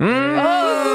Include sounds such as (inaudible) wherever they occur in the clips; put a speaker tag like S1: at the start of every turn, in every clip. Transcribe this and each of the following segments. S1: Oh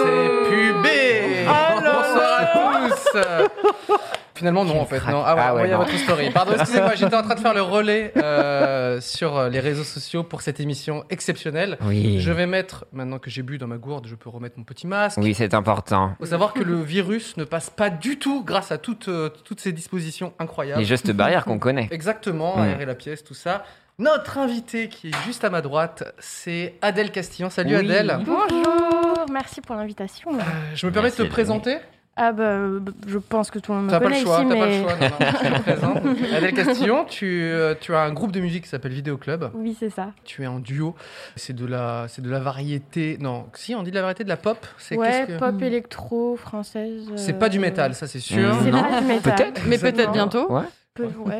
S2: C'est pubé
S1: Ah
S2: Bonsoir à tous Finalement, non, en fait. Non. Ah, ouais,
S3: Ah ouais,
S2: voyez
S3: non.
S2: votre story. Pardon, excusez-moi, j'étais en train de faire le relais euh, sur euh, les réseaux sociaux pour cette émission exceptionnelle.
S3: Oui.
S2: Je vais mettre, maintenant que j'ai bu dans ma gourde, je peux remettre mon petit masque.
S3: Oui, c'est important.
S2: faut savoir que le virus ne passe pas du tout grâce à toutes, euh, toutes ces dispositions incroyables.
S3: Les gestes barrières qu'on connaît.
S2: Exactement,
S3: Mm.
S2: aérer la pièce, tout ça. Notre invité qui est juste à ma droite, c'est Adèle Castillon. Salut
S3: Oui.
S2: Adèle.
S4: Bonjour, merci pour l'invitation.
S2: Euh, Je me permets de te
S3: Merci,
S2: présenter.
S4: Ah bah, euh, b- je pense que tout le monde
S2: T'as
S4: me
S2: pas le
S4: connaît
S2: choix, t'as
S4: ici,
S2: pas
S4: mais
S2: le choix. Non, non, je te
S4: (laughs)
S2: présente. Donc, Adèle Castillon, tu, euh, tu as un groupe de musique qui s'appelle Vidéo Club.
S4: oui, c'est ça.
S2: Tu es en duo. C'est de la, c'est de la variété. Non, si on dit de la variété de la pop, c'est
S4: Ouais,
S2: qu'est-ce que-
S4: pop électro française. euh,
S2: C'est pas du métal, ça c'est sûr.
S4: C'est
S3: Non,
S4: pas du métal.
S3: peut-être.
S1: Mais peut-être
S4: Non,
S1: bientôt.
S3: Ouais.
S4: peu-
S2: (laughs)
S4: ouais.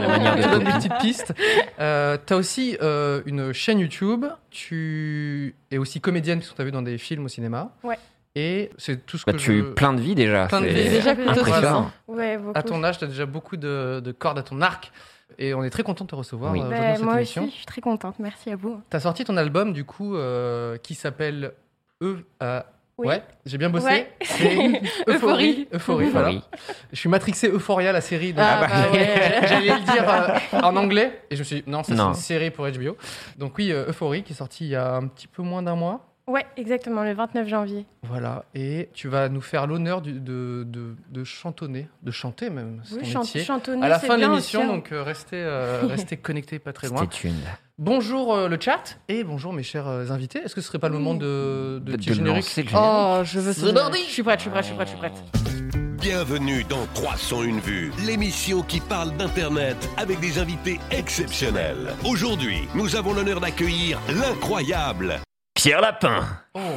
S3: la manière de
S2: Je te donne
S3: couper.
S2: une petite piste. Euh, t'as aussi euh, une chaîne YouTube. Tu es aussi comédienne puisqu'on t'a vu dans des films au cinéma.
S4: Ouais.
S2: Et c'est tout ce
S3: Bah,
S2: que
S3: tu
S2: je...
S3: plein de vie déjà.
S2: Plein de
S3: c'est
S2: vie.
S1: Déjà plutôt
S3: Impressionnant.
S4: Ouais, beaucoup.
S2: À ton âge, t'as déjà beaucoup de, de cordes à ton arc. Et on est très content de te recevoir
S3: Oui.
S2: euh,
S4: Bah,
S2: aujourd'hui dans cette
S4: moi
S2: émission.
S4: aussi, je suis très contente, merci à vous.
S2: T'as sorti ton album du coup euh, qui s'appelle E. euh,
S4: Oui.
S2: Ouais, j'ai bien bossé.
S4: Ouais. (laughs)
S2: C'est Euphorie.
S1: Euphorie.
S2: Euphorie, voilà.
S3: Oui.
S2: Je suis matrixé Euphoria, la série. donc-
S1: Ah, bah ouais.
S2: (laughs) J'allais le dire euh, en anglais et je me suis dit non, ça c'est
S3: Non.
S2: une série pour HBO. Donc oui, euh, Euphorie qui est sortie il y a un petit peu moins d'un mois.
S4: Ouais, exactement, le 29 janvier.
S2: Voilà, et tu vas nous faire l'honneur du- de, de, de chantonner, de chanter même, c'est
S4: Oui,
S2: ton
S4: chan-
S2: métier.
S4: chantonner,
S2: à la
S4: c'est
S2: fin de
S4: bien
S2: l'émission,
S4: aussi, hein.
S2: donc euh,
S4: (laughs)
S2: restez,
S1: (laughs)
S2: euh, restez connectés pas très loin.
S3: C'était une.
S2: Bonjour euh, le chat et bonjour mes chers euh, invités. Est-ce que ce serait pas le moment de, de,
S3: De-
S2: petit
S3: de
S2: générique
S3: lancer le générique.
S1: Oh, je veux
S2: C'est
S1: ce
S2: parti.
S1: Je suis prête, je suis prête, je suis prête, je suis prête.
S5: Bienvenue dans 301 vues, l'émission qui parle d'Internet avec des invités exceptionnels. Aujourd'hui, nous avons l'honneur d'accueillir l'incroyable
S3: Pierre Lapin.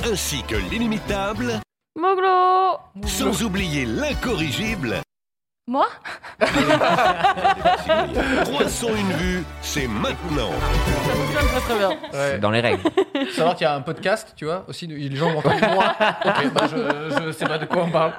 S5: ainsi que l'inimitable,
S1: Moglo
S5: sans oublier l'incorrigible.
S4: Moi
S5: 301 vues, c'est maintenant.
S1: Très très bien.
S2: Ouais.
S3: Dans les règles.
S2: Faut savoir qu'il y a un podcast, tu vois, aussi, les gens m'entendent moi. Ok, bah, je, je sais pas de quoi on parle.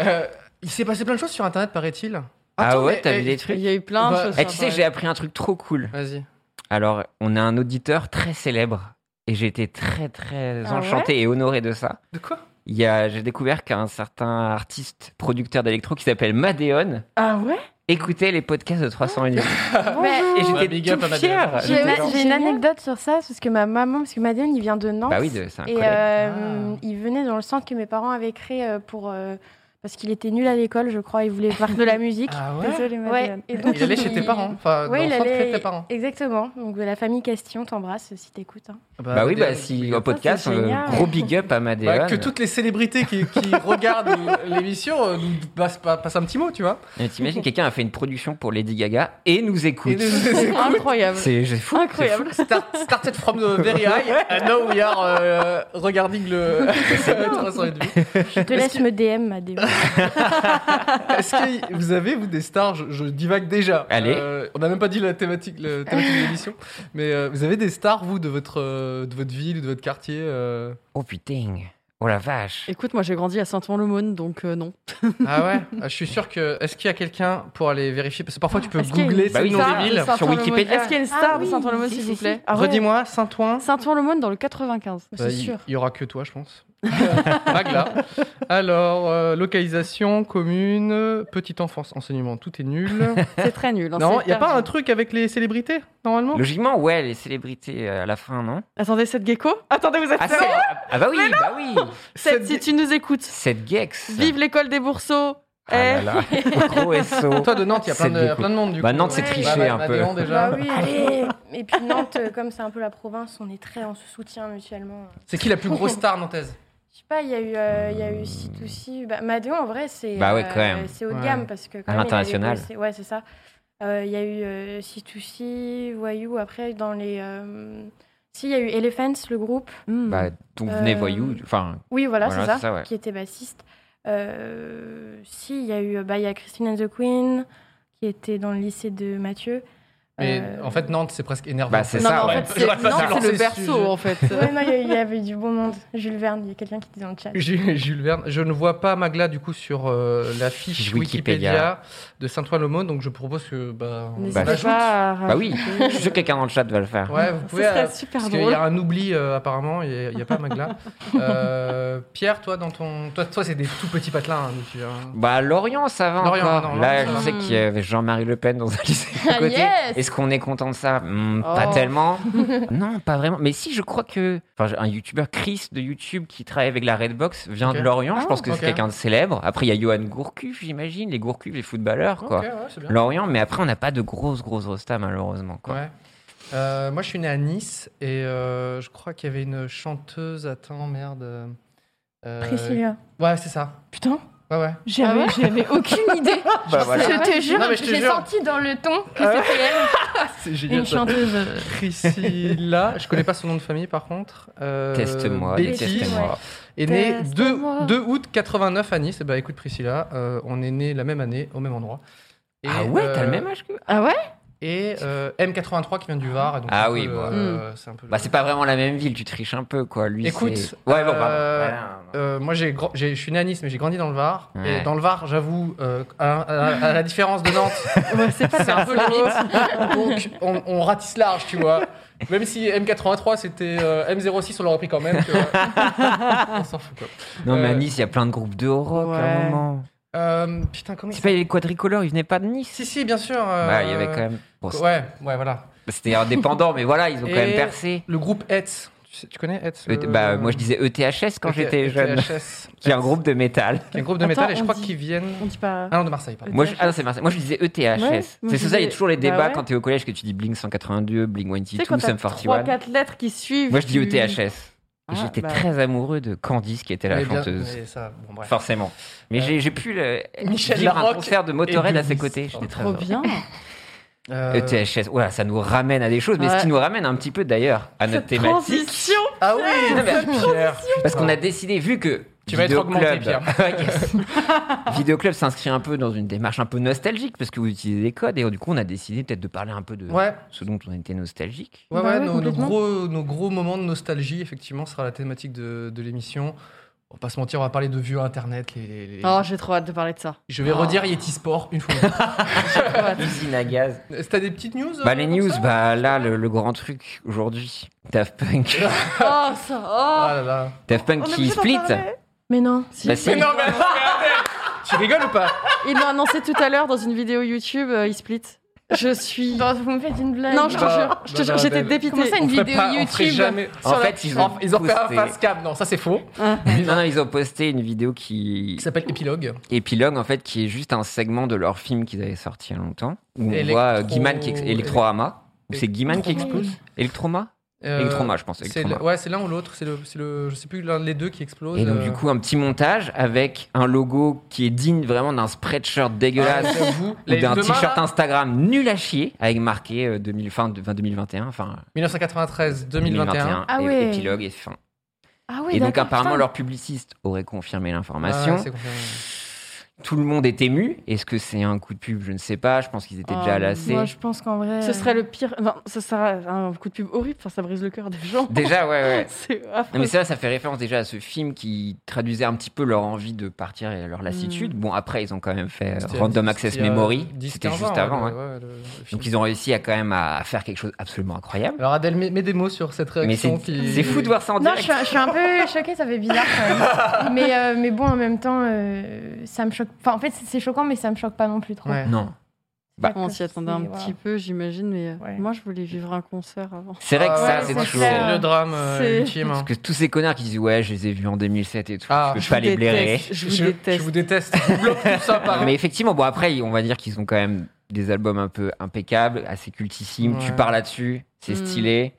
S2: Euh, il s'est passé plein de choses sur Internet, paraît-il.
S3: Ah
S2: Attends,
S3: ouais,
S2: mais-
S3: t'as
S2: eh,
S3: vu des
S1: Il
S3: trucs
S1: y a eu plein de
S2: Bah,
S1: choses.
S3: Eh, Tu sais,
S1: sympas.
S3: j'ai appris un truc trop cool.
S2: Vas-y.
S3: Alors, on a un auditeur très célèbre et j'ai été très très
S4: Ah ouais
S3: enchanté et honoré de ça.
S2: De quoi
S3: Il y a, j'ai découvert qu'un certain artiste producteur d'électro qui s'appelle Madeon
S4: Ah ouais
S3: écoutait les podcasts de 300
S4: (laughs)
S3: minutes.
S4: Bonjour.
S3: Et
S2: Ouais, big
S3: j'étais
S2: up à
S3: tout
S2: Madeon.
S3: fier.
S4: J'ai
S1: J'étais
S4: j'ai une
S1: génial.
S4: anecdote sur ça, parce que ma maman, parce que Madiane, il vient de Nantes.
S3: Bah oui, de- c'est un
S4: Et
S3: collègue.
S4: euh,
S2: Ah.
S4: il venait dans le centre que mes parents avaient créé euh, pour euh, parce qu'il était nul à l'école, je crois, il voulait faire de (laughs) la musique.
S2: Ah
S6: Désolée,
S4: ouais.
S6: Madeleine.
S4: Et donc
S2: Il allait chez tes parents, enfin,
S4: Ouais,
S2: dans
S4: il
S2: le centre
S4: allait-
S2: de tes parents.
S4: Exactement. Donc la famille Question t'embrasse si t'écoutes. hein.
S2: Ah
S3: Bah oui, bah
S2: Madeon,
S3: si
S2: big
S3: au
S2: up.
S3: podcast,
S4: c'est
S3: euh,
S4: génial.
S3: gros big up à Madeon.
S2: Bah, que toutes les célébrités
S3: (laughs)
S2: qui, qui regardent l'émission euh, nous passent, pas- passent un petit mot, tu vois.
S3: Mais Euh, T'imagines, quelqu'un a fait une production pour Lady Gaga et nous écoute.
S1: Incroyable.
S3: C'est c'est fou.
S1: Incroyable.
S2: Start- started from the very
S1: (laughs)
S2: high, and now we are euh, regarding
S3: (laughs)
S2: le (laughs) 300
S4: Je te laisse me DM, Madéo.
S2: Est-ce que vous avez, vous, des stars je, je divague déjà.
S3: Allez.
S2: Euh, on n'a même pas dit la thématique, la thématique de l'émission. Mais euh, vous avez des stars, vous, de votre, euh, de votre ville, de votre quartier euh
S3: Oh putain. Oh la vache.
S1: Écoute, moi j'ai grandi à Saint-Ouen-l'aumône, donc euh, non.
S2: Ah ouais Ah, Je suis sûr que. Est-ce qu'il y a quelqu'un pour aller vérifier Parce que parfois, tu peux
S1: Est-ce qu'il y a
S2: googler
S3: Bah
S1: une
S2: ces noms
S1: star
S2: des
S1: de
S2: villes.
S1: Saint-Ouen-l'aumône
S3: Wikipédia.
S1: Est-ce qu'il y a une star
S4: Ah
S1: de
S4: oui,
S1: Saint-Ouen-l'aumône,
S4: si,
S1: s'il
S4: si,
S1: vous
S4: si.
S1: plaît Ah ouais.
S2: Redis-moi, Saint-Ouen.
S1: Saint-Ouen-l'aumône dans le 95.
S2: Bah,
S1: C'est
S2: il
S1: sûr.
S2: il y aura que toi, je pense. (laughs) Magla. Alors, euh, localisation, commune, euh, petite enfance, enseignement, tout est (laughs) nul.
S1: C'est très nul. hein,
S2: non,
S1: c'est
S2: il n'y a pas
S1: perdu.
S2: un truc avec les célébrités, normalement
S3: Logiquement, ouais, les célébrités euh, à la fin, non
S1: Attendez, cette gecko Attendez, vous êtes
S3: Ah, c'est-
S1: sérieux
S3: ah bah oui, bah
S2: (laughs)
S3: oui.
S1: Seth, si tu nous écoutes,
S3: Cette Gex.
S1: vive l'école des bourseaux Eh.
S3: Ah là là.
S1: (laughs)
S3: Gros SO.
S2: Toi, de Nantes, il y a plein
S3: C'est
S2: de,
S3: beaucoup.
S2: plein de monde, du
S3: Bah,
S2: coup.
S3: Nantes,
S4: c'est
S2: Ouais.
S4: triché
S2: Bah, bah,
S3: un peu.
S2: Madeon, déjà.
S4: Bah oui, allez. Et puis Nantes, euh, comme c'est un peu la province, on est très, on se soutient mutuellement.
S2: C'est qui la plus grosse star
S1: Euh.
S2: nantaise
S4: Je sais pas, il y a eu, euh, il y a eu C2C. Bah, Madéo, en vrai, c'est
S3: Bah ouais,
S4: euh,
S3: quand même.
S4: c'est haut de
S2: Ouais.
S4: gamme parce que quand
S3: À
S4: même, il avait
S3: l'international.
S4: bossé- Ouais, c'est ça. Euh, Il y a eu euh, C2C, Wayou. Après, dans les euh, Si, il y a eu Elephants, le groupe.
S2: Hmm.
S3: Bah, donc venez
S4: Euh,
S3: voyou. Enfin,
S4: Oui, voilà,
S3: Voilà,
S4: c'est ça,
S3: c'est ça, ouais.
S4: qui était bassiste. Euh, si, il y a eu bah, il y a Christine and the Queen, qui était dans le lycée de Mathieu.
S2: Mais
S4: Euh,
S2: en fait, Nantes, c'est presque énervant.
S3: Bah, c'est
S1: Non,
S3: ça,
S1: non, en
S3: ouais.
S1: fait, c'est
S2: J'aurais pas
S1: non,
S2: dû
S1: c'est
S2: lancer
S1: le
S2: ce
S1: berceau,
S2: sujet. (laughs)
S1: en fait.
S4: ouais, non, il y a- il y avait du beau monde. Jules Verne, il y a quelqu'un qui était dans le chat.
S2: Jules Jules Verne, je ne vois pas Magla du coup sur euh, la fiche Wikipédia,
S3: Wikipédia.
S2: de Saint-Ouen-l'Aumône, donc je propose que bah, on
S1: N'hésitez
S2: l'ajoute.
S1: pas à
S3: Bah oui, je
S1: rajouter.
S3: suis sûr que quelqu'un dans le chat va le faire.
S2: (laughs) Ouais, vous
S1: Ce
S2: pouvez. euh,
S1: serait super
S2: parce qu'il y
S1: drôle.
S2: a un oubli euh, apparemment, il n'y a, il y a pas
S1: (laughs)
S2: Magla. Euh, Pierre, toi, dans ton, toi, toi, c'est des tout petits patelins. hein, donc tu, hein.
S3: Bah, Lorient, ça va
S2: Lorient,
S3: encore.
S2: non,
S3: Là, je
S2: Lorient,
S1: ça
S3: sais
S1: va.
S3: qu'il y avait Jean-Marie Le Pen dans un lycée à
S1: Ah,
S3: côté.
S1: yes
S3: Est-ce qu'on est content de ça Hmm, Pas
S1: Oh. (laughs)
S3: tellement. non, pas vraiment. Mais si, je crois que. Enfin, j'ai un youtubeur, Chris de YouTube, qui travaille avec la Redbox, vient
S2: Ok. Oh,
S3: de Lorient. je
S1: Ah,
S3: pense que
S2: ok.
S3: c'est quelqu'un de célèbre. Après, il y a Johan Gourcuff, j'imagine. Les Gourcuff, les footballeurs, quoi.
S2: Ok, ouais, c'est bien.
S3: Lorient, mais après, on n'a pas de grosses, grosses rostas, malheureusement, quoi.
S2: Ouais. Euh, moi, je suis né à Nice et euh, je crois qu'il y avait une chanteuse. Attends, merde. euh,
S4: Priscilla.
S2: Ouais, c'est ça.
S4: Putain,
S2: Ouais, Ah ouais.
S4: j'avais
S1: ouais
S4: j'avais
S2: (laughs)
S4: aucune idée.
S3: Bah, voilà.
S4: Je te
S2: Non, mais
S4: jure,
S2: je te
S4: j'ai
S2: jure.
S4: senti dans le ton que
S2: Ah ouais.
S4: c'était elle,
S2: (laughs) C'est génial.
S4: une chanteuse. euh,
S2: Priscilla, je connais pas son nom de famille par contre. Euh,
S3: Teste-moi,
S2: Betty
S3: déteste-moi.
S2: est née
S4: Teste-moi.
S2: 2, 2 août 89 à Nice. Et bah écoute Priscilla, euh, on est nés la même année, au même endroit. Et,
S3: Ah ouais, t'as
S2: euh,
S3: le même âge que.
S1: Ah ouais
S2: Et euh, M83 qui vient du Var. et donc
S3: Ah
S2: c'est un
S3: oui,
S2: peu,
S3: moi.
S2: euh,
S4: Hmm.
S2: c'est un peu.
S3: Bah, c'est pas vraiment la même ville, tu triches un peu, quoi. Lui,
S2: Écoute,
S3: c'est- Ouais, bon, pardon.
S2: euh,
S3: Voilà.
S2: Euh, moi, j'ai grand- j'ai- je suis né à Nice, mais j'ai grandi dans le Var.
S3: Ouais.
S2: Et dans le Var, j'avoue, euh, à, à- à la différence de Nantes,
S1: (laughs) Ouais, C'est pas
S2: c'est un
S1: grave.
S2: peu limite. Donc, on, on ratisse large, tu vois. Même si M83, c'était euh, M06, on l'a repris quand même. tu
S1: (laughs)
S2: vois. on s'en fout, quoi.
S3: Non, mais à
S2: euh,
S3: Nice, il y a plein de groupes de rock à
S1: Ouais.
S3: un moment.
S2: Euh, putain, comment il
S3: C'est pas les quadricolores, ils venaient pas de Nice.
S2: Si, si, bien sûr. euh,
S3: Bah, il y avait quand même. bon, c'est- Bah,
S2: Ouais, ouais, voilà.
S3: C'était indépendant, mais voilà, ils ont
S2: Et- euh,
S3: quand même percé.
S2: Le groupe ETS. Tu, sais- tu connais ETS
S3: E- Bah, moi je disais ETHS quand
S2: E
S3: j'étais jeune, qui est un groupe de métal.
S2: un groupe de métal,
S1: Attends,
S2: et je
S1: on
S2: crois
S1: dit-
S2: qu'ils
S1: On
S2: viennent.
S1: dit pas.
S2: Ah non, de Marseille, pardon.
S1: ETHS.
S3: Moi, je... Ah non, c'est Marseille. Moi je disais ETHS.
S1: Ouais, moi,
S3: c'est
S1: je
S3: pour ça, il y a
S1: disais-
S3: toujours les
S1: bah
S3: débats
S1: ouais.
S3: quand t'es au collège que tu dis Blink 182, Blink
S1: Tu
S3: 182,
S1: sais, quand t'as
S3: Sum
S1: 3
S3: 41.
S1: 4 lettres qui suivent.
S3: Moi je dis E
S1: tu-
S3: ETHS.
S1: Ah,
S3: J'étais
S1: bah.
S3: très amoureux de Candice qui était la
S2: Mais Eh bien-
S3: chanteuse.
S2: mais ça, bon, bref. Euh,
S3: Forcément. Mais j'ai- j'ai pu le...
S2: Michel
S3: vivre un
S2: Larocque
S3: concert de
S2: et
S3: Motorhead
S2: de
S3: à ses
S2: Nice.
S3: côtés. J'étais très
S1: Trop
S3: heureux. E
S1: bien.
S2: (laughs) Euh,
S3: ETHS, Ouah, ça nous ramène à des choses, mais
S1: Ouais.
S3: ce qui nous ramène un petit peu d'ailleurs à notre thématique.
S1: Transition.
S2: Ah oui,
S3: Non, mais-
S2: Pierre,
S3: Parce
S2: putain.
S3: qu'on a décidé, vu que.
S2: Tu vas être augmenté,
S3: Vidéoclub- (laughs) Yes. Vidéoclub s'inscrit un peu dans une démarche un peu nostalgique parce que vous utilisez des codes et du coup on a décidé peut-être de parler un peu de
S2: Ouais,
S3: ce dont on était nostalgique.
S2: ouais,
S4: Bah
S2: ouais,
S4: ouais,
S2: nos, nos
S4: complètement.
S2: gros, nos gros moments de nostalgie, effectivement, sera la thématique de, de l'émission. On va pas se mentir, on va parler de vieux Internet. les- les- les-
S1: Oh, j'ai trop hâte de parler de ça.
S2: Je vais
S1: Oh.
S2: redire Yeti Sport
S1: (laughs)
S2: une fois.
S3: Usine à gaz.
S2: Est-ce que T'as des petites news
S3: Bah (laughs)
S2: euh,
S3: les
S2: comme
S3: news,
S2: ça
S3: bah là le, le grand truc aujourd'hui, Daft Punk,
S1: Oh, ça. Oh.
S2: Ah là là.
S3: Daft Punk
S1: On
S3: qui
S1: est obligé d'en
S3: split.
S1: parler.
S4: Mais non.
S1: Si.
S3: Bah, si.
S2: Mais non, mais attends, mais attends. (laughs) Tu rigoles ou pas
S1: Ils l'ont annoncé tout à l'heure dans une vidéo YouTube, euh, ils split. Je suis.
S4: Bon, Bah, vous me faites une blague.
S1: Non, je te
S2: Bah,
S1: jure, je te
S2: bah,
S1: jure,
S2: bah,
S1: j'étais
S2: bah,
S1: dépitée.
S4: Comment ça, une
S2: On ferait
S4: vidéo
S2: pas- on ferait
S4: YouTube
S2: jamais
S3: En
S2: sur la-
S3: fait, ils ont-
S2: ils ont fait un
S3: posté-
S2: face cam. Non, ça c'est faux.
S1: Ah.
S3: (laughs) Non, non, ils ont posté une vidéo qui
S2: Qui s'appelle Épilogue.
S3: épilogue en fait qui est juste un segment de leur film qu'ils avaient sorti il y a longtemps où on
S2: Electro-
S3: voit euh, Guiman qui ex- Electrorama. Ou C'est Guiman qui
S2: Electroma.
S3: explose Electroma
S2: Euh,
S3: Electroma, je pense.
S2: c'est
S3: Electroma.
S2: le- ouais, c'est l'un ou l'autre. C'est le, c'est le, je sais plus l'un des deux qui explose.
S3: Et donc,
S2: euh.
S3: du coup, un petit montage avec un logo qui est digne vraiment d'un spreadshirt dégueulasse.
S2: Ah, J'avoue,
S3: Ou
S2: les-
S3: d'un
S2: demain,
S3: t-shirt
S2: là,
S3: Instagram nul à chier, avec marqué euh, 2000, fin, de- fin 2021, enfin
S2: 1993, 2021.
S3: 2021,
S4: Ah
S3: et-
S4: ouais.
S3: épilogue et fin.
S4: Ah oui,
S3: et donc
S4: d'accord,
S3: apparemment
S4: putain.
S3: leur publiciste aurait confirmé l'information.
S2: Ah Ouais, c'est confirmé.
S3: Tout le monde est ému. Est-ce que c'est un coup de pub Je ne sais pas. Je pense qu'ils étaient
S1: Ah,
S2: Oh,
S3: déjà lassés.
S4: Moi, je pense qu'en vrai.
S1: Ce serait le pire. Non, ce sera un coup de pub horrible, enfin, ça brise le cœur des gens.
S3: Déjà, ouais,
S2: (laughs)
S3: ouais.
S1: (laughs) C'est
S3: Non,
S1: affreux.
S3: mais ça, ça fait référence déjà à ce film qui traduisait un petit peu leur envie de partir et leur lassitude. Bon, après, ils ont quand même fait euh,
S2: Mm. C'était-
S3: Random
S2: c'était
S3: Access
S2: il y a
S3: Memory.
S2: 10,
S3: C'était
S2: 15
S3: juste
S2: ans, ouais,
S3: avant.
S2: le-
S3: hein.
S2: ouais, le- le film.
S3: Donc, ils ont réussi à quand même à à faire quelque chose absolument incroyable.
S2: Alors Adèle, mets, mets des mots sur cette
S3: Mais
S2: réaction
S3: c'est
S2: qui.
S3: c'est fou de voir ça en
S4: Non, je
S3: direct.
S4: suis, je suis un peu choquée, ça fait bizarre
S2: (laughs)
S4: quand même. mais, euh, mais bon, en même temps, euh, ça me choque. Enfin, en fait, c'est c'est choquant, mais ça me choque pas non plus trop.
S2: Ouais.
S3: Non. bah.
S4: C'est-à-dire
S1: On
S4: que
S1: s'y attendait un
S4: c'est-
S1: petit peu, j'imagine, mais euh,
S4: Ouais.
S1: moi, je voulais vivre un concert avant.
S3: C'est vrai que
S2: Ah
S3: ça,
S2: ouais,
S3: c'est
S4: ça,
S3: toujours.
S4: c'est-
S2: le drame euh,
S1: C'est-
S2: ultime. hein.
S3: Parce que tous ces connards qui disent ouais, je les ai vus en 2007 et tout,
S2: Ah,
S3: je peux
S1: Je
S3: pas
S1: vous
S3: les blairer.
S1: déteste, Je vous
S2: Je,
S1: déteste.
S2: je vous déteste. Je vous bloque tout ça par.
S3: (laughs) Mais effectivement, bon après, on va dire qu'ils ont quand même des albums un peu impeccables, assez cultissimes. Tu
S2: Ouais.
S3: pars là-dessus, c'est
S1: Mm.
S3: stylé.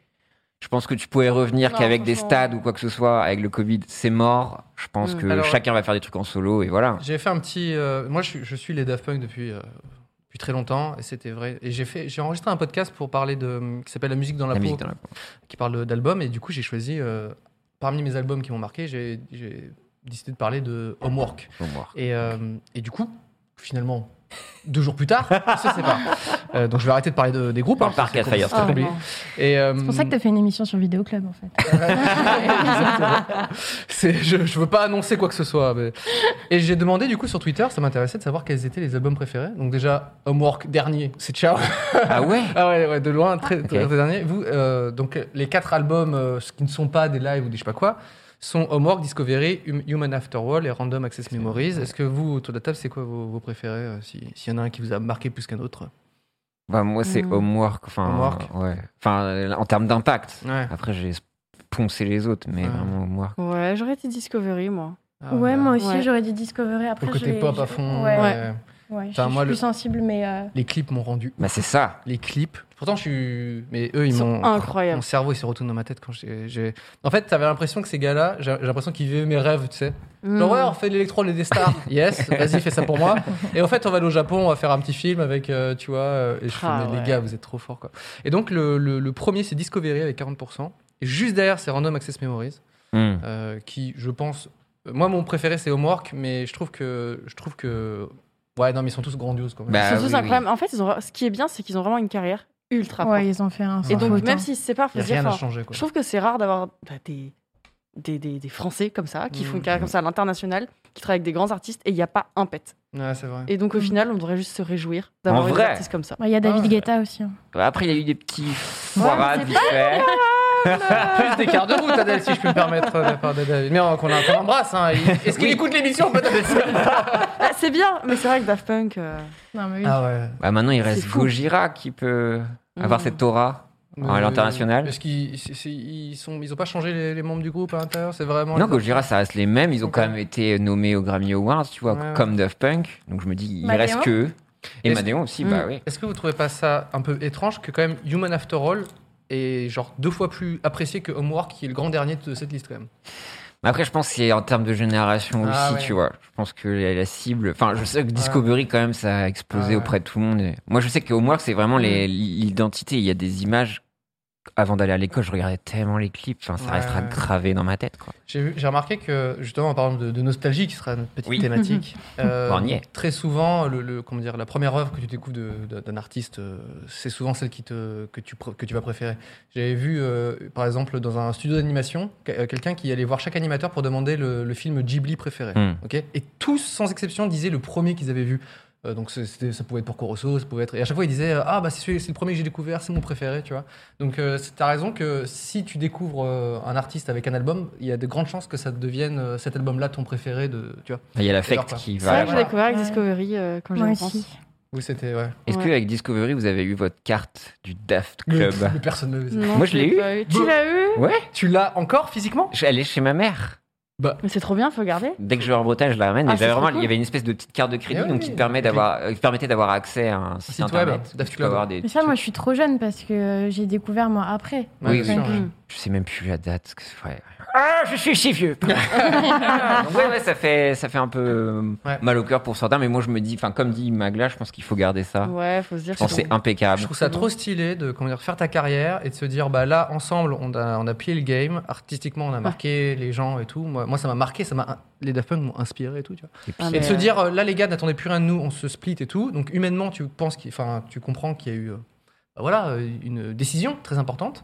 S3: Je pense que tu pourrais revenir
S1: Non,
S3: qu'avec des
S1: franchement.
S3: stades ou quoi que ce soit, avec le Covid, c'est mort. Je pense
S1: Mm.
S3: que
S2: Alors-
S3: chacun va faire des trucs en solo et voilà.
S2: J'ai fait un petit. euh, moi, je, suis- je suis les Daft Punk depuis, euh, depuis depuis très longtemps et c'était vrai. Et j'ai fait, j'ai enregistré un podcast pour parler de euh, qui s'appelle La musique dans la,
S3: La
S2: peau,
S3: musique dans la peau.
S2: qui parle d'albums et du coup j'ai choisi euh, parmi mes albums qui m'ont marqué, j'ai j'ai décidé de parler de Homework.
S3: Faut voir.
S2: Et, euh, et du coup, finalement, deux jours plus tard, ça c'est pas. Euh, donc je vais arrêter de parler de- des groupes.
S3: Dans
S2: hein,
S3: le parc
S2: parce que
S3: à
S2: c'est
S3: Firestone.
S2: compliqué. Et, euh,
S4: C'est pour ça que t'as fait une émission sur Vidéo Club en fait.
S2: (laughs) Exactement. C'est- je, je veux pas annoncer quoi que ce soit. mais- Et j'ai demandé du coup sur Twitter, ça m'intéressait de savoir quels étaient les albums préférés. Donc déjà, Homework dernier, c'est ciao.
S3: Ah ouais
S2: (laughs) Ah ouais, ouais, de loin, très, très- très dernier. Vous, euh, donc les quatre albums, euh, ce qui ne sont pas des lives ou des je sais pas quoi, sont Homework, Discovery, Hum- Human After All et Random Access Memories. Est-ce que vous, autour de la table, c'est quoi vos, vos préférés euh, si- S'il y en a un qui vous a marqué plus qu'un autre
S3: Bah, moi, c'est
S1: Mm.
S3: homework. Enfin,
S2: Homework.
S3: ouais. Enfin, euh, en termes d'impact.
S2: Ouais.
S3: Après, j'ai poncé les autres, mais
S2: Ouais.
S3: vraiment homework.
S1: Ouais, j'aurais dit Discovery, moi.
S2: Ah,
S4: ouais,
S2: bah,
S4: moi aussi
S1: Ouais.
S4: j'aurais dit Discovery après.
S2: Pour le
S4: je
S2: côté
S4: l'ai-
S2: pop
S4: je-
S2: à fond,
S4: Ouais, ouais.
S1: Ouais.
S4: je
S2: Putain,
S4: je
S2: moi,
S4: suis
S2: le-
S4: plus sensible, mais euh,
S2: les clips m'ont rendu
S3: Bah, c'est ça.
S2: les clips. Pourtant, je suis. Mais eux,
S1: Ils
S2: ils
S1: sont
S2: m'ont.
S1: incroyables.
S2: Mon cerveau, il se retourne dans ma tête quand j'ai. j'ai- En fait, t'avais l'impression que ces gars-là, j'ai j'ai l'impression qu'ils vivaient mes rêves, tu sais. Genre,
S1: Mm.
S2: ouais, on fait de l'électro, les des
S3: (laughs)
S2: stars. yes, vas-y, fais ça pour
S1: (laughs)
S2: moi. Et en fait, on va aller au Japon, on va faire un petit film avec, euh, tu vois. euh, Et je
S1: Ah,
S2: fais, mais
S1: ouais.
S2: les gars, vous êtes trop forts, quoi. Et donc, le, le- le premier, c'est Discovery avec 40%. Et juste derrière, c'est Random Access Memories,
S3: Mm.
S2: euh, qui, je pense. euh, Moi, mon préféré, c'est Homework, mais je trouve que. Je trouve que. Ouais, non, mais ils sont tous grandioses, quand même.
S3: Bah,
S1: Ils sont
S3: oui,
S1: tous
S3: oui.
S1: incroyables. En fait, ils ont... ce qui est bien, c'est qu'ils ont vraiment une carrière ultra
S4: ouais,
S1: propre.
S4: ils ont fait un.
S1: Et
S4: sans
S1: donc,
S4: faute,
S1: même
S4: hein.
S1: s'ils se séparent, faut
S2: Il
S1: se
S2: n'y a
S1: dire.
S2: rien à
S1: enfin,
S2: changer, quoi.
S1: Je trouve que c'est rare d'avoir bah, des, des, des, des Français comme ça, qui
S2: Mm.
S3: Mmh.
S1: font une carrière comme ça à l'international, qui travaillent avec des grands artistes, et il n'y a pas un pet.
S2: Ouais, c'est vrai.
S1: Et donc au
S4: Mm.
S1: final, on devrait juste se réjouir d'avoir
S3: En
S1: des
S3: vrai.
S1: artistes comme ça.
S4: Ouais, Il y a David
S2: Ah, ouais.
S1: (laughs)
S4: Guetta aussi. hein.
S3: Bah, Après, il y a eu des petits foirades
S4: mais c'est
S3: vite fait.
S2: (laughs) plus d'écart de route, Adèle, si je puis me permettre, de la part de David. Mais on- qu'on qu'on l'embrasse. Hein. Il- Est-ce qu'il écoute l'émission, peut-être
S3: (laughs)
S1: Ah, c'est bien, mais c'est vrai que Daft Punk. euh,
S4: Non, mais oui.
S2: Ah ouais.
S3: Bah, maintenant, il
S1: C'est
S3: reste
S1: fou.
S3: Gojira qui peut avoir
S1: Mm.
S3: cette aura. À
S2: Euh,
S3: l'international.
S2: Parce qu'ils c'est- c'est- ils sont, ils ont pas changé les, les membres du groupe à l'intérieur, c'est vraiment.
S3: Non, Gojira, ça reste les mêmes. Ils ont
S2: Ok.
S3: quand même été nommés aux Grammy Awards, tu vois,
S2: Ouais, ouais.
S3: comme Daft Punk. Donc, je me dis, il
S4: Madeon.
S3: reste que eux. Et
S2: Est-ce-
S3: Madeon aussi,
S1: Mm.
S3: bah oui.
S2: Est-ce que vous trouvez pas ça un peu étrange que quand même Human After All est genre deux fois plus apprécié que Homework, qui est le grand dernier de cette liste quand même
S3: Mais Après, je pense que c'est en termes de génération
S2: Ah
S3: aussi,
S2: ouais.
S3: tu vois. Je pense que la, la cible. Enfin, je sais que Discovery, quand même, ça a explosé
S2: Ah ouais. Mm.
S3: auprès de tout le monde. Et Moi, je sais que Homework, c'est vraiment les- l'identité. Il y a des images. Avant d'aller à l'école, je regardais tellement les clips. Enfin, ça
S2: Ouais,
S3: restera
S2: ouais.
S3: gravé dans ma tête, quoi.
S2: J'ai vu- j'ai remarqué que, justement, en parlant de, de nostalgie, qui sera notre petite
S3: Oui.
S2: thématique, euh,
S3: (laughs) On y est.
S2: très souvent, le, le- comment dire, la première œuvre que tu découvres de- de- d'un artiste, euh, c'est souvent celle qui te, que, tu, pr- que tu vas préférer. J'avais vu, euh, par exemple, dans un studio d'animation, que- euh, quelqu'un qui allait voir chaque animateur pour demander le, le film Ghibli préféré.
S3: Hmm.
S2: ok et tous, sans exception, disaient le premier qu'ils avaient vu. Euh, donc c'est- c'était- ça pouvait être pour Corosso, ça pouvait être... Et à chaque fois, ils disaient, euh, ah bah c'est celui- c'est le premier que j'ai découvert, c'est mon préféré, tu vois. Donc euh, c'est- t'as raison que si tu découvres euh, un artiste avec un album, il y a de grandes chances que ça devienne euh, cet album-là ton préféré de, tu vois.
S3: Ah, Il y a
S2: Alors,
S3: l'affect
S2: quoi.
S3: qui
S1: C'est vrai
S3: va.
S1: que
S2: voilà.
S1: j'ai découvert avec
S4: Ouais.
S1: Discovery euh, quand
S4: Moi
S1: j'y pense.
S4: aussi.
S2: Oui, c'était ouais.
S3: Est-ce que
S1: Ouais.
S3: avec Discovery, vous avez eu votre carte du Daft
S2: Le,
S3: Club
S2: le personne ne le sait.
S1: Non,
S3: Moi, je l'ai eu.
S1: pas Tu l'as eu
S3: Ouais,
S2: Tu l'as encore physiquement
S3: j'allais chez ma mère.
S2: Bah,
S1: Mais c'est trop bien, faut regarder.
S3: Dès que je vais en Bretagne, je la ramène.
S1: Ah,
S3: et
S1: c'est
S3: j'avais
S1: trop
S3: vraiment,
S1: cool.
S3: il y avait une espèce de petite carte de crédit
S2: Eh oui,
S3: donc qui,
S2: oui.
S3: te permet d'avoir, euh, qui permettait d'avoir accès à un site,
S2: Site web,
S3: internet.
S2: Daft
S3: tu peux
S2: Club.
S3: avoir des.
S4: Mais ça, moi, je suis trop jeune parce que euh, j'ai découvert moi après.
S3: Oui,
S2: bien
S3: oui.
S2: sûr, ouais.
S1: Mm.
S3: Je sais même plus la date. que c'est- ouais. Ah, je suis si vieux.
S1: Ah.
S3: Donc ouais, ouais, ça fait, ça fait un peu euh,
S2: Ouais.
S3: mal au cœur pour certains, mais moi je me dis, enfin comme dit Magla, je pense qu'il faut garder ça.
S1: Ouais, faut se dire.
S3: Je pense que c'est impeccable.
S2: Je trouve ça trop stylé de comment dire, faire ta carrière et de se dire bah là ensemble on a, on a plié le game artistiquement on a marqué les gens et tout moi, moi ça m'a marqué ça m'a les Daft Punk m'ont inspiré et tout tu vois.
S3: Et puis,
S1: Ah,
S2: et de
S1: mais-
S2: se dire euh, là les gars n'attendez plus rien de nous on se split et tout donc humainement tu penses qu'il enfin tu comprends qu'il y a eu euh, bah, voilà euh, une décision très importante
S1: Mm.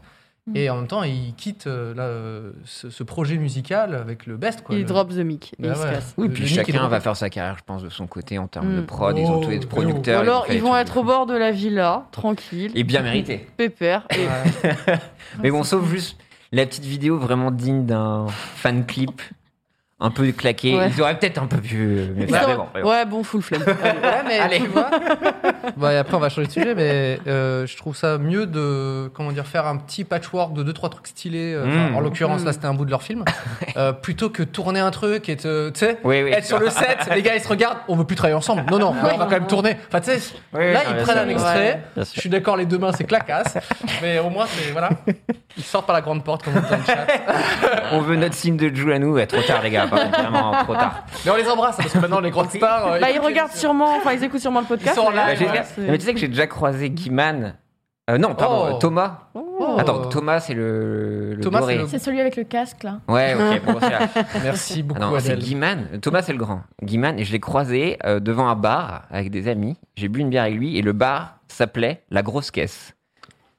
S4: Mhm.
S2: et en même temps ils quittent euh, là, euh, ce, ce projet musical avec le best quoi
S1: Il
S2: Le-
S1: drop the mic et
S2: Bah
S1: il se
S2: ouais.
S1: casse.
S3: oui,
S2: le-
S3: puis
S2: le Nick est
S3: chacun
S2: drôle.
S3: va faire sa carrière, je pense, de son côté en termes de
S1: Mm.
S3: prod. Ils ont
S2: Oh,
S3: tous les
S2: mais
S3: producteurs.
S1: Alors,
S3: faire
S1: ils
S3: les
S1: vont
S3: trucs
S1: être
S3: de
S1: au
S3: fou.
S1: bord de la villa, tranquille,
S3: Et bien mérité.
S1: pépère. Et...
S2: Ouais.
S3: Mais
S1: (laughs)
S3: bon, sauf juste la petite vidéo vraiment digne d'un fan clip, un peu claqué.
S1: Ouais.
S3: Ils auraient peut-être un peu pu. euh, mieux
S1: Ils
S3: faire, (laughs)
S1: sont-
S3: mais bon, mais bon.
S1: Ouais, bon, full flemme.
S2: Ouais, mais
S3: Allez.
S2: tu vois. Bon, Bah, et après, on va changer de sujet, mais euh, je trouve ça mieux de comment dire, faire un petit patchwork de deux, trois trucs stylés. euh, enfin,
S3: Mm.
S2: En l'occurrence,
S1: Mm.
S2: là, c'était un bout de leur film.
S3: (laughs)
S2: euh, plutôt que tourner un truc et te- tu sais,
S3: Oui, oui.
S2: être sur le set, les gars, ils se regardent, on veut plus travailler ensemble. Non, non, on va quand même tourner. Enfin, tu sais,
S3: Oui, oui, non,
S2: là, ils
S3: mais
S2: prennent
S3: ça,
S2: un
S3: oui.
S2: extrait.
S3: Bien
S2: Je
S3: sûr.
S2: suis d'accord, les deux mains, c'est clacasse. mais au moins, c'est. Voilà. Ils sortent par la grande porte, comme on dit dans le chat.
S1: bah.
S3: On veut notre signe de Jou à nous. Ouais, trop tard, les gars. là, par contre, vraiment trop tard.
S2: Mais on les embrasse, parce que maintenant, les grandes stars. euh,
S1: Bah, ils
S2: écoutent-
S1: regardent sûrement, enfin, ils écoutent sûrement le podcast.
S2: Ils sont en live,
S1: mais, euh,
S3: Bah, j'espère.
S1: c'est-
S3: Non, mais tu sais que j'ai déjà croisé Guiman. Euh, non, pardon,
S2: Oh.
S3: euh, Thomas.
S2: Oh.
S3: Attends, Thomas, c'est le, le
S2: Thomas,
S3: doré.
S2: c'est le-
S4: C'est celui avec le casque, là.
S3: Ouais,
S1: (laughs)
S4: (laughs)
S3: ok, bon, c'est là.
S2: Merci
S3: Ah
S2: beaucoup,
S3: non, c'est
S2: Adèle.
S3: Guiman. Thomas, c'est le grand. Guiman, et je l'ai croisé euh, devant un bar avec des amis. J'ai bu une bière avec lui, et le bar s'appelait La Grosse Caisse.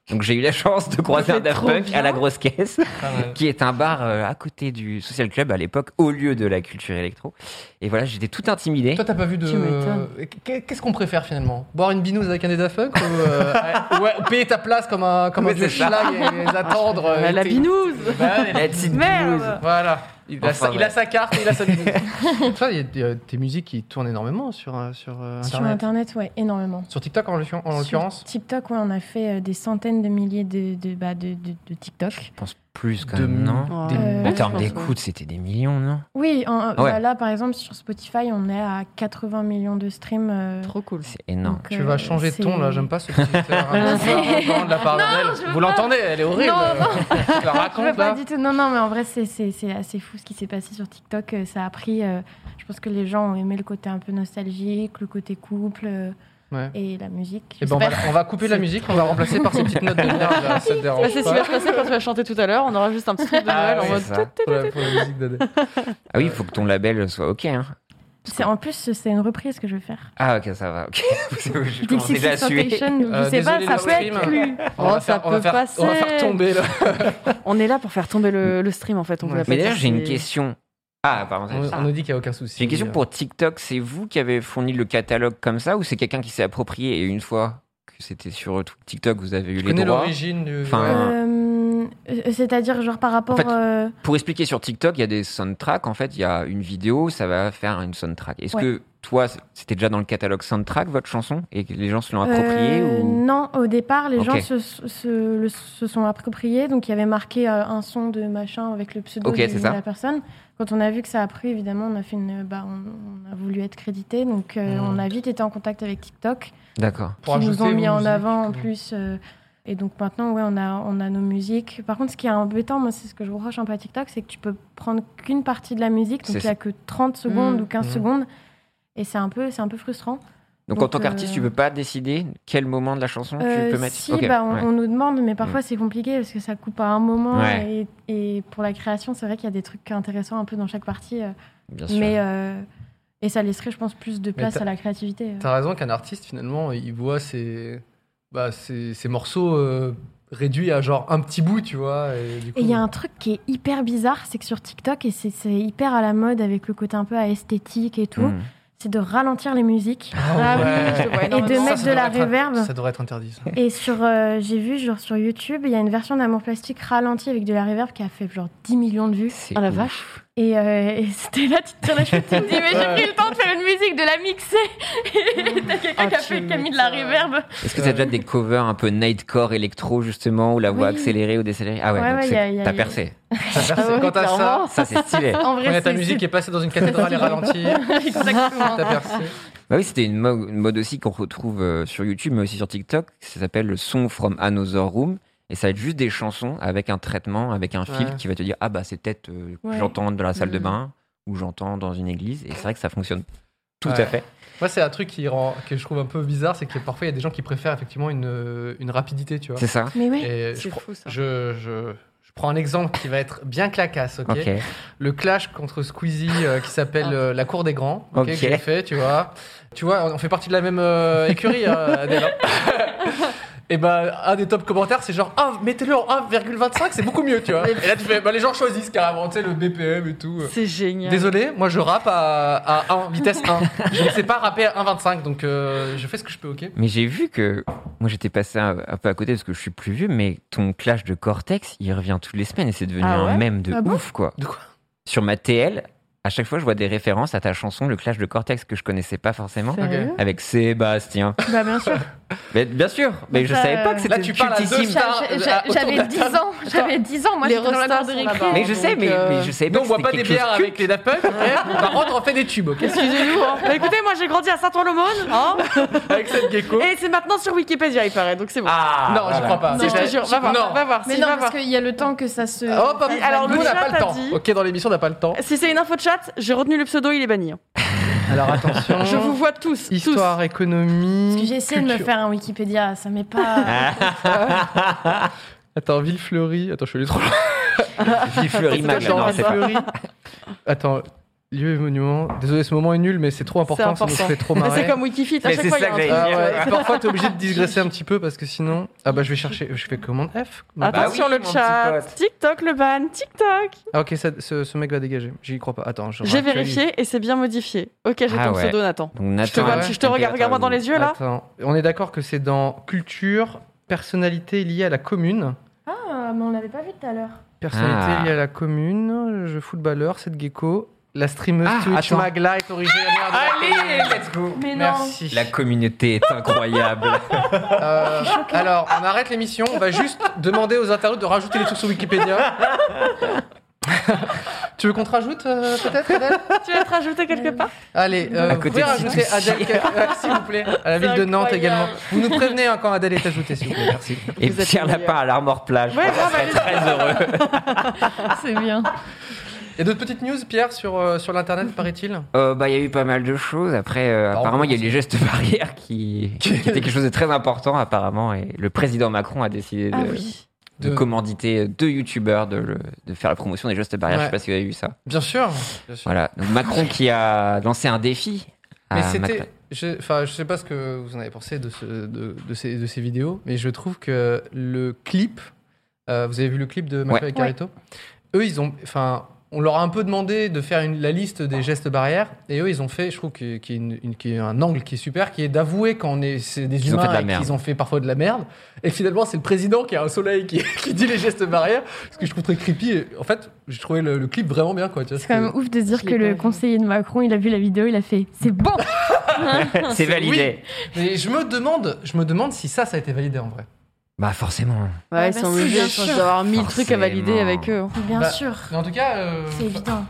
S3: Donc j'ai eu la chance de croiser un Daft
S1: trop
S3: Punk
S1: bien.
S3: à La Grosse Caisse,
S2: Pas mal.
S3: (laughs) qui est un bar euh, à côté du Social Club à l'époque, au lieu de la culture électro. Et voilà, j'étais tout intimidé.
S2: Toi, t'as pas vu de.
S1: Tu m'étonnes.
S2: Qu'est- Qu'est-ce qu'on préfère finalement Boire une binouse avec un des Daft Punk ou
S4: (laughs)
S2: euh, ouais, ou payer ta place comme un, comme un
S3: Mais
S2: vieux
S3: c'est ça.
S2: schlag et les
S4: (laughs)
S2: attendre euh,
S1: Euh, la
S2: t'es- (laughs)
S1: binouse
S2: Bah, ouais,
S3: La petite
S1: Merde.
S3: blouse.
S2: Voilà. Il a,
S3: Enfin,
S2: sa, il
S3: ouais.
S2: a sa carte et
S1: (laughs)
S2: il a sa binouse. Toi, il y a- il y a tes musiques qui tournent énormément sur, euh, sur euh,
S4: Sur
S2: Internet.
S4: Internet, ouais, énormément.
S2: Sur TikTok en l'occurrence- en
S4: Sur
S2: l'occurrence
S4: TikTok, ouais, on a fait euh, des centaines de milliers de, de, bah, de, de, de TikTok.
S3: Je pense plus quand
S2: De-
S3: même, non
S1: Ouais.
S2: Des-
S4: Euh,
S3: En termes
S1: je pense, ouais.
S3: d'écoute, c'était des millions, non
S4: Oui, en-
S3: Ah Ouais.
S4: bah là, par exemple, sur Spotify, on est à 80 millions de streams. euh,
S1: Trop cool.
S3: C'est énorme.
S4: donc,
S2: Tu
S4: euh,
S2: vas changer de ton
S4: c'est-
S2: là, j'aime pas ce
S4: (laughs)
S2: petit euh, de la part d'Adèle.
S4: je veux
S2: Vous
S4: pas.
S2: l'entendez, elle est horrible.
S4: Non, non.
S2: (laughs) Je la
S4: Je veux
S2: raconte
S4: pas
S2: là.
S4: du tout. Non, non, mais en vrai, c'est- c'est c'est assez fou ce qui s'est passé sur TikTok. Euh, Ça a pris. euh, je pense que les gens ont aimé le côté un peu nostalgique, le côté couple euh,
S2: Ouais.
S4: et la musique.
S2: Eh ben, on, va,
S4: J'espère.
S2: on va couper la musique, on va remplacer par ces petites notes de
S4: (laughs)
S2: merde là, ça te dérange
S1: Bah, c'est ce qui
S2: pas.
S1: va se passer quand tu vas chanter tout à l'heure. On aura juste un petit truc de
S2: Ah
S1: Noël en
S2: ouais,
S1: mode.
S3: c'est ça.
S2: Pour la, pour la musique d'Adèle.
S3: Ah oui, il faut que ton label soit OK. Hein.
S4: C'est- En plus, c'est une reprise que je vais faire.
S3: Ah ok, ça va. Ok. (laughs)
S2: (laughs)
S3: je commence
S4: Dixie
S3: déjà à suer.
S4: Sensation, je
S2: Euh,
S4: sais pas,
S2: désolé,
S4: ça
S2: le
S4: peut être
S2: stream.
S4: plus.
S2: On va
S1: Oh, ça
S2: faire- on va
S1: peut
S2: faire-
S1: passer.
S2: On va faire tomber là.
S3: (laughs)
S1: On est là pour faire tomber le, le stream en fait. On
S2: Ouais.
S1: voulait pas
S3: Mais
S1: dire
S3: d'ailleurs, j'ai
S1: c'est-
S3: une question. Ah, pardon.
S2: On, on nous dit qu'il n'y a aucun souci. euh.
S3: J'ai une question pour TikTok. C'est vous qui avez fourni le catalogue comme ça ou c'est quelqu'un qui s'est approprié et une fois que c'était sur TikTok, vous avez eu les
S2: Je connais
S3: droits
S2: l'origine du.
S3: Enfin,
S2: Ouais.
S4: Euh, euh, C'est-à-dire, genre par rapport.
S3: En fait,
S4: euh,
S3: Pour expliquer sur TikTok, il y a des soundtracks. En fait, il y a une vidéo, ça va faire une soundtrack. Est-ce
S4: Ouais.
S3: que toi, c'était déjà dans le catalogue soundtrack votre chanson et que les gens se l'ont approprié
S4: euh,
S3: ou...
S4: Non, au départ, les
S3: Ok.
S4: gens se, se- le- se sont appropriés. Donc, il y avait marqué euh, un son de machin avec le pseudo
S3: Ok,
S4: du-
S3: c'est
S4: de
S3: ça.
S4: la personne. Quand on a vu que ça a pris, évidemment, on a, fait une, bah, on, on a voulu être crédité. Donc, euh,
S2: Mm.
S4: on a vite été en contact avec TikTok,
S3: D'accord.
S2: Pour
S4: qui nous
S2: ajouter
S4: ont mis
S2: vos
S4: en
S2: musiques,
S4: avant en
S2: euh,
S4: plus. euh, et donc, maintenant, ouais, on a, on a nos musiques. Par contre, ce qui est embêtant, moi, c'est ce que je reproche un peu à TikTok, c'est que tu peux prendre qu'une partie de la musique.
S3: C'est
S4: Donc, il n'y a que 30 secondes
S1: Mm.
S4: ou 15
S2: Mm.
S4: secondes. Et c'est un, peu- c'est un peu frustrant.
S3: Donc, en
S4: Donc,
S3: tant qu'artiste,
S4: euh,
S3: tu peux pas décider quel moment de la chanson
S4: Euh,
S3: Hein, tu peux mettre.
S4: Si,
S3: Ok,
S4: bah, on,
S3: ouais. Mm.
S4: on nous demande, mais parfois c'est compliqué parce que ça coupe à un moment.
S3: Ouais.
S4: Et, et pour la création, c'est vrai qu'il y a des trucs intéressants un peu dans chaque partie. euh,
S3: Bien sûr.
S4: mais, euh, et ça laisserait, je pense, plus de place
S2: t'as-
S4: à la créativité. euh.
S2: T'as raison qu'un artiste, finalement, il voit ses, bah, ses, ses morceaux euh, réduits à genre un petit bout, tu vois. Et du coup,
S4: Et il y a un truc qui est hyper bizarre, c'est que sur TikTok, et c'est c'est hyper à la mode avec le côté un peu esthétique et tout,
S3: Mm.
S4: c'est de ralentir les musiques
S1: Ah
S2: ouais.
S1: oui, je te vois
S4: et de
S1: énormément.
S4: mettre de la
S2: devrait être-
S4: reverb.
S2: Ça devrait être interdit.
S4: (laughs)
S2: ça.
S4: Et sur, euh, j'ai vu genre sur YouTube, il y a une version d'Amour Plastique ralentie avec de la reverb qui a fait genre 10 millions de vues.
S3: C'est
S1: Ah la
S3: ouf.
S1: vache.
S4: Et, euh, et c'était là, tu te tires la cheveux, tu te dis, mais j'ai pris le temps de faire une musique, de la mixer. (laughs) Et T'as quelqu'un
S1: Ah,
S4: qui, a
S1: tu
S4: fait- qui a mis de
S1: m'étonnes.
S4: la reverb.
S3: Est-ce que t'as déjà des covers un peu nightcore électro justement où la voix
S4: Oui.
S3: accélérée ou décélérée Ah ouais,
S4: Ouais,
S3: donc
S4: ouais,
S3: c'est-
S4: y a- y a-
S3: t'as
S4: y a- (laughs)
S3: percé.
S2: Ça perce-
S1: Ah ouais,
S2: Ah bah, Quant à ça,
S1: clairement.
S3: Ça c'est
S1: (laughs)
S3: stylé.
S4: En
S2: quand il y
S4: vrai,
S2: a ta
S4: c'est
S2: musique qui est passée dans une cathédrale et ralentie. T'as
S4: Exactement.
S2: percé.
S3: bah oui, c'était une mo- une mode, aussi qu'on retrouve euh, sur YouTube mais aussi sur TikTok. Ça s'appelle le son from another room. Et ça va être juste des chansons avec un traitement, avec un
S2: Ouais.
S3: filtre qui va te dire Ah bah c'est peut-être euh, que
S4: Ouais.
S3: j'entends dans la salle de
S1: Mm.
S3: bain ou j'entends dans une église. Et c'est vrai que ça fonctionne tout
S2: Ouais.
S3: à fait.
S2: Moi, c'est un truc qui rend, que je trouve un peu bizarre, c'est que parfois, il y a des gens qui préfèrent effectivement une, une rapidité, tu vois.
S3: C'est ça
S4: Mais ouais.
S2: Et je,
S1: C'est
S2: pr-
S1: fou ça.
S2: je, je, je prends un exemple qui va être bien clacasse, ok,
S3: Ok.
S2: Le clash contre Squeezie euh, qui
S1: Ah.
S2: s'appelle euh, La Cour des Grands, ok,
S3: Ok.
S2: que j'ai fait, tu vois. Tu vois, on- on fait partie de la même euh, écurie,
S3: (laughs)
S2: hein, Adèle. Et ben, un des top commentaires, c'est genre, ah, mettez-le en 1,25, c'est beaucoup mieux, tu vois. Et là, tu fais, bah, les gens choisissent carrément, tu sais, le BPM et tout.
S1: C'est génial.
S2: Désolé, moi je rappe à, à 1, vitesse 1. je ne sais pas rapper à 1,25, donc euh, je fais ce que je peux, ok
S3: Mais j'ai vu que. Moi, j'étais passé un, un peu à côté parce que je suis plus vieux, mais ton clash de Cortex, il revient toutes les semaines et c'est devenu
S1: Ah ouais
S3: un mème de
S4: Ah bon
S3: ouf, quoi.
S2: De quoi
S3: Sur ma TL, à chaque fois, je vois des références à ta chanson, le clash de Cortex, que je connaissais pas forcément,
S1: Sérieux
S3: avec Sébastien.
S4: Bah, bien sûr.
S3: (laughs) mais bien sûr, mais je
S4: ça,
S3: savais pas
S4: euh,
S3: que
S2: Là,
S3: c'était
S2: tu parles à deux
S3: cultissime.
S2: stars,
S4: J'a-
S2: euh,
S4: j'a-
S2: autour de
S4: J'avais
S2: la
S4: 10
S2: table.
S4: ans. J'avais 10 ans. Moi,
S1: Les
S4: j'étais dans la
S1: restas
S4: cour de
S1: sont
S4: récré.
S1: là-bas.
S3: Mais je sais,
S1: Donc,
S3: mais,
S1: euh,
S3: mais je savais
S2: Nous, on
S3: pas
S2: boit
S3: que
S2: pas
S3: c'était
S2: des
S3: quelque chose
S2: bières
S3: de
S2: avec les Daft Punk, ok par contre, on fait des tubes, ok
S1: Excusez-nous. hein. Bah, écoutez, moi j'ai grandi à Saint-Ouen-le-Maune. hein.
S2: (laughs) Avec cette gecko.
S1: Et c'est maintenant sur Wikipédia, il paraît. Donc c'est bon.
S3: Ah,
S2: non, je
S3: voilà.
S2: crois pas.
S1: Si, je te
S2: Mais-
S1: jure, va voir,
S2: Non.
S1: va voir,
S4: Mais
S1: si,
S4: non,
S1: va
S4: parce
S1: voir.
S4: qu'il y a le temps que ça se.
S2: Ah, Hop, hop,
S1: Alors,
S2: nous,
S1: le
S2: on n'a
S1: chat
S2: pas le
S1: a
S2: temps.
S1: dit- (laughs)
S2: Ok, dans l'émission, on n'a pas le temps.
S1: Si c'est une info de chat, chat, j'ai retenu le pseudo, il est banni. hein.
S2: Alors attention.
S1: Je vous vois tous.
S2: Histoire, économie.
S4: Parce que j'ai essayé de me
S2: culture.
S4: faire un Wikipédia, ça m'est
S2: (laughs)
S4: pas.
S2: Ah. Attends, Villefleury. Attends, je suis allé trop loin.
S3: Villefleury Mag.
S2: Attends,
S3: Non, c'est pas.
S2: Villefleury. Attends, lieu et monument. Désolé, ce moment est nul, mais c'est trop
S1: tous.
S2: important, ça nous fait trop marrer.
S1: Mais C'est comme Wikifit, à
S3: Mais
S1: chaque
S3: c'est
S1: fois il y
S3: ça
S1: a
S3: que
S1: un
S3: j'allais
S1: truc.
S2: Ah
S3: dire.
S2: ouais, parfois t'es obligé de digresser un petit peu parce que sinon. Ah bah je vais chercher, je fais commande F.
S1: Attention
S3: Bah oui, mon
S1: le
S3: petit
S1: chat,
S3: pote.
S1: TikTok le ban, TikTok.
S2: Ah ok, ça- ce, ce mec va dégager. J'y crois pas. Attends, je
S1: J'ai
S2: réactualise.
S1: vérifié et c'est bien modifié. Ok, j'ai
S3: Ah
S1: ton
S3: ouais.
S1: pseudo Nathan.
S3: Donc, Nathan,
S1: Je te, vois-
S2: ouais.
S1: je te regarde, regarde-moi dans les yeux là.
S2: Attends, on est d'accord que c'est dans culture, personnalité liée à la commune.
S4: ah, mais on l'avait pas vu tout à l'heure.
S2: Personnalité
S3: Ah.
S2: liée à la commune, je footballeur, cette gecko, la streameuse
S3: Ah,
S2: Twitch
S3: attends.
S2: Magla est originaire de la
S3: Allez, let's go.
S4: Mais
S2: Merci.
S3: La communauté est incroyable.
S2: Euh, alors, on arrête l'émission. On va juste demander aux internautes de rajouter les trucs sur Wikipédia. (laughs) tu veux qu'on te rajoute euh, peut-être, Adèle
S1: (laughs) Tu vas te rajouter quelque part
S2: Allez, euh,
S3: À
S2: vous
S3: côté
S2: pouvez
S3: de
S2: rajouter
S3: C2C.
S2: Adèle, quelque- euh, s'il vous plaît, à la ville de Nantes également.
S1: incroyable.
S2: Vous nous prévenez hein, quand Adèle est ajoutée, s'il vous plaît. Merci.
S3: Et
S1: Vous êtes
S3: Pierre
S1: les
S3: Lapin à l'Armor Plage.
S1: Ouais,
S3: Je
S1: grave,
S2: bah,
S3: serais (laughs)
S1: allez.
S3: très heureux.
S4: C'est bien.
S2: Il y a d'autres petites news, Pierre, sur, euh, sur l'internet, paraît-il
S3: Euh, bah, il y a eu pas mal de choses. Après, euh,
S2: Par
S3: apparemment, il y a eu
S2: contre,
S3: les gestes (laughs) barrières qui, qui étaient quelque chose de très important, apparemment. Et le président Macron a décidé de,
S1: Ah oui.
S3: de
S2: De-
S3: commanditer deux youtubeurs de, le- de faire la promotion des gestes barrières.
S2: Ouais.
S3: Je sais pas si vous avez vu ça.
S2: Bien sûr. Bien sûr.
S3: Voilà. Donc, Macron qui a lancé un défi. à
S2: Mais
S3: Macron.
S2: c'était. je- Enfin, je sais pas ce que vous en avez pensé de, ce- de, de ces, de ces vidéos, mais je trouve que le clip. euh, vous avez vu le clip de Macron
S3: Ouais.
S2: et Carito Eux, ils ont. Enfin, on leur a un peu demandé de faire une- la liste des gestes barrières, et eux, ils ont fait, je trouve, qu'il qu'il y, a une- une- qu'il y a un angle qui est super, qui est d'avouer quand on est, c'est des
S3: Qu'ils ont fait de
S2: humains
S3: la
S2: et
S3: merde.
S2: qu'ils ont fait parfois de la merde. Et finalement, c'est le président qui a un soleil qui, (laughs) qui dit les gestes barrières, ce que je trouve très creepy. Et, en fait, j'ai trouvé le, le clip vraiment bien, quoi. tu vois,
S4: C'est quand même
S2: c'était-
S4: ouf de se dire
S1: Je
S4: que
S1: l'ai pas
S4: le
S1: vu.
S4: conseiller de Macron, il a vu la vidéo, il a fait c'est bon.
S3: (laughs) C'est validé.
S2: Mais je me demande, je me demande si ça, ça a été validé en vrai.
S3: Bah, forcément.
S1: Ouais,
S4: Ah
S1: ils
S4: bah
S1: sont
S4: si,
S1: obligés
S4: bien
S1: je pense,
S4: sûr.
S1: d'avoir mille
S3: Oh,
S1: trucs à valider
S3: Forcément.
S1: avec eux. hein.
S4: Bien
S2: Bah,
S4: sûr,
S2: Mais en tout cas, euh,
S4: c'est évident.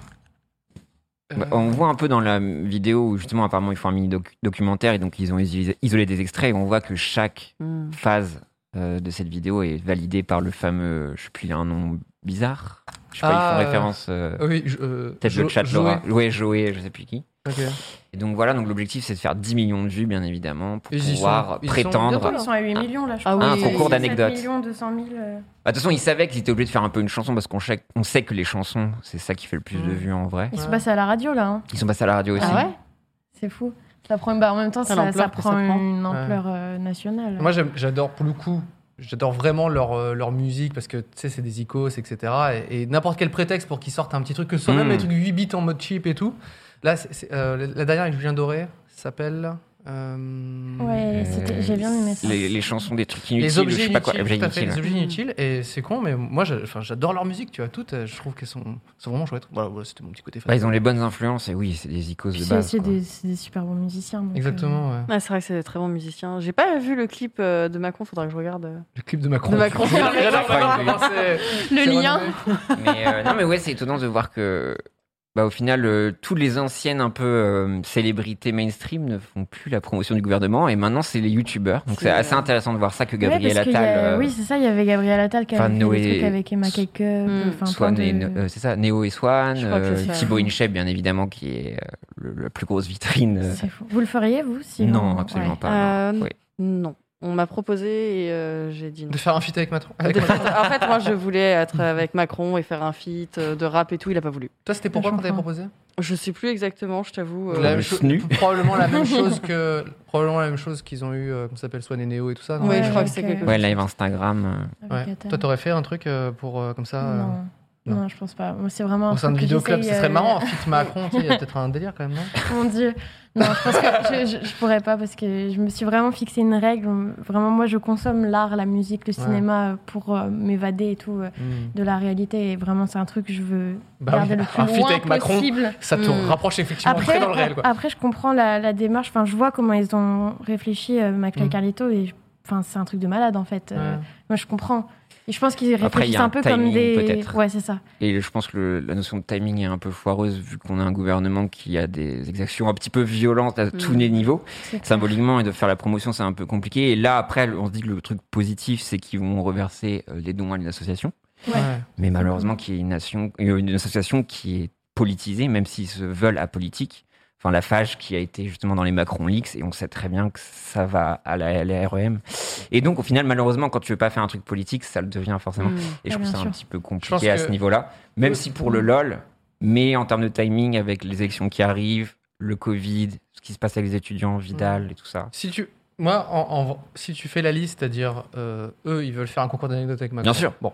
S2: euh,
S3: Bah, on voit un peu dans la vidéo où justement apparemment ils font un mini doc- documentaire et donc ils ont isolé isolé des extraits et on voit que chaque
S1: Hmm.
S3: phase euh, de cette vidéo est validée par le fameux, je sais plus, il a un nom bizarre. Je sais pas,
S2: Ah,
S3: ils
S2: euh,
S3: font référence euh,
S2: oui, je, euh,
S3: peut-être
S2: Jo-
S3: le chat
S2: Joey.
S3: Laura. Ouais, Joey, je sais plus qui.
S2: Ok.
S3: Et donc voilà, donc l'objectif c'est de faire 10 millions de vues bien évidemment pour
S2: Ils y
S3: pouvoir
S2: sont- ils sont
S3: prétendre.
S2: bientôt,
S3: Bah,
S2: là.
S4: Ils sont à 8 millions là, je
S1: Ah
S4: crois.
S1: oui. Un concours
S3: d'anecdotes.
S4: 7 millions 200 000. euh.
S3: Bah, De toute façon, ils savaient qu'ils étaient obligés de faire un peu une chanson parce qu'on sait, on sait que les chansons, c'est ça qui fait le plus de
S2: Mm.
S3: vues en vrai.
S4: Ils sont
S2: Ouais.
S4: passés à la radio là. hein.
S3: Ils sont passés à la radio aussi.
S1: Ah ouais
S4: C'est fou. Ça prend une bah, en même temps, ça,
S1: l'ampleur
S4: ça
S1: que ça
S4: prend
S1: prend.
S4: une ampleur euh, nationale.
S2: Moi, j'aime- j'adore pour le coup. J'adore vraiment leur, euh, leur musique parce que tu sais, c'est des icônes, etc. Et, et n'importe quel prétexte pour qu'ils sortent un petit truc, que ce soit même
S3: Mm.
S2: les trucs 8 bits en mode cheap et tout. Là, c'est- c'est, euh, la dernière avec Julien Doré s'appelle. euh,
S4: Ouais, c'était- j'ai bien aimé ça.
S3: Les, les chansons des trucs inutiles,
S2: Les objets
S3: je sais
S2: inutiles,
S3: pas quoi,
S2: tout à
S3: objets
S2: fait,
S3: inutiles.
S2: les objets inutiles, et c'est con, mais moi j'a- enfin, j'adore leur musique, tu vois, toutes, euh, je trouve qu'elles sont, sont vraiment chouettes. Voilà, voilà, c'était mon petit côté fan.
S3: Bah, ils ont les bonnes influences et oui, c'est des icônes
S4: Puis
S3: de
S4: C'est
S3: base.
S4: c'est
S3: quoi.
S4: des, c'est des super bons musiciens. donc, euh,
S2: Exactement, ouais.
S1: Ouais, Ah, c'est vrai que c'est des très bons musiciens. J'ai pas vu le clip euh, de Macron, faudra que je regarde. euh.
S2: Le clip de Macron.
S1: De Macron.
S2: (laughs) J'adore
S3: Incroyable.
S2: vraiment, c'est- c'est
S4: (laughs) Le lien.
S2: vraiment-
S3: (laughs) Mais euh, non, mais ouais, c'est étonnant de voir que, bah, au final, euh, toutes les anciennes un peu euh, célébrités mainstream ne font plus la promotion du gouvernement et maintenant c'est les youtubeurs. Donc c'est
S1: C'est,
S3: assez
S1: euh,
S3: intéressant de voir ça que
S4: Ouais, parce
S3: Gabriel
S4: qu'il y a-
S3: Attal, euh,
S4: Oui, c'est ça, il y avait Gabriel Attal qui avait
S3: enfin,
S4: fait
S3: Noé-
S4: des trucs avec Emma Cake.
S1: Hmm.
S4: enfin, plein
S3: Swan
S4: de-
S3: et Ne- euh, c'est ça, Neo et Swan,
S1: Je crois que
S3: euh,
S1: c'est ça.
S3: Thibaut Inchep bien évidemment qui est euh, le- la plus grosse vitrine. euh,
S4: C'est fou. Vous le feriez, vous si
S3: non,
S4: on-
S3: absolument
S4: ouais.
S3: pas. non.
S1: Euh,
S3: Oui.
S1: Non. On m'a proposé et euh, j'ai dit non.
S2: De faire un feat avec Macron. Avec
S1: De
S2: Macron.
S1: fait, en fait, moi, je voulais être avec Macron et faire un feat euh, de rap et tout. Il a pas voulu.
S2: Toi, c'était pourquoi
S4: Je
S2: qu'on t'avait
S4: comprends.
S2: proposé
S1: Je sais plus exactement, je t'avoue.
S2: La
S1: euh,
S2: même
S3: le
S2: chose-
S3: SNU.
S2: (laughs) Probablement la
S4: (laughs)
S1: (laughs)
S2: même chose que probablement la même chose qu'ils ont eu, euh, qu'on s'appelle Swan et Neo et tout ça. non
S1: Ouais,
S4: Ouais,
S1: je crois
S4: ouais,
S1: que c'est
S4: ok.
S1: quelque chose.
S3: Ouais, live Instagram. euh,
S4: Avec
S2: Ouais.
S4: Attal.
S2: Toi, t'aurais fait un truc euh, pour euh, comme ça euh,
S4: Non.
S2: non.
S4: Non. je pense pas. Moi, c'est vraiment. un
S2: au sein de
S4: truc que
S2: vidéoclub, ce
S4: j'essaye,
S2: serait
S4: euh,
S2: marrant. Un feat Macron, tu sais, il y a peut-être un délire quand même. non
S4: Mon dieu. Non, je pense que je, je, je pourrais pas parce que je me suis vraiment fixé une règle. Vraiment, moi, je consomme l'art, la musique, le
S2: Ouais.
S4: cinéma euh, pour euh, m'évader et tout euh,
S2: Hmm.
S4: de la réalité. Et vraiment, c'est un truc que je veux
S2: Bah
S4: garder
S2: oui,
S4: le
S2: un
S4: plus
S2: feat
S4: loin
S2: avec Macron,
S4: possible.
S2: Ça te
S1: Hmm.
S2: rapproche effectivement très
S4: Après,
S2: dans le réel, quoi.
S4: après, je comprends la, la démarche. Enfin, je vois comment ils ont réfléchi, euh, Maclay
S2: Mm.
S4: et Carlito, et je- enfin, c'est un truc de malade en fait. Euh,
S2: Ouais.
S4: Moi, je comprends. Et je pense qu'ils
S3: Après, il y
S4: réfléchissent
S3: a
S4: un,
S3: un
S4: peu comme
S3: timing,
S4: des.
S3: peut-être.
S4: Ouais, c'est ça.
S3: Et je pense que le- la notion de timing est un peu foireuse vu qu'on a un gouvernement qui a des exactions un petit peu violentes à tous les niveaux.
S4: Mm. C'est clair.
S3: Symboliquement, et de faire la promotion, c'est un peu compliqué. Et là, après, on se dit que le truc positif, c'est qu'ils vont reverser euh, les dons à une association.
S4: Ouais.
S2: Ouais.
S3: Mais malheureusement, qu'il y ait une, nation- euh, une association qui est politisés, même s'ils se veulent apolitiques. Enfin, la FAGE qui a été justement dans les Macron Leaks, et on sait très bien que ça va à la, à la REM. Et donc, au final, malheureusement, quand tu veux pas faire un truc politique, ça le devient forcément. Hein. Et je
S4: Ah,
S3: trouve
S4: bien
S3: ça un
S4: sûr.
S3: petit peu
S2: Je pense
S3: compliqué à
S2: que- Mm.
S3: ce niveau-là. Même si pour le LOL, mais en termes de timing, avec les élections qui arrivent, le Covid, ce qui se passe avec les étudiants, Vidal et tout ça.
S2: Mm. Si tu, moi, en, en- si tu fais la liste, c'est-à-dire, euh, eux, ils veulent faire un concours d'anecdotes avec Macron.
S3: Bien sûr.
S2: Bon,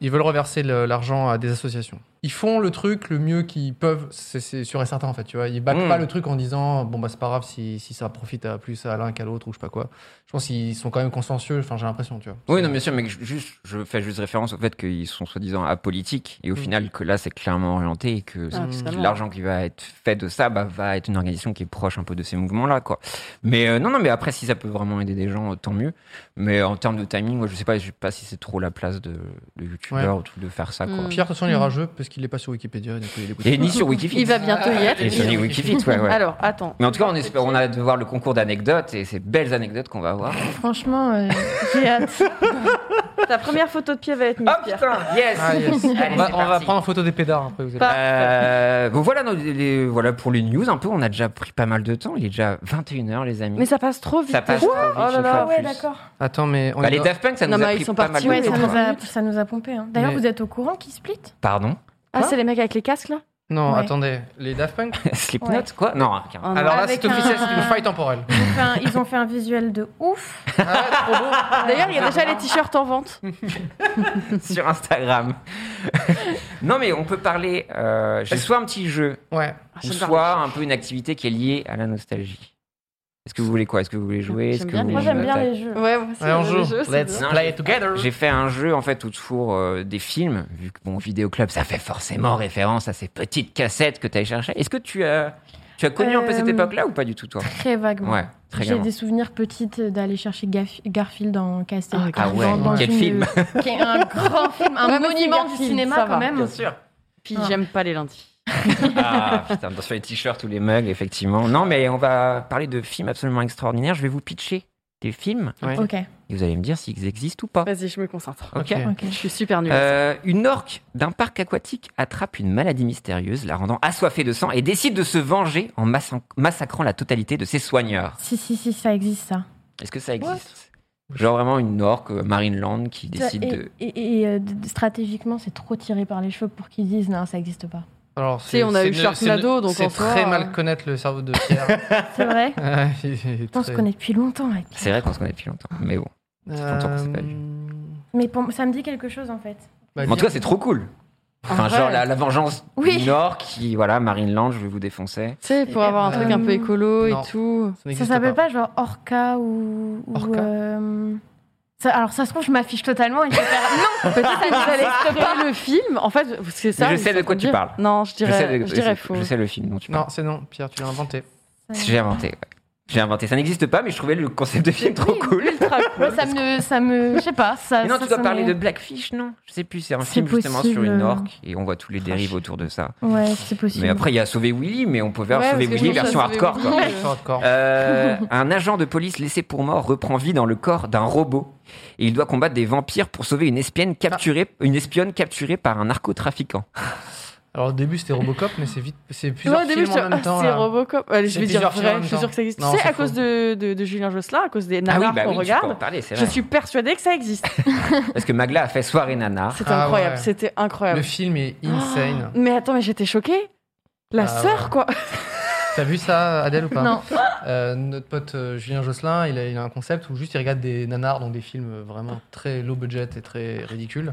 S2: ils veulent reverser le- l'argent à des associations. Ils font le truc le mieux qu'ils peuvent, c'est- c'est sûr et certain en fait. Tu vois, ils backent
S3: Mm.
S2: pas le truc en disant, bon bah c'est pas grave si, si ça profite à plus à l'un qu'à l'autre ou je sais pas quoi. Je pense qu'ils sont quand même consciencieux. Enfin, j'ai l'impression, tu vois.
S3: Oui, non, bien sûr, mais je- juste, je fais juste référence au fait qu'ils sont soi-disant apolitiques, et au
S2: Mm.
S3: final, que là, c'est clairement orienté, et que
S1: Ah,
S3: c'est-
S1: totalement.
S3: l'argent qui va être fait de ça bah, va être une organisation qui est proche un peu de ces mouvements-là, quoi. Mais euh, non, non, mais après, si ça peut vraiment aider des gens, euh, tant mieux. Mais en termes de timing, moi, je sais pas, je sais pas si c'est trop la place de, de youtubeur ou tout de faire ça, quoi.
S1: Mm.
S2: Pierre, de toute façon, il est rageux parce qu'il est pas sur Wikipédia. donc il est dégoûté.
S3: Et ni
S2: (laughs)
S3: sur Wikifit.
S1: Il va bientôt y être.
S3: Et sur les Wikifit, ouais, ouais.
S1: Alors, attends.
S3: Mais en tout cas, on, espère, on a hâte de voir le concours d'anecdotes, et ces belles anecdotes qu'on va avoir.
S4: Franchement, euh,
S2: (laughs)
S4: j'ai hâte.
S1: Ta première photo de pied va être mise,
S3: Oh
S1: Pierre.
S3: putain, yes,
S2: Ah, yes.
S3: (laughs) Allez,
S2: on va,
S3: c'est
S2: on va
S3: parti.
S2: prendre en photo des pédards après. Vous allez-
S1: Pas-
S3: Euh, bon, voilà, nos- les- voilà pour les news un peu. On a déjà pris pas mal de temps. Il est déjà 21h, les amis.
S1: Mais ça passe trop vite.
S3: ça passe trop vite.
S1: Oh là
S3: une
S1: là.
S3: fois de plus.
S2: Attends, mais on
S3: Bah,
S2: est
S3: les
S2: dans-
S3: Daft Punk, ça
S1: Non,
S3: nous a
S1: mais
S3: pris
S1: ils sont
S3: pas
S1: partis,
S3: mal
S4: Ouais,
S3: de
S4: ça
S1: oui,
S3: temps.
S4: nous, a, ça nous a pompé. hein. D'ailleurs,
S2: Mais-
S4: vous êtes au courant qui split
S3: Pardon
S1: Ah,
S2: Quoi
S1: c'est les mecs avec les casques, là
S2: Non,
S4: Ouais.
S2: attendez, les Daft Punk.
S3: (laughs) Slipknot,
S4: Ouais.
S3: quoi Non, rien.
S1: Oh non.
S2: Alors là,
S4: Avec
S2: c'est officiel,
S4: un-
S2: c'est une faille temporelle.
S4: ils ont, fait un, ils ont fait un visuel de
S3: (laughs)
S4: ouf.
S2: Ah, trop beau.
S1: D'ailleurs, il y a déjà les t-shirts en vente.
S3: (laughs)
S2: (laughs)
S3: sur
S1: (laughs)
S3: Instagram. non, mais on peut parler. euh, J'ai soit un petit jeu,
S2: Ouais.
S1: Ah, ça
S3: ou
S1: me parle.
S3: soit un peu une activité qui est liée à la nostalgie. Est-ce que vous voulez quoi Est-ce que vous voulez jouer Est-ce
S1: J'aime
S3: que
S1: bien
S3: vous
S1: les
S4: Moi,
S3: voulez
S4: j'aime
S3: jouer
S4: bien
S3: à-
S4: les jeux.
S1: Ouais, moi aussi,
S2: Bah, Allez, on
S1: le jeu,
S2: joue.
S1: c'est
S2: Let's
S1: bien.
S2: play together.
S3: J'ai fait un jeu en fait autour euh, des films, vu que mon vidéoclub ça fait forcément référence à ces petites cassettes que tu as cherchées. Est-ce que tu as, tu as connu un peu cette
S4: Euh,
S3: époque-là ou pas du tout toi
S4: Très vaguement.
S3: Ouais, très
S4: J'ai
S3: bien.
S4: des souvenirs petites d'aller chercher Gaf- Garfield en casting.
S1: Ah,
S3: Ah ouais,
S4: dans- dans
S3: quel
S4: une-
S3: film
S4: (laughs) Qui est un grand film, un
S1: Ouais, mais c'est
S4: monument du
S1: Garfield,
S4: cinéma
S1: ça
S4: quand
S1: va.
S4: même.
S3: sûr.
S1: Puis
S4: Ah.
S1: j'aime pas les lundis.
S3: Ah putain, dans sur les t-shirts ou les mugs, effectivement. Non, mais on va parler de films absolument extraordinaires. Je vais vous pitcher des films
S2: Ouais.
S4: Ok,
S3: et vous allez me dire s'ils existent ou pas.
S1: Vas-y, je me concentre.
S3: Ok.
S2: Ok.
S4: ok.
S1: Je suis super nulle.
S3: Euh, une orque d'un parc aquatique attrape une maladie mystérieuse, la rendant assoiffée de sang, et décide de se venger en massa- massacrant la totalité de ses soigneurs.
S4: Si, si, si, ça existe ça.
S3: Est-ce que ça existe Genre vraiment une orque euh, Marineland qui décide
S4: et,
S1: (laughs)
S3: de.
S4: et- et, euh, d- d- stratégiquement, c'est trop tiré par les cheveux pour qu'ils disent non, ça n'existe pas.
S2: Alors,
S1: Si, on a
S2: c'est
S1: eu
S2: ne-
S1: Sharknado,
S2: c'est ne-
S1: donc
S2: C'est
S1: en soi,
S2: très
S1: euh,
S2: mal connaître le cerveau de Pierre.
S4: (laughs) C'est vrai
S2: Ah, il est
S4: On se
S2: très-
S4: connaît depuis longtemps avec Pierre.
S3: C'est vrai qu'on se connaît depuis longtemps, mais bon. fait longtemps qu'on s'est pas vu.
S2: Euh,
S4: Mais pour- ça me dit quelque chose en fait.
S3: Mais
S2: bah,
S3: en tout
S2: dis-
S3: cas, c'est trop cool. Enfin,
S1: En vrai.
S3: genre la, la vengeance
S4: Oui.
S3: du Nord qui, voilà, Marineland, je vais vous défoncer.
S1: Tu sais, pour avoir un truc un peu écolo
S2: Euh, Non.
S1: et tout.
S2: ça n'existe
S4: Hum. Ça s'appelle pas. genre Orca ou. ou,
S2: Orca
S4: euh, ça- alors ça se trouve, je m'affiche totalement et je vais faire (laughs) non
S1: Peut-être que ça
S4: (laughs)
S1: n'existe pas le film. En fait, c'est ça.
S3: Mais je
S1: ils
S3: sais
S1: sont
S3: de
S1: en
S3: quoi
S1: train
S3: tu
S1: dire.
S3: parles.
S1: Non, je dirais,
S3: de-
S1: je dirais faux.
S3: je sais le film dont tu parles.
S2: Non, c'est non, Pierre, tu l'as inventé.
S3: J'ai inventé. ouais. J'ai inventé. Ça n'existe pas, mais je trouvais le concept de film trop
S4: Oui,
S3: cool.
S1: Ultra cool.
S4: Ouais, ça me. Ça me. Je sais pas. Ça,
S3: Mais non,
S4: ça
S3: tu dois
S4: sonne-
S3: parler de Blackfish, non Je sais plus, c'est un
S4: C'est
S3: film justement sur une
S4: possible.
S3: orque et on voit tous les dérives autour de ça.
S4: Ouais, c'est possible.
S3: Mais après, il y a Sauver Willy, mais on peut faire
S1: Ouais,
S3: Sauver
S1: parce que
S3: Willy
S1: je pense
S3: version
S1: à Sauver
S3: hardcore,
S1: Willy.
S3: quoi.
S1: Ouais.
S2: Sur votre corps.
S3: Euh, un agent de police laissé pour mort reprend vie dans le corps d'un robot et il doit combattre des vampires pour sauver une espionne capturée,
S2: Ah.
S3: une espionne capturée par un narcotrafiquant.
S2: Alors, au début, c'était Robocop, mais c'est vite. C'est
S1: Moi,
S2: plusieurs
S1: au début,
S2: films
S1: je
S2: en
S1: te-
S2: même
S1: Ah,
S2: temps.
S1: (laughs) c'est
S2: là.
S1: Robocop. Allez,
S2: C'est
S1: je vais dire
S2: plusieurs films en
S1: vrai,
S2: même
S1: je suis
S2: temps.
S1: sûre que ça existe.
S2: Non,
S1: tu sais,
S2: c'est
S1: à
S2: faux. Ah
S1: cause de, de, de Julien Josselin, à cause des nanars
S3: bah
S1: qu'on
S3: oui, tu peux en
S1: regarde,
S3: parler, c'est
S1: je
S3: vrai.
S1: suis persuadée que
S2: (laughs)
S1: ça existe.
S3: Parce que Magla a fait soirée nanar.
S1: C'était
S2: Ah
S1: incroyable,
S2: ouais.
S1: c'était
S2: Le
S1: incroyable.
S2: film est insane.
S1: (gasps) Mais attends, mais j'étais choquée. La
S2: Ah
S1: sœur,
S2: ouais.
S1: quoi.
S2: T'as vu ça, Adèle, ou pas
S4: Non.
S2: Euh, notre pote euh, Julien Josselin, il a, il a un concept où juste il regarde des nanars, donc des films euh, vraiment très low budget et très ridicules,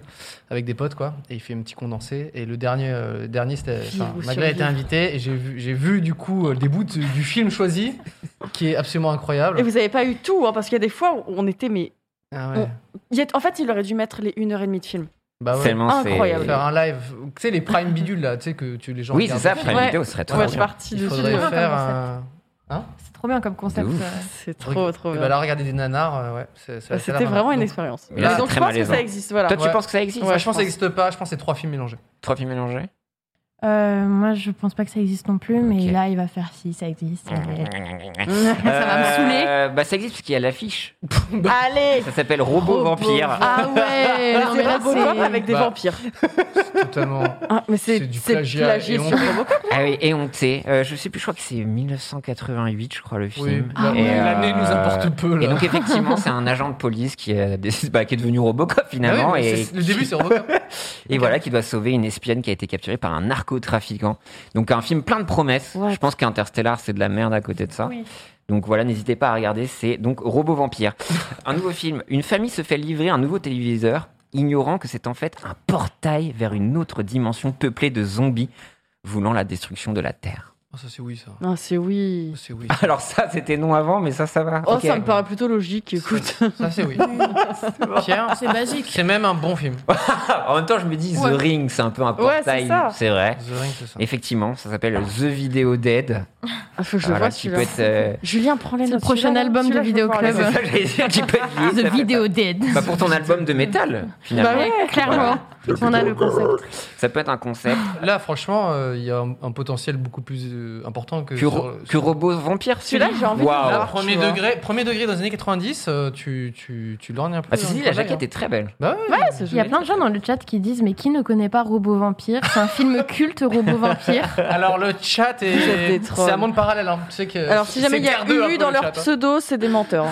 S2: avec des potes quoi, et il fait un petit condensé. Et le dernier, euh, le dernier c'était.
S1: Vivre
S2: enfin,
S1: ou
S2: Magla a été
S1: survivre.
S2: invité et j'ai vu, j'ai vu du coup euh, des bouts de- du film choisi, qui est absolument
S1: Et
S2: incroyable.
S1: vous avez pas eu tout, hein, parce qu'il y a des fois où on était, mais.
S2: Ah ouais.
S1: il y a- En fait, il aurait dû mettre les 1h30 de film.
S2: Bah ouais.
S3: Tellement c'est.
S1: Incroyable.
S2: Faire un live, tu sais les prime bidules là, tu sais que tu les gens.
S3: Oui, c'est ça,
S2: regardent.
S3: Prime
S1: Ouais.
S3: Video serait
S1: On
S3: trop
S1: va
S3: bien.
S1: partir
S2: Il
S1: dessus.
S2: faudrait
S4: Absolument.
S2: faire
S4: Comme
S2: un. Hein
S4: C'est trop bien comme concept.
S3: De ouf.
S4: euh.
S1: C'est trop,
S2: Et
S1: trop bien. Ah,
S2: bah là, regarder des nanars, euh, ouais. c'est- c'est- c'est la
S1: C'était vraiment
S2: marque.
S1: une
S2: Donc,
S1: expérience.
S3: Mais là,
S1: donc
S3: c'est
S1: je
S3: très
S1: pense que
S3: malaisant.
S1: ça existe, voilà.
S3: Toi, tu
S2: Ouais.
S3: penses que ça existe
S2: ouais,
S3: ça
S2: je pense que ça n'existe pas, je pense que c'est trois films mélangés.
S3: Trois films mélangés
S4: Euh, moi, je pense pas que ça existe non plus, mais
S3: Ok.
S4: là, il va faire si ça existe.
S1: Mmh.
S3: Euh,
S1: va me saouler.
S3: Bah, ça existe parce qu'il y a
S1: (laughs)
S3: l'affiche.
S1: Allez
S3: Ça s'appelle Robot Vampire.
S4: Ah,
S3: (laughs)
S1: Ah ouais
S4: non, mais
S1: C'est
S4: là,
S1: Robocop
S4: c'est-
S1: avec des
S2: Bah.
S1: vampires.
S2: (laughs) Totalement.
S1: Ah, mais
S2: C'est
S1: c'est
S2: du
S1: c'est
S2: plagiat
S1: plagié
S2: et
S1: sur
S2: honte.
S1: Robocop.
S3: Ah oui, et honté. Euh, je sais plus, je crois que c'est 1988, je crois, le
S2: Oui,
S3: film.
S2: la-
S3: Et, euh,
S2: l'année nous importe peu. Là.
S3: Et donc,
S2: (laughs)
S3: effectivement, c'est un agent de police qui, a des- (laughs) bah, qui est devenu Robocop
S2: Ah oui,
S3: finalement.
S2: mais
S3: et
S2: c'est- Le début, c'est Robocop.
S3: (laughs) Et voilà, qui doit sauver une espionne qui a été capturée par un narcotrafiquant. Donc un film plein de promesses.
S1: What
S3: Je pense qu'Interstellar, c'est de la merde à côté de ça.
S4: Oui.
S3: Donc voilà, n'hésitez pas à regarder, c'est donc Robot
S1: (laughs)
S3: Vampire. un nouveau film. Une famille se fait livrer un nouveau téléviseur, ignorant que c'est en fait un portail vers une autre dimension peuplée de zombies voulant la destruction de la Terre.
S2: Oh, ça, c'est oui, ça.
S1: Non, Ah, c'est oui.
S2: C'est oui.
S3: Alors ça, c'était non avant, mais ça, ça va.
S1: Oh,
S3: Ok.
S1: ça me paraît plutôt logique, écoute.
S2: Ah, Ça,
S1: (laughs)
S2: c'est oui.
S4: Pierre, c'est basique.
S2: C'est même un bon film.
S3: (laughs) En même temps, je me dis,
S1: Ouais.
S3: The Ring, c'est un peu un
S1: Ouais, c'est
S3: portail.
S1: ça.
S3: c'est vrai.
S2: The Ring, c'est ça.
S3: Effectivement, ça s'appelle The Video Dead.
S1: Ah, faut que je le
S3: Voilà,
S1: vois,
S3: qui peut
S1: celui-là.
S3: être... euh,
S1: Julien, prends les
S4: Le
S1: notes.
S4: prochain
S1: Celui-là,
S4: album de
S1: celui-là, je veux
S4: Vidéo
S1: voir
S3: Ouais,
S1: les
S4: Club.
S3: (laughs) c'est ça, j'allais dire, tu peux
S2: Ah,
S1: Ah,
S3: lier, ça
S4: The
S3: fait
S4: Video
S3: pas.
S4: Dead.
S3: Bah, pour ton album de métal,
S1: Bah
S3: finalement.
S1: ouais,
S4: Clairement. On a le concept.
S3: Ça peut être un concept.
S2: Là, franchement, euh, il y a un, un potentiel beaucoup plus euh, important que.
S3: Que,
S2: sur-
S3: ro-
S2: sur-
S3: que robot vampire,
S1: Celui-là, j'ai envie de
S3: Waouh.
S1: le
S2: Là,
S1: voir.
S2: premier,
S1: tu vois.
S2: degré, premier degré dans les années 90, euh, tu, tu, tu lorgnes un peu.
S3: Ah, ceci
S2: dans
S3: dit,
S2: le
S3: la
S2: travail,
S3: jaquette est très belle.
S2: hein. Bah ouais.
S1: Ouais, c'est
S4: Il y a
S1: joli.
S4: plein de gens dans le chat qui disent Mais qui ne connaît pas Robot Vampire C'est un film culte, Robot
S1: (laughs)
S4: Vampire.
S2: (laughs) Alors, le chat
S1: Vous êtes
S2: est.
S1: des trolls.
S2: C'est un monde parallèle. hein. Tu sais que
S1: Alors, si
S2: c'est
S1: jamais il y a
S2: guerre deux, un
S1: eu
S2: peu,
S1: dans
S2: le
S1: leur
S2: chat, hein.
S1: pseudo, c'est des menteurs.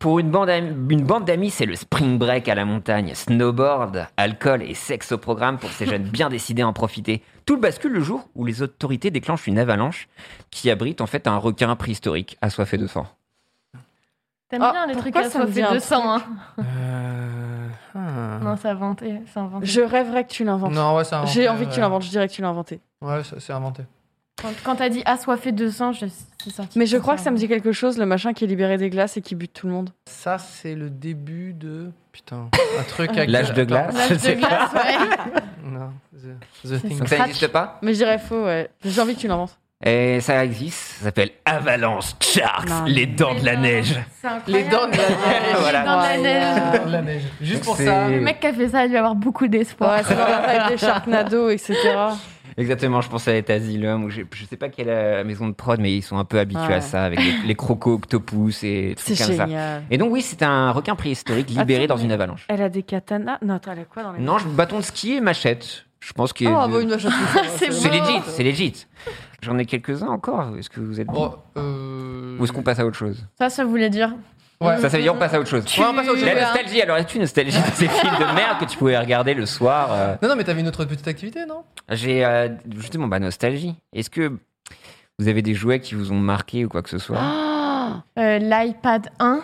S3: Pour une bande, am- une bande d'amis, c'est le spring break à la montagne. Snowboard, alcool et sexe au programme pour
S1: (laughs)
S3: ces jeunes bien décidés à en profiter. Tout le bascule le jour où les autorités déclenchent une avalanche qui abrite en fait un requin préhistorique assoiffé de sang.
S4: T'aimes
S1: Ah,
S4: bien les trucs
S1: pourquoi
S4: à
S1: ça me
S4: soif
S1: dit un
S4: de sang, hein
S2: Euh, ah.
S4: Non, c'est inventé. C'est inventé.
S1: Je rêverais que tu l'inventes.
S2: Non, ouais, c'est inventé.
S1: J'ai envie que
S2: ouais.
S1: tu l'inventes, je dirais que tu l'as inventé.
S2: Ouais, ça- c'est inventé.
S4: Quand, quand t'as dit assoiffé de sang, je... c'est sorti.
S1: Mais je crois que ça me dit quelque chose, le machin qui est libéré des glaces et qui bute tout le monde.
S2: Ça, c'est le début de. Putain, un truc avec. euh,
S3: L'âge de glace,
S4: L'âge
S3: je
S4: de
S3: sais pas.
S4: glace, ouais.
S2: Non, The, the Thing.
S3: Donc ça n'existe pas
S1: Mais je dirais faux, ouais. J'ai envie que tu l'inventes.
S3: Et ça existe, ça s'appelle Avalanche Sharks,
S1: Non.
S3: les dents de la
S4: Mais non,
S3: neige.
S4: c'est incroyable.
S2: Les dents de la neige.
S4: Les dents de la neige.
S1: Voilà.
S2: La neige. Juste
S3: Donc
S2: pour
S3: c'est-
S2: ça.
S4: Le mec qui a fait ça, il doit avoir beaucoup d'espoir.
S1: Ouais, c'est dans la vibe des Sharknado, etc.
S3: Exactement, je pensais à être Asylum, ou je, je sais pas quelle euh, maison de prod, mais ils sont un peu habitués
S1: Ouais.
S3: à ça, avec les, les crocos, octopus
S1: (laughs)
S3: et des
S1: C'est
S3: trucs comme ça.
S1: génial.
S3: Et donc oui, c'est un requin préhistorique libéré
S1: Attends,
S3: dans
S1: mais-
S3: une avalanche.
S1: Elle a des katanas. Non, attends, elle a quoi dans les
S3: Non, je- bâton de ski et machette. Je pense que...
S4: Oh,
S1: Ah, bah, une machette. (laughs)
S4: C'est
S3: c'est
S4: bon.
S3: legit, c'est legit. J'en ai quelques-uns encore, est-ce que vous êtes... bon
S2: Bon, Oh, euh...
S3: Ou est-ce qu'on passe à autre chose
S4: Ça, ça voulait dire. Euh,
S2: Ouais.
S3: Ça, ça veut dire on passe à autre chose.
S2: Ouais, on passe à autre chose.
S3: La nostalgie, alors es-tu nostalgie de ces films de merde que tu pouvais regarder le soir euh,
S2: (laughs) Non, non, mais t'avais une autre petite activité, non
S3: J'ai euh, justement bah, nostalgie. Est-ce que vous avez des jouets qui vous ont marqué ou quoi que ce soit
S4: Euh, L'iPad 1.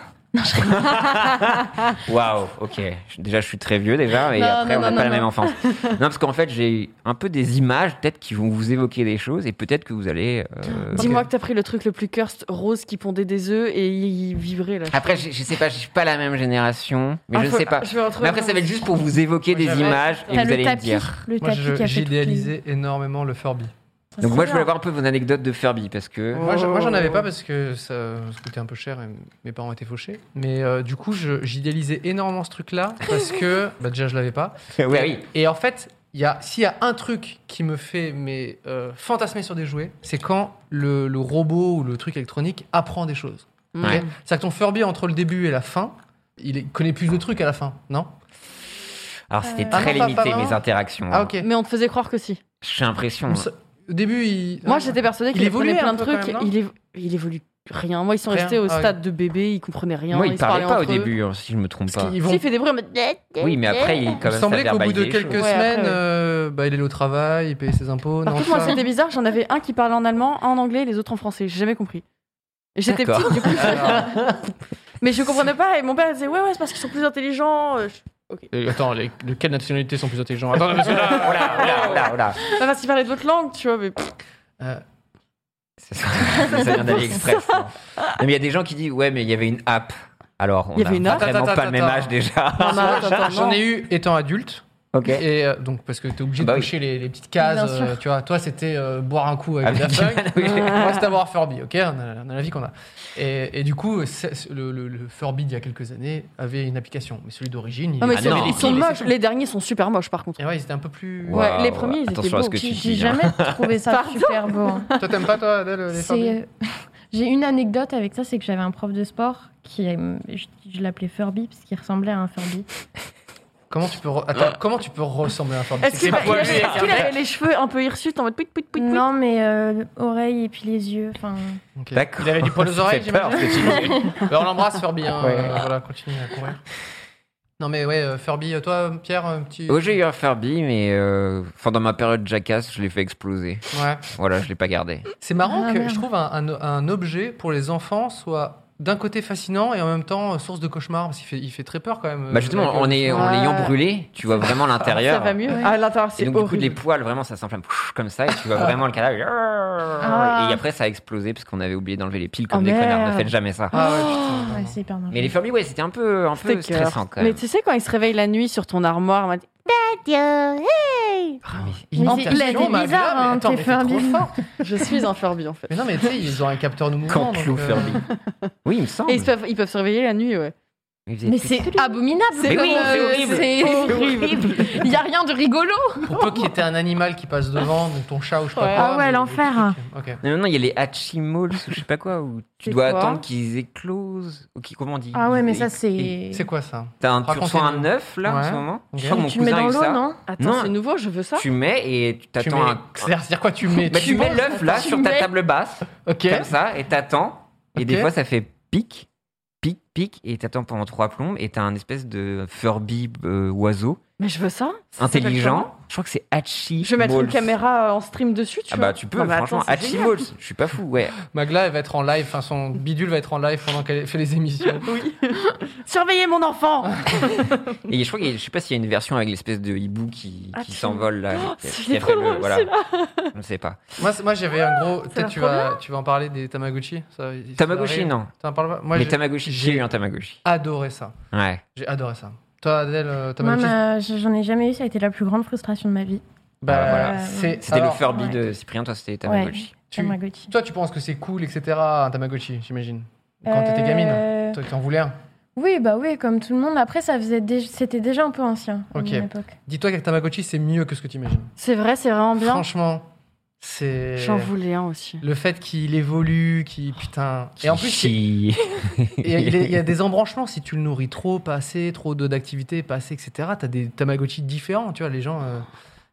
S3: Waouh, ok. Je- Déjà, je suis très vieux déjà, et
S4: Ah. Non,
S3: après,
S4: non,
S3: on n'a
S4: non,
S3: pas la
S4: non,
S3: même
S4: non. (laughs)
S3: enfance. non, parce qu'en fait, j'ai un peu des images, peut-être, qui vont vous évoquer des choses, et peut-être que vous allez. euh,
S1: Dis-moi que t'as pris le truc le plus cursed, rose qui pondait des œufs et il vibrait là.
S3: Après, je, je sais pas, je suis pas la même génération, mais
S1: Ah,
S3: je
S1: faut-
S3: sais pas.
S1: Je vais retrouver
S3: Mais après,
S1: le
S3: ça va
S1: nom.
S3: être juste pour vous évoquer des
S2: j'avais-
S3: images, et
S4: T'as
S3: vous
S4: le
S3: allez me
S4: tapis.
S3: dire.
S4: Le
S2: Moi,
S4: tapis qui
S2: je-
S4: a fait
S2: j'idéalisais énormément le Furby.
S4: toutes les-
S3: Donc, moi, je
S4: Ça,
S3: voulais avoir un peu vos anecdotes de Furby, parce que.
S1: Ouais.
S2: Moi, je- moi, j'en avais
S1: Oh.
S2: pas parce que ça, ça coûtait un peu cher et mes parents étaient fauchés. Mais euh, du coup, je- j'idéalisais énormément ce truc-là parce que bah, déjà, je l'avais pas.
S3: (laughs) Ouais, Eh oui.
S2: Eh Et en fait, il y a- s'il y a un truc qui me fait mais, euh, fantasmer sur des jouets, c'est quand le, le robot ou le truc électronique apprend des choses.
S1: Mm.
S3: Ouais.
S2: C'est-à-dire que ton Furby, entre le début et la fin, il est- connaît plus de trucs à la fin, non
S3: Alors, c'était
S4: Euh,
S3: très
S2: ah non, pas-
S3: limité,
S2: pas
S3: mes
S2: vraiment.
S3: interactions.
S2: Ah, ok.
S1: Mais on te faisait croire que si.
S3: J'ai l'impression.
S2: On se- Au début, il.
S1: Moi, j'étais persuadée qu'il
S2: évoluait
S1: évoluait plein
S2: un
S1: de
S2: peu quand
S1: trucs.
S2: même, non
S1: il, évo- il évolue rien. Moi, ils sont
S2: Rien.
S1: restés au
S2: Ah,
S1: stade de bébé, ils comprenaient rien.
S3: Moi, il
S1: se
S3: parlait pas au
S1: entre eux.
S3: début, hein, si je me trompe
S2: Parce
S3: pas.
S2: qu'ils vont.
S1: Si, il fait des bruits en mode.
S3: Oui, mais
S1: (laughs)
S3: après, il quand
S2: Il
S3: même
S2: semblait
S3: ça
S2: qu'au bout de
S3: verbalise les
S2: quelques
S3: choses.
S1: Ouais, après,
S2: semaines,
S1: ouais.
S2: euh, bah, il allait au travail, il payait ses impôts.
S1: Par
S2: non,
S1: contre, moi,
S2: ça.
S1: c'était bizarre. J'en avais un qui parlait en allemand, un en anglais, et les autres en français. J'ai jamais compris. Et J'étais
S3: D'accord.
S1: petite, du coup.
S2: Alors,
S1: (laughs) mais je comprenais pas. Et mon père disait Ouais, ouais, c'est parce qu'ils sont plus intelligents. euh, je-
S2: euh, attends, les, de quelle nationalité sont plus intelligents Attends, parce que là.
S3: Oh là, oh là, oh là, oh là.
S1: Pas parce qu'ils parlaient d'autres langues, tu vois. Mais pff,
S2: Euh,
S3: C'est ça, ça vient
S1: (laughs)
S3: d'AliExpress.
S2: hein.
S3: non. Non, mais il y a des gens qui disent ouais, mais il y avait une app. Alors, on
S1: Il y
S3: n'a
S1: avait une app
S3: vraiment
S2: Attends,
S3: pas le même
S2: attends,
S3: âge déjà. (laughs)
S1: non, non, attends, attends,
S2: J'en
S1: non.
S2: ai eu étant adulte.
S3: Ok.
S2: Et euh, donc, parce que t'es obligé
S3: Ah bah
S2: de
S3: oui.
S2: coucher les, les petites cases,
S4: Bien sûr.
S2: euh, tu vois. Toi, c'était euh, boire un coup avec,
S3: Avec
S2: Daft (laughs) Punk.
S3: oui.
S2: Moi, c'était avoir Furby, ok on a, on a la vie qu'on a. Et, et du coup, c'est- c'est- le, le- le Furby d'il y a quelques années avait une application, mais celui d'origine, il
S1: Non, mais
S3: Ah
S1: c'est-
S3: non.
S1: ils sont
S2: piles,
S1: moches.
S2: c'est
S1: Les derniers sont super moches, par contre.
S2: tout. Et ouais, ils étaient un peu plus.
S3: Wow.
S1: Ouais, les premiers, ils étaient
S3: Attention à ce
S1: beaux.
S3: que tu
S4: J'ai j'ai
S3: dis. hein. (laughs)
S4: jamais trouvé
S1: (laughs)
S4: ça
S1: Pardon
S4: super beau. hein.
S2: Toi, t'aimes pas, toi, Adèle, les Furby
S1: euh,
S4: C'est- euh, (laughs) J'ai une anecdote avec ça, c'est que j'avais un prof de sport qui, aime- je, je l'appelais Furby parce qu'il ressemblait à un Furby.
S2: Comment tu peux, re-
S3: Ah.
S2: attends, comment tu peux ressembler à un Furby
S1: Est-ce
S2: C'est
S1: qu'il
S2: quoi,
S1: il
S2: lui,
S1: avait,
S2: avec
S1: est-ce
S2: un
S1: qu'il
S2: verre
S1: avait les cheveux un peu hirsutes en mode pouit pouit pouit pouit
S4: non, mais euh, oreilles et puis les yeux. Enfin,
S2: Ok.
S3: D'accord.
S2: Il avait du poil aux
S3: Ça
S2: oreilles,
S3: fait peur,
S2: j'imagine.
S3: ce que tu dis.
S2: (laughs) Ben, on l'embrasse, Furby. hein,
S3: Ouais.
S2: euh, voilà, continue à courir. Non, mais ouais, euh, Furby, euh, toi, euh, Pierre, un petit.
S3: Oh, j'ai eu un Furby, mais euh, enfin, dans ma période Jackass, je l'ai fait exploser.
S2: Ouais.
S3: Voilà, je l'ai pas gardé.
S2: C'est marrant
S4: Ah,
S2: que
S4: merde.
S2: je trouve un, un- un objet pour les enfants soit d'un côté fascinant et en même temps euh, source de cauchemar parce qu'il fait, il fait très peur quand même. euh,
S3: Bah justement, en, est, en
S1: Ouais.
S3: l'ayant brûlé, tu vois vraiment l'intérieur.
S1: Ça va mieux.
S4: Ouais.
S1: À l'intérieur,
S3: Et
S1: c'est
S3: donc du coup, les
S1: horrible.
S3: poils, vraiment, ça s'enflamme pff, comme ça, et tu vois vraiment le cadavre.
S4: Ah.
S3: Et après, ça a explosé parce qu'on avait oublié d'enlever les piles comme
S1: Oh,
S3: des connards. Ne
S1: merde.
S3: faites jamais ça.
S2: Ah ouais, putain,
S4: Oh, ouais,
S2: vraiment.
S4: c'est hyper dangereux.
S3: Mais les Furby, ouais, c'était un peu, un peu
S1: C'était cœur.
S3: stressant quand
S1: Mais
S3: même.
S1: tu sais, quand ils se réveillent la nuit sur ton armoire, en mode, Daddy, hey
S3: Ah oui.
S2: Il
S4: Mais
S2: en
S4: c'est-
S2: perche,
S4: il a
S2: on
S4: des
S2: m'a
S4: bizarres,
S2: bien, mais
S4: hein,
S2: attends,
S4: tes
S2: mais c'est trop
S4: Furby.
S2: fort.
S1: (laughs) Je suis un Furby en fait.
S2: Mais non, mais tu sais, ils ont un capteur de mouvement.
S3: Canclou
S2: donc, euh,
S3: Furby. Oui, il me semble.
S1: Et ils peuvent, ils peuvent surveiller la nuit, ouais.
S3: Ils faisaient
S4: Mais
S3: tout-
S4: c'est abominable.
S1: C'est
S4: comme,
S1: oui, c'est
S4: euh,
S1: horrible.
S4: c'est
S1: C'est
S4: horrible. (gasps) Il n'y a rien de rigolo.
S2: Pour peu qu'il y ait un animal qui passe devant, donc ton chat ou je sais pas
S1: Ouais.
S2: quoi.
S4: Ah ouais,
S2: mais- mais-
S4: l'enfer.
S2: Ok.
S3: Non, non, non, il y a les Hatchimals ou je sais pas quoi, où tu
S1: C'est
S3: dois
S1: quoi
S3: attendre qu'ils éclosent. Ou qui, comment on dit
S4: Ah ouais, mais
S3: Ils-
S4: ça
S3: ils-
S4: c'est.
S2: C'est quoi ça
S3: T'as un, tu
S2: Raconte-nous.
S3: reçois un œuf là en
S2: Ouais.
S3: ce moment.
S2: Ok.
S3: Je crois que mon
S4: Tu le mets
S3: cousin a
S4: dans
S3: eu ça.
S4: l'eau, non
S1: Attends,
S3: Non.
S1: c'est nouveau, je veux ça.
S3: Tu mets et tu
S2: Tu
S3: t'attends
S2: mets-
S3: un.
S2: C'est-à-dire quoi tu mets
S3: Bah, tu mets l'œuf là
S4: tu
S3: sur ta
S4: mets-
S3: table basse,
S2: Ok.
S3: comme ça, et t'attends. Et des
S2: Ok.
S3: fois, ça fait pic, pic, pic, et t'attends pendant trois plombes, et t'as un espèce de Furby euh, oiseau
S1: Mais je veux ça. Ça s'appelle
S3: intelligent.
S1: comment
S3: Je crois que c'est Hachi.
S1: Je vais mettre une
S3: Malls.
S1: caméra euh, en stream dessus, tu
S3: Ah
S1: vois.
S3: bah tu peux,
S1: Non, mais
S3: franchement,
S1: attends, c'est
S3: Hachi
S1: génial.
S3: Malls. Je suis pas fou, ouais.
S2: Magla, elle va être en live, enfin son bidule va être en live pendant qu'elle fait les émissions.
S1: Surveillez mon enfant
S3: Et je crois que je sais pas s'il y a une version avec l'espèce de hibou qui, qui
S1: Hachi.
S3: s'envole là.
S1: Oh,
S3: qui-
S1: c'est
S3: qui
S1: trop
S3: appelle le-
S1: drôle,
S3: voilà.
S1: celui-là.
S3: Je sais pas.
S2: Moi, c'est- moi j'avais un gros. Peut-être
S1: va
S2: tu
S1: trop
S2: vas, tu vas en parler des Tamagotchi ça, il- ça
S3: Tamagotchi,
S2: arrive.
S3: non.
S2: T'en parles pas Moi,
S3: mais
S2: j'ai
S3: Tamagotchi, j'ai eu un Tamagotchi.
S2: adoré ça.
S3: Ouais.
S2: J'ai adoré ça. Toi, Adèle, euh,
S4: Moi,
S2: Tamagotchi
S4: ma- j'en ai jamais eu, ça a été la plus grande frustration de ma vie. Euh,
S2: bah,
S3: Ah, voilà.
S2: c'est-
S3: C'était le
S2: alors,
S3: Furby
S4: ouais.
S3: de Cyprien, toi c'était Tamagotchi.
S2: tu-
S4: Tamagotchi.
S2: Toi, tu penses que c'est cool, etc. Un Tamagotchi, j'imagine. Quand t'étais gamine.
S4: Euh,
S2: Toi, t'en voulais un.
S4: Oui, bah oui, comme tout le monde. Après, ça faisait dé- c'était déjà un peu ancien à
S2: Ok.
S4: mon époque.
S2: Dis-toi qu'un Tamagotchi, c'est mieux que ce que tu imagines.
S1: C'est vrai, c'est vraiment bien.
S2: Franchement, c'est.
S1: J'en voulais un aussi.
S2: Le fait qu'il évolue, qu'il. Putain. Et en plus,
S3: Chichi.
S2: Et il, est- il y a des embranchements si tu le nourris trop, pas assez, trop de- d'activités, pas assez, etc. T'as des Tamagotchi différents, tu vois, les gens. euh,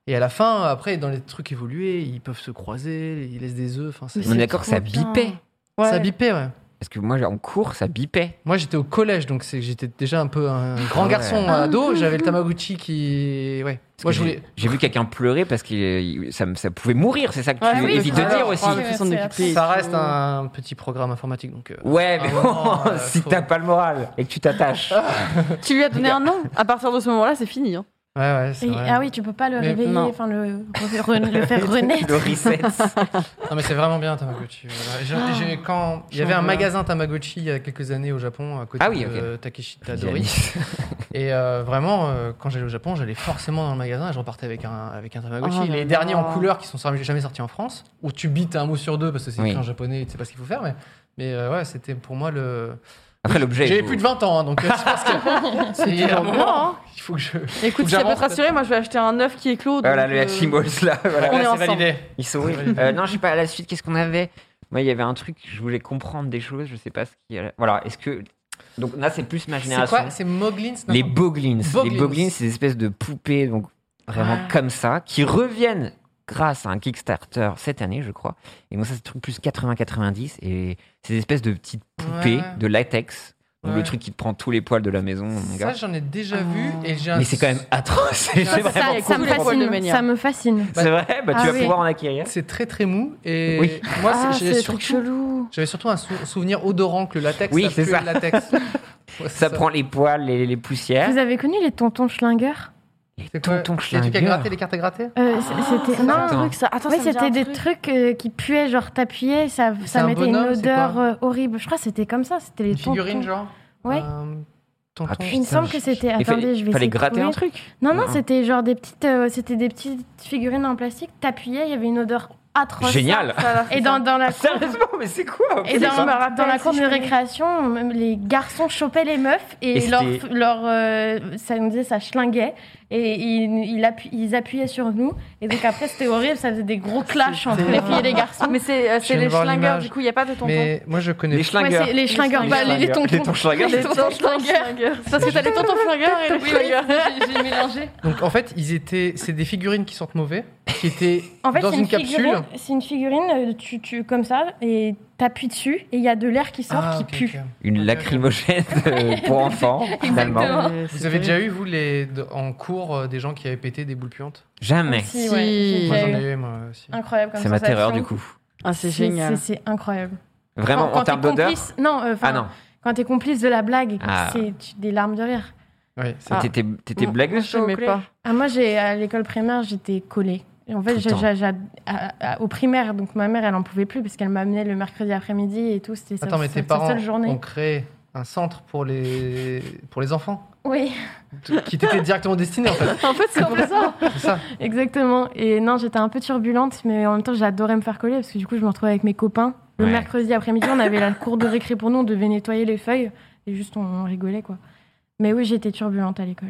S2: Et à la fin, après, dans les trucs évolués, ils peuvent se croiser, ils laissent des œufs. Enfin, c'est-
S3: On est d'accord que ça
S1: trop bien.
S3: bipait.
S1: Ouais.
S2: Ça bipait, ouais.
S3: Parce que moi, en cours, ça bipait.
S2: Moi, j'étais au collège, donc c'est- j'étais déjà un peu un grand
S3: Ah Ouais.
S2: garçon
S4: Ah.
S2: ado. J'avais le Tamagotchi qui. Ouais.
S3: Parce que
S2: Moi, je voulais.
S3: j'ai- J'ai vu quelqu'un pleurer parce que ça, me- ça pouvait mourir, c'est ça que tu
S1: Ouais, oui,
S3: évites
S1: c'est
S3: de
S1: vrai.
S3: dire aussi.
S1: Ah, mais faut s'en
S4: Ouais,
S1: occuper.
S2: Ça reste un petit programme informatique, donc. euh,
S3: Ouais, mais
S2: Ah, (laughs) non,
S3: bon, (laughs)
S2: euh,
S3: si
S2: faut-
S3: t'as pas le moral et que tu t'attaches.
S1: Tu lui as donné un nom. À partir de ce moment-là, c'est fini. hein.
S2: Ouais, ouais, c'est
S4: Et-
S2: vrai.
S4: ah oui, tu peux pas le
S2: Mais
S4: réveiller,
S1: non.
S4: enfin le, re- le
S1: (laughs)
S4: faire
S3: (laughs)
S4: renaître.
S3: le reset.
S2: Non mais c'est vraiment bien Tamagotchi. Voilà. J'ai-
S1: Ah.
S2: j'ai- quand il y
S1: J'en
S2: avait un
S1: veux un.
S2: magasin Tamagotchi il y a quelques années au Japon à côté
S3: Ah oui,
S2: de Takeshita
S3: (laughs)
S2: Dori.
S3: Yannis.
S2: Et euh, vraiment, euh, quand j'allais au Japon, j'allais forcément dans le magasin et je repartais avec un, avec un Tamagotchi.
S1: Oh là
S2: les
S1: là.
S2: derniers en couleur qui sont sortis- jamais sortis en France, où tu bites un mot sur deux parce que c'est
S3: Oui.
S2: écrit en japonais et tu sais pas ce qu'il faut faire, mais, mais euh, ouais, c'était pour moi le.
S3: Après l'objet.
S2: J'avais
S3: vous-
S2: plus de 20 ans, hein, donc euh, je pense
S1: (laughs)
S2: que. il y a un
S1: Bon,
S2: moment,
S1: hein.
S2: il faut que je.
S1: Écoute,
S2: que
S1: si ça peut
S2: j'avance,
S1: te rassurer, moi je vais acheter un œuf qui éclot.
S3: Voilà,
S1: donc,
S3: le
S1: euh,
S3: Hatchimals
S1: (laughs)
S3: là. voilà.
S1: On est
S2: c'est
S1: ensemble.
S2: validé.
S3: Ils sont horribles.
S2: Ouais.
S3: Euh, non, je sais pas, à la suite, qu'est-ce qu'on avait Moi, il y avait un truc, je voulais comprendre des choses, je sais pas ce qu'il y a. Voilà, est-ce que. Donc là, c'est plus ma
S2: C'est
S3: génération.
S2: quoi C'est Moglins non
S3: les Boglins.
S2: Boglins.
S3: Les Boglins, c'est des espèces de poupées, donc vraiment
S2: Ah.
S3: comme ça, qui reviennent grâce à un Kickstarter cette année, je crois. Et donc ça, c'est le truc plus 80-90. Et c'est des espèces de petites poupées
S2: Ouais.
S3: de latex. Donc
S2: Ouais.
S3: le truc qui te prend tous les poils de la maison, mon
S2: Ça,
S3: gars.
S2: j'en ai déjà
S1: Ah.
S2: vu et j'ai un.
S3: Mais c'est quand même
S2: (laughs)
S3: atroce. c'est
S1: Ça,
S3: vraiment
S1: ça,
S3: cool.
S1: ça
S4: Ça me
S1: Tous les poils de
S4: fascine.
S1: manière.
S4: Ça me fascine.
S3: C'est vrai, bah, tu
S4: Ah
S3: vas
S4: oui.
S3: pouvoir en acquérir.
S2: C'est très très mou et
S3: Oui.
S2: moi
S1: Ah,
S2: c'est- j'ai
S1: c'est
S2: surtout-
S1: truc chelou.
S2: j'avais surtout un sou- souvenir odorant que le latex
S3: Oui,
S2: ça
S3: c'est
S2: pue
S3: ça. (laughs)
S2: le latex. Ouais,
S3: Ça prend les poils, les, les poussières.
S1: Hein
S4: Vous avez connu les tontons schlingueurs
S2: C'est quoi
S3: Tonton
S2: Les trucs à
S3: Schlingueur.
S2: gratter, les cartes à gratter
S4: Euh, c- C'était non,
S1: Ah, un
S3: Attends.
S1: truc, ça. Attends,
S4: Ouais,
S1: ça me dit
S4: c'était
S1: un
S4: des
S1: truc.
S4: trucs euh, qui puaient, genre t'appuyais, ça,
S2: C'est
S4: ça
S2: un
S4: mettait
S2: bonhomme,
S4: une
S2: c'est
S4: odeur
S2: quoi
S4: euh, horrible. Je crois que c'était comme ça, c'était les
S2: Une figurine
S4: tontons.
S2: genre
S4: Ouais.
S2: Euh, Tonton.
S3: Ah, putain,
S4: Il me semble que c'était.
S3: Il
S4: Attendez,
S3: fallait-
S4: je vais
S3: fallait
S4: essayer de
S3: gratter un
S4: trouver.
S3: truc. Ah.
S4: Non, non,
S3: Non.
S4: c'était genre des petites, euh, c'était des petites figurines en plastique. T'appuyais, il y avait une odeur atroce.
S3: Génial.
S4: (laughs) Et dans, dans
S3: (laughs)
S4: la cour,
S3: Sérieusement, (laughs) mais c'est quoi
S4: et
S1: ça.
S4: dans,
S1: Je me rappelle,
S4: dans la
S1: si
S4: cour
S1: je
S4: de
S1: connais.
S4: récréation, même les garçons chopaient les meufs et,
S3: Et
S4: leur,
S3: c'était-
S4: leur euh, ça nous disait ça schlinguait et ils, ils appu- ils appuyaient sur nous et donc après c'était horrible, ça faisait
S3: (laughs)
S4: des gros clashs entre les filles et les garçons.
S1: Mais c'est euh,
S2: Je
S1: c'est
S2: viens de
S1: les
S2: voir
S1: schlingueurs,
S2: l'image.
S1: du coup, il n'y a pas de tonton.
S2: Mais moi, je connais.
S3: Les
S4: Ouais,
S3: schlingueurs.
S4: c'est les schlingueurs,
S1: Les
S4: bah, les, les
S3: schlingueurs.
S4: tontons.
S3: Les tontons schlingueurs.
S1: Les tontons
S4: schlingueurs.
S1: C'est Parce que t'as les tontons flingueurs et les flingueurs.
S4: J'ai mélangé.
S2: Donc en fait, ils étaient, c'est des figurines qui sentent mauvais, qui étaient
S4: En fait,
S2: dans
S4: c'est
S2: une,
S4: une,
S2: capsule.
S4: figurine, c'est une figurine, euh, tu, tu, comme ça, et t'appuies dessus, et il y a de l'air qui sort qui
S2: Ah, ok,
S4: pue.
S2: ok.
S3: Une lacrymogène euh, pour enfants, finalement.
S4: Exactement.
S2: Vous avez déjà eu vous les de- en cours euh, des gens qui avaient pété des boules puantes
S3: Jamais.
S4: Si,
S1: Si.
S4: ouais, j'ai
S2: Moi,
S4: déjà
S2: j'en
S4: eu. Ah.
S2: ai eu moi aussi.
S4: Incroyable comme
S3: C'est ma terreur
S4: sensation.
S3: du coup.
S1: Ah, c'est
S4: C'est-
S1: génial.
S4: C'est c'est incroyable.
S3: Vraiment,
S4: Quand- quand
S3: en termes
S4: t'es
S3: d'odeur.
S4: complice- Non, euh, 'fin,
S3: Ah non,
S4: quand t'es complice de la blague, et que
S3: Ah.
S4: c'est tu- des larmes de rire.
S2: Ouais, c'est-
S1: Ah.
S3: t'étais t'étais
S1: Moi,
S3: blagueuse toi, au
S1: j'aimais
S3: collège
S1: pas.
S4: Ah, moi, j'ai à l'école primaire, j'étais collée. Et en fait,
S3: Tout
S4: j'ai-
S3: le temps.
S4: j'ai- j'ai- à- à- au primaire, donc ma mère, elle en pouvait plus parce qu'elle m'amenait le mercredi après-midi et tout. C'était sa,
S2: Attends, mais
S4: sa-
S2: tes
S4: sa
S2: parents
S4: seule journée.
S2: ont créé un centre pour les pour les enfants
S4: Oui,
S2: t- qui t'étaient directement destinés en fait.
S4: (laughs)
S1: En fait, c'est comme ça.
S2: C'est ça.
S4: exactement. Et non, j'étais un peu turbulente, mais en même temps, j'adorais me faire coller parce que du coup, je me retrouvais avec mes copains. Le
S3: Ouais.
S4: mercredi après-midi, on avait la cour de récré pour nous, on devait nettoyer les feuilles et juste on, on rigolait quoi. Mais oui, j'étais turbulente à l'école.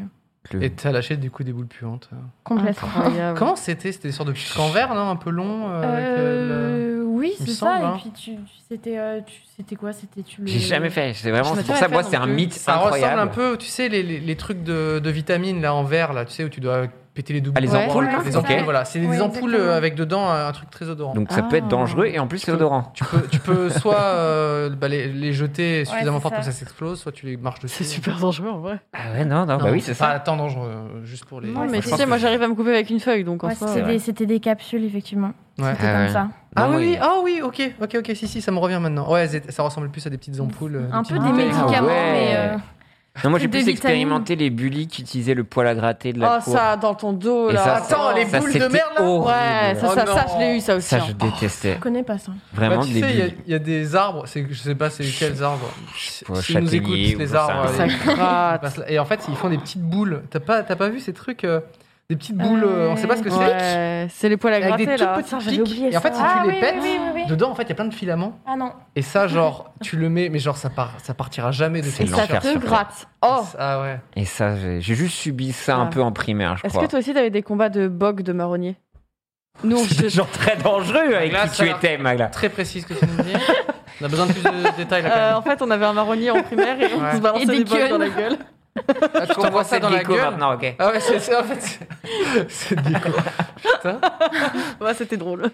S3: Le-
S2: Et t'as lâché du coup des boules puantes.
S4: Complètement.
S1: Incroyable.
S2: Comment c'était C'était des sortes de petits canvers, non Un peu long. euh, avec, euh,
S4: Euh, oui,
S2: il me
S4: c'est
S2: semble,
S4: ça.
S2: hein.
S4: Et puis tu, tu- c'était, euh, tu- c'était quoi C'était tu le-
S3: J'ai jamais fait. C'est vraiment
S1: Je
S3: c'est
S1: me
S3: pour
S1: fais
S3: ça.
S1: la
S3: Moi,
S1: faire
S3: c'est un
S4: euh,
S1: non plus.
S3: mythe
S2: Ça ressemble
S3: incroyable.
S2: un peu, tu sais, les, les- les trucs de, de vitamines là en verre, là, tu sais, où tu dois péter les doubles.
S3: Ah, les
S2: barres,
S3: ampoules,
S2: Les
S4: c'est
S2: ampoules,
S4: ça.
S2: voilà. C'est des
S4: Ouais,
S2: ampoules
S4: exactement.
S2: euh, avec dedans un, un truc très odorant.
S3: Donc ça peut être
S1: Ah.
S3: dangereux et en plus c'est odorant.
S2: tu peux,
S3: (laughs)
S2: tu peux soit euh, bah, les, les jeter suffisamment
S4: c'est
S2: fort pour que
S4: ça.
S2: ça s'explose, soit tu les marches dessus.
S1: C'est super dangereux en vrai.
S3: Ah ouais non non,
S2: Non,
S3: bah oui c'est
S2: pas
S3: ça.
S2: tant dangereux, euh, juste pour les.
S1: Non,
S4: Ouais,
S1: mais
S4: moi,
S1: tu
S4: je pense
S1: sais, moi
S3: que-
S1: j'arrive à me couper avec une feuille donc en
S4: Ouais,
S1: soi.
S4: c'était, des, c'était des capsules effectivement.
S2: Ouais.
S4: C'était
S3: Ah
S4: comme
S3: ouais.
S4: ça.
S2: Ah
S3: Non,
S2: oui,
S3: moi,
S2: oui, ah oui, ok, ok, ok, si, si, ça me revient maintenant. Ouais, elles étaient- ça ressemble plus à des petites ampoules. euh,
S4: Un
S2: petites
S4: peu des
S2: bouteilles.
S3: médicaments.
S4: médicaments,
S3: Ah ouais.
S4: mais euh,
S3: Non moi j'ai
S4: Des
S3: plus
S4: vitamines.
S3: expérimenté les bullies qui utilisaient le poil à gratter de
S2: Ah,
S3: la
S1: Oh,
S3: cour.
S1: ça, dans ton dos
S3: Et
S1: là.
S3: ça,
S2: Attends, les
S3: ça,
S2: boules de
S3: c'était
S2: merde là
S3: horrible.
S1: Ouais, ça,
S2: Oh
S1: ça, ça,
S2: non.
S1: je l'ai eu ça aussi.
S3: Ça
S1: hein.
S3: je détestais
S4: je connais pas ça.
S2: Bah,
S3: vraiment
S2: tu
S3: des
S2: sais, il y a-
S3: bullies.
S2: il y, a des arbres, c'est- je sais pas c'est quels arbres.
S3: pas,
S2: S'ils nous
S3: châtaignier
S2: écoutent,
S3: ou j'en
S2: les
S3: sais
S2: arbres. euh,
S3: rien.
S1: Ça
S2: les-
S1: gratte.
S2: Parce- Et en fait, ils font des petites boules. T'as pas, t'as pas vu ces trucs euh, Des petites boules, euh, on sait pas ce que c'est.
S1: Ouais, c'est les poils à
S2: Avec des
S1: gratter
S2: tout
S1: là.
S4: Putain,
S2: petits
S4: j'avais
S2: pics.
S4: oublié
S2: Et en fait,
S4: ça.
S2: si
S4: Ah
S2: tu
S4: oui,
S2: les pètes,
S4: oui, oui, oui.
S2: dedans, en fait, il y a plein de filaments.
S4: Ah non.
S2: Et ça, genre, tu le mets, mais genre, ça, part, ça partira jamais de
S3: C'est
S2: tes
S1: Ça
S3: l'enfer.
S1: te
S3: surtout.
S1: gratte. Oh
S2: Ah ouais.
S3: Et ça j'ai j'ai juste subi ça un
S1: Ah.
S3: peu en primaire je
S1: Est-ce
S3: crois. (laughs)
S1: que toi aussi t'avais des combats de bogue de marronnier Nous, on
S3: C'était genre très dangereux avec
S2: Magla,
S3: qui
S2: ça
S3: tu
S2: va.
S3: étais Magla.
S2: Très précis ce que tu nous dis. On a besoin de plus de détails
S1: Euh,
S2: là
S1: en fait, on avait un marronnier en primaire et on
S2: Ouais.
S1: se balançait
S4: Et des
S1: des, bogues
S4: gueules.
S1: dans la gueule.
S2: quand même. Ah, tu t'envoies ça dans la gueule.
S3: maintenant ok.
S2: Ah ouais, c'est ça, en fait.
S3: (laughs)
S2: c'est- C'est gecko. Putain.
S1: Ouais, c'était drôle.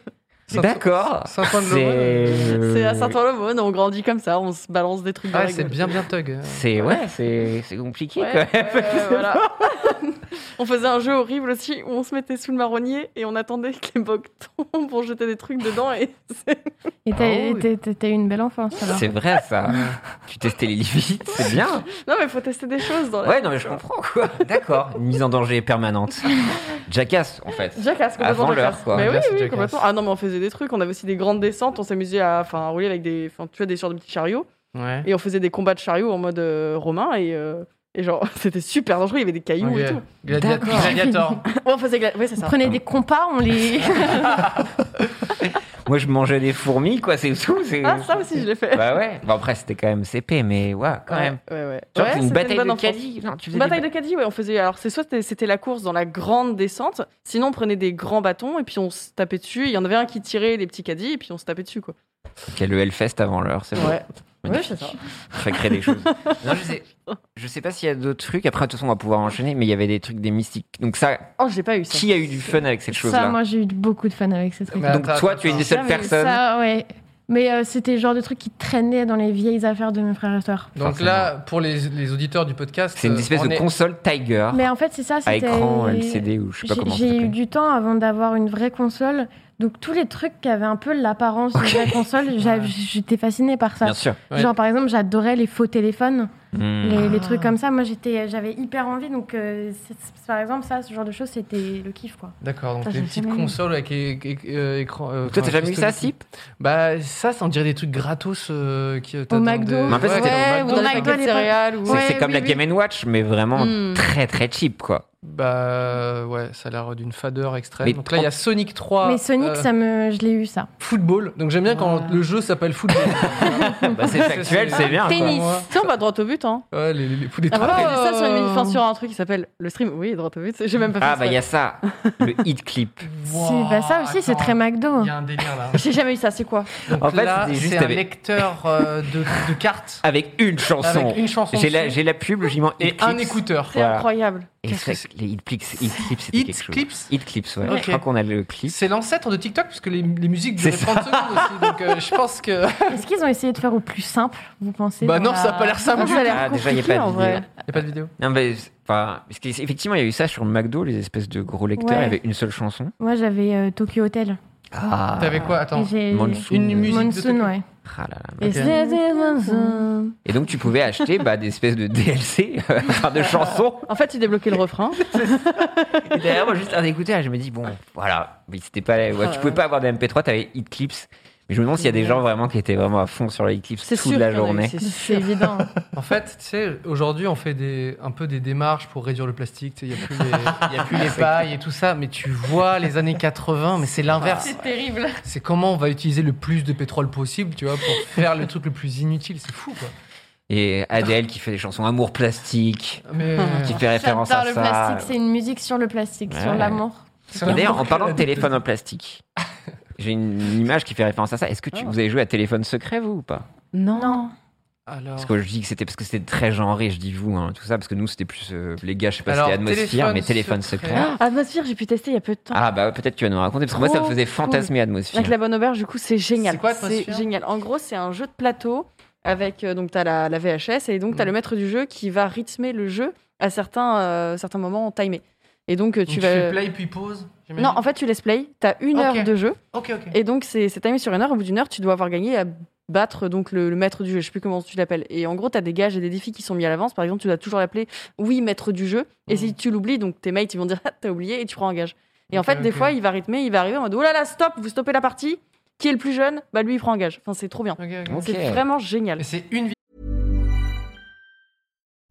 S2: Saint-
S3: D'accord.
S2: Saint-Ouen-de-Lorraine.
S1: Euh, C'est à Saint-Ouen-le-Maune, on grandit comme ça, on se balance des trucs dans
S2: Ah,
S1: la
S2: c'est
S1: gueule.
S2: bien, bien thug.
S3: C'est ouais, c'est c'est compliqué
S1: Ouais,
S3: quoi.
S1: ouais, voilà. on faisait un jeu horrible aussi où on se mettait sous le marronnier et on attendait que les bogues tombent pour jeter des trucs dedans et c'est-
S4: Et t'as,
S2: Ah oui.
S4: t'as- t'as- t'as eu une belle enfance alors.
S3: C'est vrai ça. tu testais les limites, c'est bien.
S1: non mais faut tester des choses dans la
S3: Ouais, non mais je comprends quoi. D'accord. Une mise en danger permanente. Jackass en fait.
S1: Jackass, complètement
S3: Avant l'heure,
S1: Jackass.
S3: quoi.
S1: Mais oui,
S2: Jackass,
S1: oui,
S2: Jackass.
S1: complètement. Ah non, mais on faisait des trucs. On avait aussi des grandes descentes. On s'amusait à, enfin, à rouler avec des, enfin, tu vois, des sortes de petits chariots.
S2: Ouais.
S1: Et on faisait des combats de chariots en mode euh, romain. Et, euh, et genre, (laughs) c'était super dangereux. Il y avait des cailloux et tout.
S2: Ok. Gladia-
S3: D'accord.
S2: Gladiator.
S1: Ouais, on faisait, gla- ouais, c'est
S4: On
S1: ça.
S4: prenait des compas,
S3: (laughs)
S4: on les.
S3: Moi je mangeais des fourmis quoi, c'est tout. c'est-
S1: Ah, ça aussi, je l'ai fait.
S3: (laughs) Bah ouais. Bon après c'était quand même CP, mais ouais quand
S1: Ouais,
S3: même.
S1: Ouais, ouais.
S3: Genre
S1: Ouais,
S3: une
S1: c'était
S3: bataille
S1: bonne
S3: de
S1: enfance.
S3: caddie. Non, tu faisais
S1: Une bataille
S3: des-
S1: de caddie, ouais, on faisait. Alors, c'est soit c'était la course dans la grande descente, sinon on prenait des grands bâtons et puis on se tapait dessus. Il y en avait un qui tirait les petits caddies et puis on se tapait dessus, quoi.
S3: Ok, le Hellfest avant l'heure, c'est vrai.
S1: Ouais, ouais c'est ça.
S3: Ça crée des
S2: (laughs)
S1: (laughs)
S3: choses. Non, je sais, je sais pas s'il y a d'autres trucs. Après, de toute façon, on va pouvoir enchaîner. Mais il y avait des trucs, des mystiques. Donc ça,
S1: Oh, j'ai pas eu ça.
S3: qui a eu du fun avec cette
S4: ça,
S3: chose-là
S4: moi j'ai eu beaucoup de fun avec ces trucs.
S2: Mais
S3: Donc
S2: attends,
S3: toi,
S2: attends,
S3: tu es une des
S2: attends.
S3: seules
S1: J'avais
S3: personnes.
S4: Ça, ouais. Mais euh, c'était le genre de truc qui traînait dans les vieilles affaires de mes frères et sœurs.
S2: Donc là, pour les, les auditeurs du podcast,
S3: C'est une
S2: euh,
S3: espèce
S2: on
S3: de
S2: est-
S3: console Tiger
S4: Mais en fait, c'est ça,
S3: à
S4: c'était.
S3: écran LCD ou je sais pas
S4: J'ai-
S3: comment ça
S4: J'ai eu
S3: s'appelle.
S4: du temps avant d'avoir une vraie console Donc tous les trucs qui avaient un peu l'apparence de
S3: (laughs)
S4: la console, j'a-
S2: Ouais.
S4: j'étais fascinée par ça.
S3: Bien sûr.
S2: Ouais.
S4: Genre par exemple, j'adorais les faux téléphones,
S3: Mmh.
S4: les, les
S2: Ah.
S4: trucs comme ça. Moi, j'étais, j'avais hyper envie. Donc euh, c'est- c'est- par exemple, ça, ce genre de choses, c'était le kiff, quoi.
S2: D'accord, donc
S4: Putain,
S2: les
S4: j'ai
S2: petites
S4: jamais eu.
S2: consoles avec é- é- euh, écran. euh,
S3: Toi, t'as
S2: enfin,
S3: jamais eu ça,
S2: cristaux-
S3: Sip
S2: Bah, ça, ça, on dirait des trucs gratos euh, qui.
S4: Au McDo.
S3: Mais en fait, c'était
S1: ouais,
S2: au
S1: ou
S2: McDo.
S4: McDo,
S1: dans les
S4: à
S1: paquets de
S4: l'époque.
S1: céréales. Ou...
S3: C'est-
S4: Ouais,
S3: C'est comme
S4: oui,
S3: la
S4: oui.
S3: Game Watch, mais vraiment
S1: Hmm.
S3: très très cheap, quoi.
S2: Bah, ouais, ça a l'air d'une fadeur extrême.
S3: Mais
S2: donc là, il y a Sonic 3.
S4: Mais Sonic,
S2: euh,
S4: ça me, je l'ai eu ça.
S2: Football.
S4: (laughs)
S2: Donc j'aime bien quand
S1: Ouais.
S2: le jeu s'appelle football.
S3: Bah, c'est factuel, c'est bien. quoi.
S2: Tennis.
S1: Tiens, on va droit au but, hein.
S2: Ouais, les, les, les poules des
S1: Ah,
S2: trois.
S1: voilà,
S4: Oh.
S1: j'ai fait ça sur une enfin, sur un truc qui s'appelle le stream. Oui, droit au but. J'ai même pas fait
S3: Ah, bah,
S1: ça.
S3: il y a
S1: (laughs)
S3: ça, le hit clip.
S4: C'est- bah, ça aussi, c'est très McDo.
S2: Il y a un délire là.
S1: J'ai jamais eu ça, c'est quoi
S2: Donc
S3: En fait,
S2: là,
S3: c'était juste
S2: c'est un
S3: avec-
S2: lecteur euh, de, de
S1: (laughs)
S2: cartes
S3: Avec une chanson.
S2: avec une chanson
S3: J'ai la,
S2: dessus
S3: j'ai la pub, j'y mets
S2: et
S3: Hit
S2: un
S3: Clips.
S2: écouteur.
S1: C'est
S3: Voilà.
S1: incroyable.
S3: Et
S1: Qu'est-ce
S3: c'est
S1: que
S3: vrai que les hit clips, hit clips, c'était
S2: Hit
S3: quelque chose.
S2: Clips.
S3: Hit clips, ouais.
S2: Ok.
S3: Je crois qu'on a le clip.
S2: C'est l'ancêtre de TikTok puisque les, les musiques
S3: C'est
S2: duraient 30 secondes aussi. Donc euh, je pense que.
S4: Est-ce qu'ils ont essayé de faire au plus simple, vous pensez
S2: Bah
S4: dans
S2: non, ça a pas l'air simple
S4: Non, ça a l'air
S3: Ah, déjà, y a
S4: compliqué,
S3: pas de
S4: en
S3: vidéo.
S4: vrai.
S2: Il a pas de vidéo.
S3: Non, mais c'est- enfin, parce qu'effectivement, il y a eu ça sur McDo, les espèces de gros lecteurs,
S4: Ouais.
S3: il y avait une seule chanson.
S4: Moi, j'avais euh, Tokyo Hotel.
S3: Ah.
S2: T'avais quoi
S4: Et
S2: Attends.
S4: j'ai-
S3: Monsoon.
S2: Une musique. de
S4: Monsoon,
S2: Tokyo.
S4: ouais.
S3: Ah là là.
S4: Et
S2: Ok.
S4: c'est des Monsoon.
S3: Et donc, tu pouvais acheter bah, des espèces de DLC, (laughs) enfin, de chansons.
S1: En fait, tu
S2: (laughs)
S1: débloquais le refrain.
S3: Et derrière, moi, juste un écouteur, je me dis, bon, voilà. Mais c'était pas. ouais, tu pouvais pas avoir des MP3, t'avais Hit Clips. Mais je me demande s'il y a des gens vraiment qui étaient vraiment à fond sur les Hit Clips
S1: C'est
S3: toute
S1: sûr.
S3: la
S1: qu'il y en a eu,
S3: journée.
S1: c'est
S4: C'est
S1: sûr.
S4: évident.
S2: (laughs) En fait, tu sais, aujourd'hui, on fait des, un peu des démarches pour réduire le plastique. Il n'y a plus les, y
S3: (laughs)
S2: a plus les pailles et tout ça. Mais tu vois les années 80, mais c'est l'inverse.
S4: terrible.
S2: C'est comment on va utiliser le plus de pétrole possible, tu vois, pour faire le truc le plus inutile. C'est fou, quoi.
S3: Et Adèle qui fait des chansons Amour plastique,
S2: Mais.
S3: qui fait référence
S4: Ah. J'adore
S3: à
S4: le
S3: ça.
S4: plastique, c'est une musique sur le plastique, sur
S3: Ouais.
S4: l'amour.
S2: c'est
S3: Et D'ailleurs, en
S2: vraiment- (laughs)
S3: parlant de téléphone en plastique, j'ai une image qui fait référence à ça. Est-ce que tu, vous avez joué à téléphone secret, vous, ou pas
S1: Non.
S4: Non.
S2: Alors,
S3: Parce que je dis que c'était parce que c'était très genré, je dis vous, hein, tout ça, parce que nous, c'était plus euh, les gars, je sais pas si
S2: Alors,
S3: c'était atmosphère,
S2: téléphone
S3: mais téléphone secret.
S2: secret.
S1: Ah, Atmosphere, j'ai pu tester il y a peu de temps.
S3: Ah bah peut-être tu vas nous raconter, parce que moi, ça me
S1: Trop
S3: faisait
S1: cool.
S3: fantasmer atmosphère.
S1: Avec la bonne auberge, du coup, c'est génial.
S2: C'est quoi, Atmosphere
S1: génial. En gros, c'est un jeu de plateau avec euh, donc t'as la, la VHS et donc t'as
S2: Mm.
S1: le maître du jeu qui va rythmer le jeu à certains euh, certains moments timés. Et donc euh,
S2: donc
S1: tu
S2: tu
S1: vas
S2: fais play puis pause. j'imagine
S1: non, en fait, tu laisses play. T'as une
S2: Ok.
S1: heure de jeu.
S2: Ok, ok.
S1: Et donc, c'est c'est timé sur une heure. Au bout d'une heure, tu dois avoir gagné à battre donc le, le maître du jeu. Je sais plus comment tu l'appelles. Et en gros, tu as des gages et des défis qui sont mis à l'avance. Par exemple, tu dois toujours l'appeler oui, maître du jeu. Et
S2: Mhm.
S1: si tu l'oublies, donc tes mates, ils vont dire ah, t'as oublié et tu prends un gage. Et en
S2: Ok,
S1: fait, des
S2: ok.
S1: fois, il va rythmer, il va arriver en mode oh là là, stop, vous stoppez la partie. Qui est le plus jeune Bah, lui, il prend un gage. Enfin, c'est trop bien.
S2: Ok, ok.
S3: Ok.
S1: C'est vraiment génial.
S2: Mais c'est une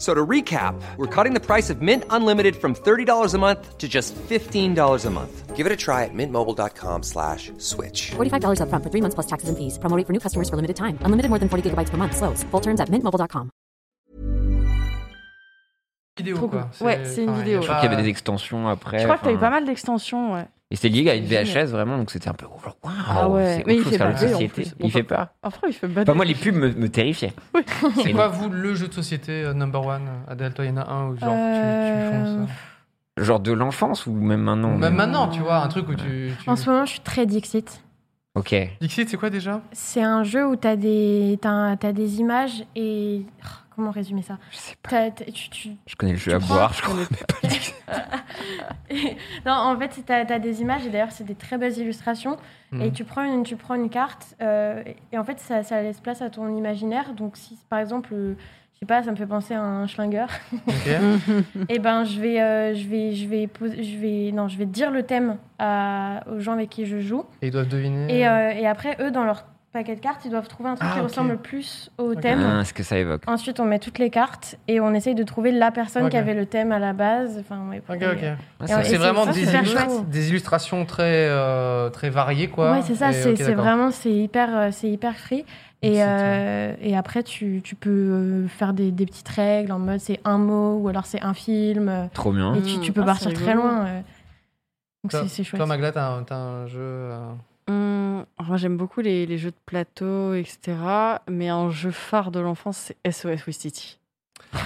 S6: So to recap, we're cutting the price of Mint Unlimited from $30 a month to just $15 a month. Give it a try at mintmobile.com slash switch.
S7: $45 upfront for three months plus taxes and fees. Promo rate for new customers for limited time. Unlimited more than 40 gigabytes per month. Slows. Full terms at mintmobile.com.
S2: vidéo,
S1: Trop
S2: quoi.
S1: cool. Ouais, c'est une
S2: enfin,
S1: vidéo.
S2: y a
S3: Je crois
S2: pas-
S3: qu'il y avait des extensions après.
S1: Je crois que t'as eu
S3: enfin,
S1: pas mal d'extensions. Ouais.
S3: Et c'était lié à une
S1: Génial.
S3: VHS vraiment, donc c'était un peu. Waouh,
S1: Ah ouais.
S3: c'est autre
S1: Mais il
S3: chose
S1: fait
S3: par
S1: pas
S3: la
S1: peur, en
S3: société.
S1: plus.
S3: Il fait pas.
S1: Enfin, il fait pas
S3: Enfin, moi, les pubs me, me
S1: (laughs)
S3: terrifiaient.
S2: C'est quoi, vous, le jeu de société euh, number one Adèle, toi, il y en a un où genre, tu, tu
S4: Euh,
S2: fonces.
S3: Genre de l'enfance ou même
S1: Euh,
S3: maintenant
S2: Même
S3: mais-
S2: maintenant, tu vois, un truc où tu. tu...
S4: En ce moment, je suis très Dixit.
S3: Ok.
S2: Dixit, c'est quoi déjà
S4: C'est un jeu où t'as des, t'as, un- t'as des images et. oh, Comment résumer ça
S3: Je sais pas.
S4: T'as- t'as- tu- tu-
S3: Je connais le jeu
S4: Tu
S3: à
S4: prends-
S3: boire, je crois.
S4: (laughs) Non, en fait, c'est- t'as, t'as des images et d'ailleurs, c'est des très belles illustrations.
S2: Mhm.
S4: Et tu prends une, tu prends une carte euh, et en fait, ça, ça laisse place à ton imaginaire. Donc, si par exemple, euh, je sais pas, ça me fait penser à un schlinger.
S2: Ok.
S4: (laughs) Eh ben, je vais, euh, je vais, je vais, poser- je vais, non, je vais dire le thème à- aux gens avec qui je joue.
S2: Et ils doivent deviner.
S4: Et, euh, et après, eux, dans leur paquet de cartes, ils doivent trouver un truc
S2: Ah,
S4: qui
S2: ok.
S4: ressemble le plus au
S2: Ok.
S4: thème.
S3: Ah, ce que ça évoque.
S4: Ensuite, on met toutes les cartes et on essaye de trouver la personne
S2: Ok.
S4: qui avait le thème à la base. Enfin, ouais,
S2: Ok,
S4: et-
S2: ok.
S3: Ah,
S4: Et
S3: ça-
S4: on-
S2: C'est vraiment
S4: ça,
S2: des,
S4: c'est super
S2: illustra-
S4: chouette.
S2: des illustrations très, euh, très variées, quoi.
S4: Ouais, c'est ça,
S2: Et,
S4: c'est
S2: ok,
S4: c'est
S2: d'accord.
S4: vraiment c'est hyper, euh, c'est hyper free. Et,
S2: Excellent.
S4: euh, et après, tu, tu peux euh, faire des, des petites règles en mode c'est un mot ou alors c'est un film. euh,
S3: Trop bien.
S4: Et tu, tu peux
S1: Ah,
S4: partir
S1: c'est
S4: très
S1: rigolo.
S4: loin. euh. Donc c'est- c'est chouette.
S2: Mmh. Toi, Magla, t'as un, t'as un jeu. euh,
S1: Hum, alors moi, j'aime beaucoup les, les jeux de plateau, etc. Mais un jeu phare de l'enfance, c'est SOS West City.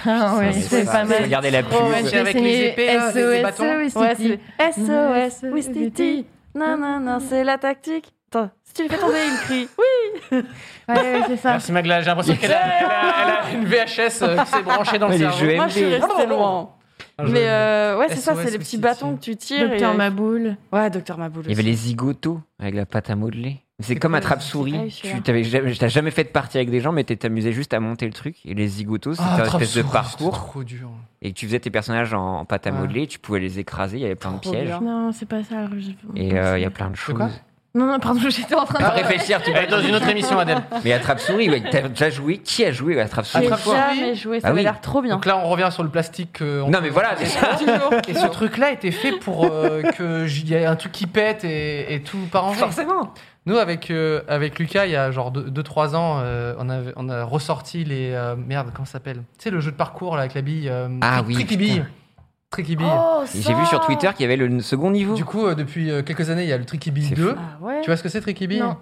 S4: Ah ouais,
S3: Ça,
S4: c'est pas mal.
S3: Regardez la pub.
S4: Oh, ouais,
S2: C'est
S4: j'ai
S2: avec les
S4: essayé
S2: épées, là, les- les bâtons.
S1: Ouais,
S4: SOS,
S1: SOS,
S4: SOS,
S1: Wistiti.
S4: Wistiti.
S1: Non, non, non, c'est la tactique. Attends, si tu le fais tomber, il crie. Oui,
S4: (laughs) Ouais, ouais, c'est ça.
S2: Merci Magla, j'ai l'impression (laughs) qu'elle a, elle a- elle a une VHS euh, qui s'est branchée dans le
S3: Elle est
S2: cerveau.
S3: jouée.
S1: moi, je suis
S3: MD.
S1: restée
S2: Oh, non,
S1: loin.
S2: Ah, je-
S1: Mais euh, ouais, c'est ça,
S2: SOS
S1: c'est les
S2: Wistiti.
S1: petits bâtons que tu tires. et-
S4: Docteur Maboule.
S1: Ouais, Docteur Maboule.
S3: Il y avait
S1: aussi.
S3: les zigotos avec la pâte à modeler. C'est
S2: C'est
S3: comme
S2: quoi,
S1: les zigotos Ah oui,
S3: attrape-souris.
S1: celui-là.
S3: Tu t'avais jamais, t'as jamais fait de partie avec des gens, mais t'es amusé juste à monter le truc. Et les zigotos, c'était
S2: Ah,
S3: un espèce de
S2: Trappe-souris,
S3: parcours.
S2: c'était trop dur.
S3: Et tu faisais tes personnages en, en pâte à
S2: Ouais.
S3: modeler, tu pouvais les écraser, il y avait plein de
S1: Trop
S3: pièges.
S1: bien.
S4: Non, c'est pas ça. alors je-
S3: Et euh, il y a plein de choses.
S2: quoi
S4: Non, non, pardon, (laughs) j'étais en train
S3: Tu
S4: de.
S3: peux réfléchir, tu
S2: Elle est
S3: vas
S2: dans une autre émission, Adèle.
S3: (laughs) Mais attrape-souris, ouais, t'as déjà joué Qui a joué à attrape-souris
S1: J'ai
S2: Attrape-souris.
S1: jamais joué, ça
S3: Ah
S1: avait
S3: oui.
S1: l'air trop bien.
S2: Donc là, on revient sur le plastique. euh, en-
S3: Non, mais voilà, déjà.
S2: Et ce truc-là était fait pour euh, (laughs) que qu'il y ait un truc qui pète et, et tout par en
S3: Forcément.
S2: Nous, avec, euh, avec Lucas, il y a genre 2-3 ans, euh, on, avait- on a ressorti les. euh, merde, comment ça s'appelle Tu sais, le jeu de parcours là, avec la bille. euh,
S3: Ah
S2: tri-
S3: oui,
S2: Tricky
S3: putain.
S2: bille. Tricky bille.
S1: Oh,
S3: Et
S1: ça
S3: J'ai vu sur Twitter qu'il y avait le second niveau.
S2: Du coup, euh, depuis euh, quelques années, il y a le Tricky Bille
S3: C'est
S2: 2.
S1: Ah ouais.
S2: Tu vois ce que c'est, Tricky Bille
S4: Non.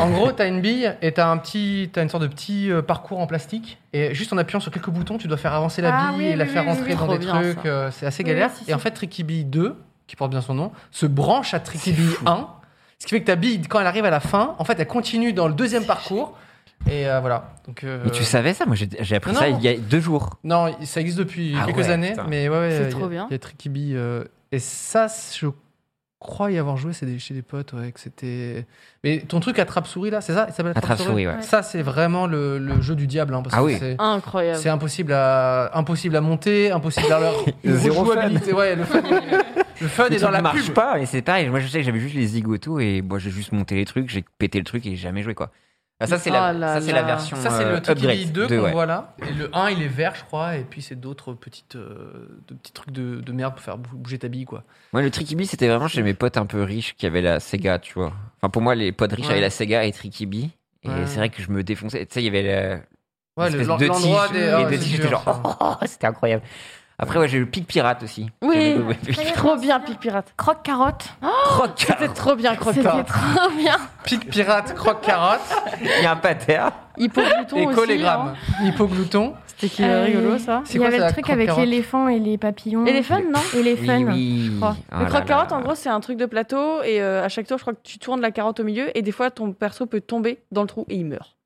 S2: En gros, t'as une bille et t'as un petit, t'as une sorte de petit euh, parcours en plastique. Et juste en appuyant sur quelques boutons, tu dois faire avancer la
S4: Ah
S2: bille
S4: oui,
S2: et la
S4: oui,
S2: faire
S4: oui,
S2: rentrer
S4: oui,
S2: dans
S1: trop
S2: des
S1: bien,
S2: trucs.
S1: ça.
S2: euh, c'est assez
S4: Oui,
S2: galère.
S4: oui, si,
S2: Et en
S4: si.
S2: fait, Tricky Bille 2, qui porte bien son nom, se branche à Tricky Bille 1. Ce qui fait que ta bille, quand elle arrive à la fin, en fait, elle continue dans le deuxième parcours. Et euh, voilà. Donc, euh,
S3: Mais tu savais ça Moi, j'ai j'ai appris
S2: Non,
S3: ça
S2: non.
S3: il y a deux jours.
S2: Non, ça existe depuis
S3: Ah
S2: quelques
S3: ouais,
S2: années.
S3: putain.
S2: Mais ouais, ouais,
S1: C'est
S2: il y a-
S1: trop bien.
S2: Il y a Tricky Bee, euh, et ça, c- je crois y avoir joué c'est des- chez des potes. Ouais, que c'était. Mais ton truc attrape-souris, là, c'est ça Il s'appelle
S3: Attrape-souris, ouais.
S4: Ouais.
S2: Ça, c'est vraiment le, le jeu du diable. hein, parce
S3: Ah
S2: que
S3: oui.
S2: c'est-
S1: Incroyable.
S2: C'est impossible à, impossible à monter, impossible
S3: (laughs)
S2: à leur
S3: Zéro fun.
S2: rejouabilité. Ouais, le fun, le fun
S3: Le
S2: est dans
S3: truc
S2: la
S3: marche
S2: pub.
S3: pas et c'est pareil moi je sais que j'avais juste les zigotos et moi j'ai juste monté les trucs j'ai pété le truc et j'ai jamais joué quoi Ah, ça c'est
S1: Oh là
S3: la ça c'est la
S1: là.
S3: version
S2: Ça, c'est
S3: euh,
S2: le Tricky
S3: upgrade
S2: 2
S3: de,
S2: qu'on
S3: ouais.
S2: voit là. Et le 1, il est vert, je crois. Et puis, c'est d'autres petites, euh, de petits trucs de, de merde pour faire bou- bouger ta bille, quoi.
S3: moi le Tricky Bee c'était vraiment chez mes potes un peu riches qui avaient la Sega tu vois enfin pour moi les potes riches
S2: Ouais.
S3: avaient la Sega et Tricky Bee et
S2: Ouais.
S3: c'est vrai que je me défonçais tu sais il y avait la-
S2: Ouais,
S3: l'espèce
S2: le-
S3: de
S2: l'endroit
S3: tige
S2: des-
S3: et
S2: ah,
S3: de
S2: c'est
S3: tige
S2: dur,
S3: j'étais
S2: ça.
S3: genre (laughs) oh, oh, c'était incroyable après ouais j'ai eu le Pic Pirate aussi
S1: Oui.
S3: J'avais- ouais,
S1: Trop bien, Pic Pirate. Oh,
S4: Croque carotte.
S3: Croque
S1: C'était trop bien, Croque
S4: C'était
S1: Pirate.
S4: trop bien.
S2: Pique pirate, croque carotte
S3: (laughs) il y a un pater
S1: Hippoglouton
S2: et
S1: aussi.
S2: collégramme.
S1: hein.
S2: Hypoglouton.
S1: C'était qui euh, rigolo, ça.
S2: C'est
S4: Il y
S2: quoi,
S4: avait
S2: ça,
S4: le
S2: la
S4: truc avec
S2: croque-carotte
S4: l'éléphant et les papillons.
S1: Et les fans, non
S4: Et les
S3: oui
S4: fans.
S3: oui
S4: crois.
S3: Oh
S1: le
S3: là
S1: croque-carotte,
S3: là.
S1: en gros, c'est un truc de plateau et euh, à chaque tour, je crois que tu tournes la carotte au milieu et des fois, ton perso peut tomber dans le trou et il meurt.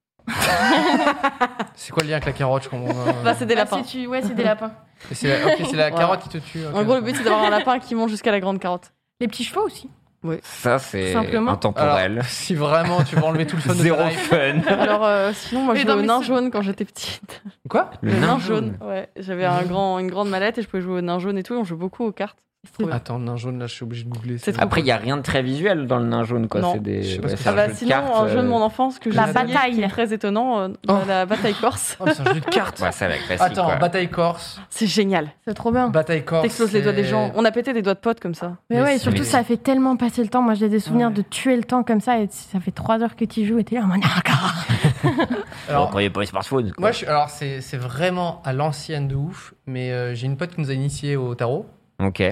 S2: C'est quoi le lien avec la carotte je
S4: (laughs)
S2: comprends pas.
S1: (laughs) Bah, c'est des
S4: Ah,
S1: lapins.
S4: c'est tu- Ouais, c'est des lapins.
S2: Et c'est la, ok, c'est la
S1: (laughs) Voilà.
S2: carotte qui te tue. ok,
S1: en gros, le
S2: d'accord.
S1: but, c'est d'avoir un lapin qui monte jusqu'à la grande carotte.
S4: Les petits chevaux aussi.
S3: ça c'est
S4: Simplement.
S2: Alors,
S3: intemporel
S2: si vraiment tu veux enlever tout le fun de
S3: zéro
S2: ta life.
S3: fun
S1: Alors, euh, sinon, moi,
S4: Et
S1: je
S4: non,
S1: jouais au
S4: mais
S1: nain
S4: c'est-
S1: jaune quand j'étais petite.
S2: Quoi
S1: Le, nain jaune. Ouais, j'avais un grand, une grande mallette et je pouvais jouer au nain jaune et tout. Et on joue beaucoup aux cartes. C'est trop bien.
S2: Attends, nain jaune, là, je suis obligé de googler.
S1: C'est
S2: ça.
S1: trop
S3: Après, il n'y a rien de très visuel dans le nain jaune. Quoi.
S1: Non.
S3: C'est des...
S2: Je sais pas
S3: ouais,
S2: ce que
S3: c'est
S2: c'est.
S1: Ah
S3: un
S1: bah,
S3: jeu de
S1: sinon,
S3: cartes,
S1: un jeu de
S3: euh,
S1: mon enfance que j'ai
S4: La
S1: essayé,
S4: bataille.
S1: qui est très étonnant, euh,
S2: Oh.
S1: la bataille corse.
S2: Oh, mais c'est un jeu de cartes.
S3: Ouais, c'est la classique.
S2: Attends,
S3: quoi.
S2: bataille corse.
S1: C'est génial.
S4: C'est trop bien.
S2: Bataille corse.
S1: T'exploses les doigts des
S2: c'est-
S1: gens. On a pété des doigts de potes comme ça.
S4: Mais,
S2: Mais
S4: ouais, et
S2: c'est-
S4: surtout,
S2: mais-
S4: (laughs) ça fait tellement passer le temps. Moi, j'ai des souvenirs
S1: Ouais.
S4: de tuer le temps comme ça. Et ça fait trois heures que tu joues et t'es là en mode. Ah, encore.
S2: Alors,
S3: Bon, quand il n'y a pas les smartphones. quoi.
S2: Moi, je suis- alors c'est c'est vraiment à l'ancienne de ouf, mais euh, j'ai une pote qui nous a initiés au tarot.
S3: Ok.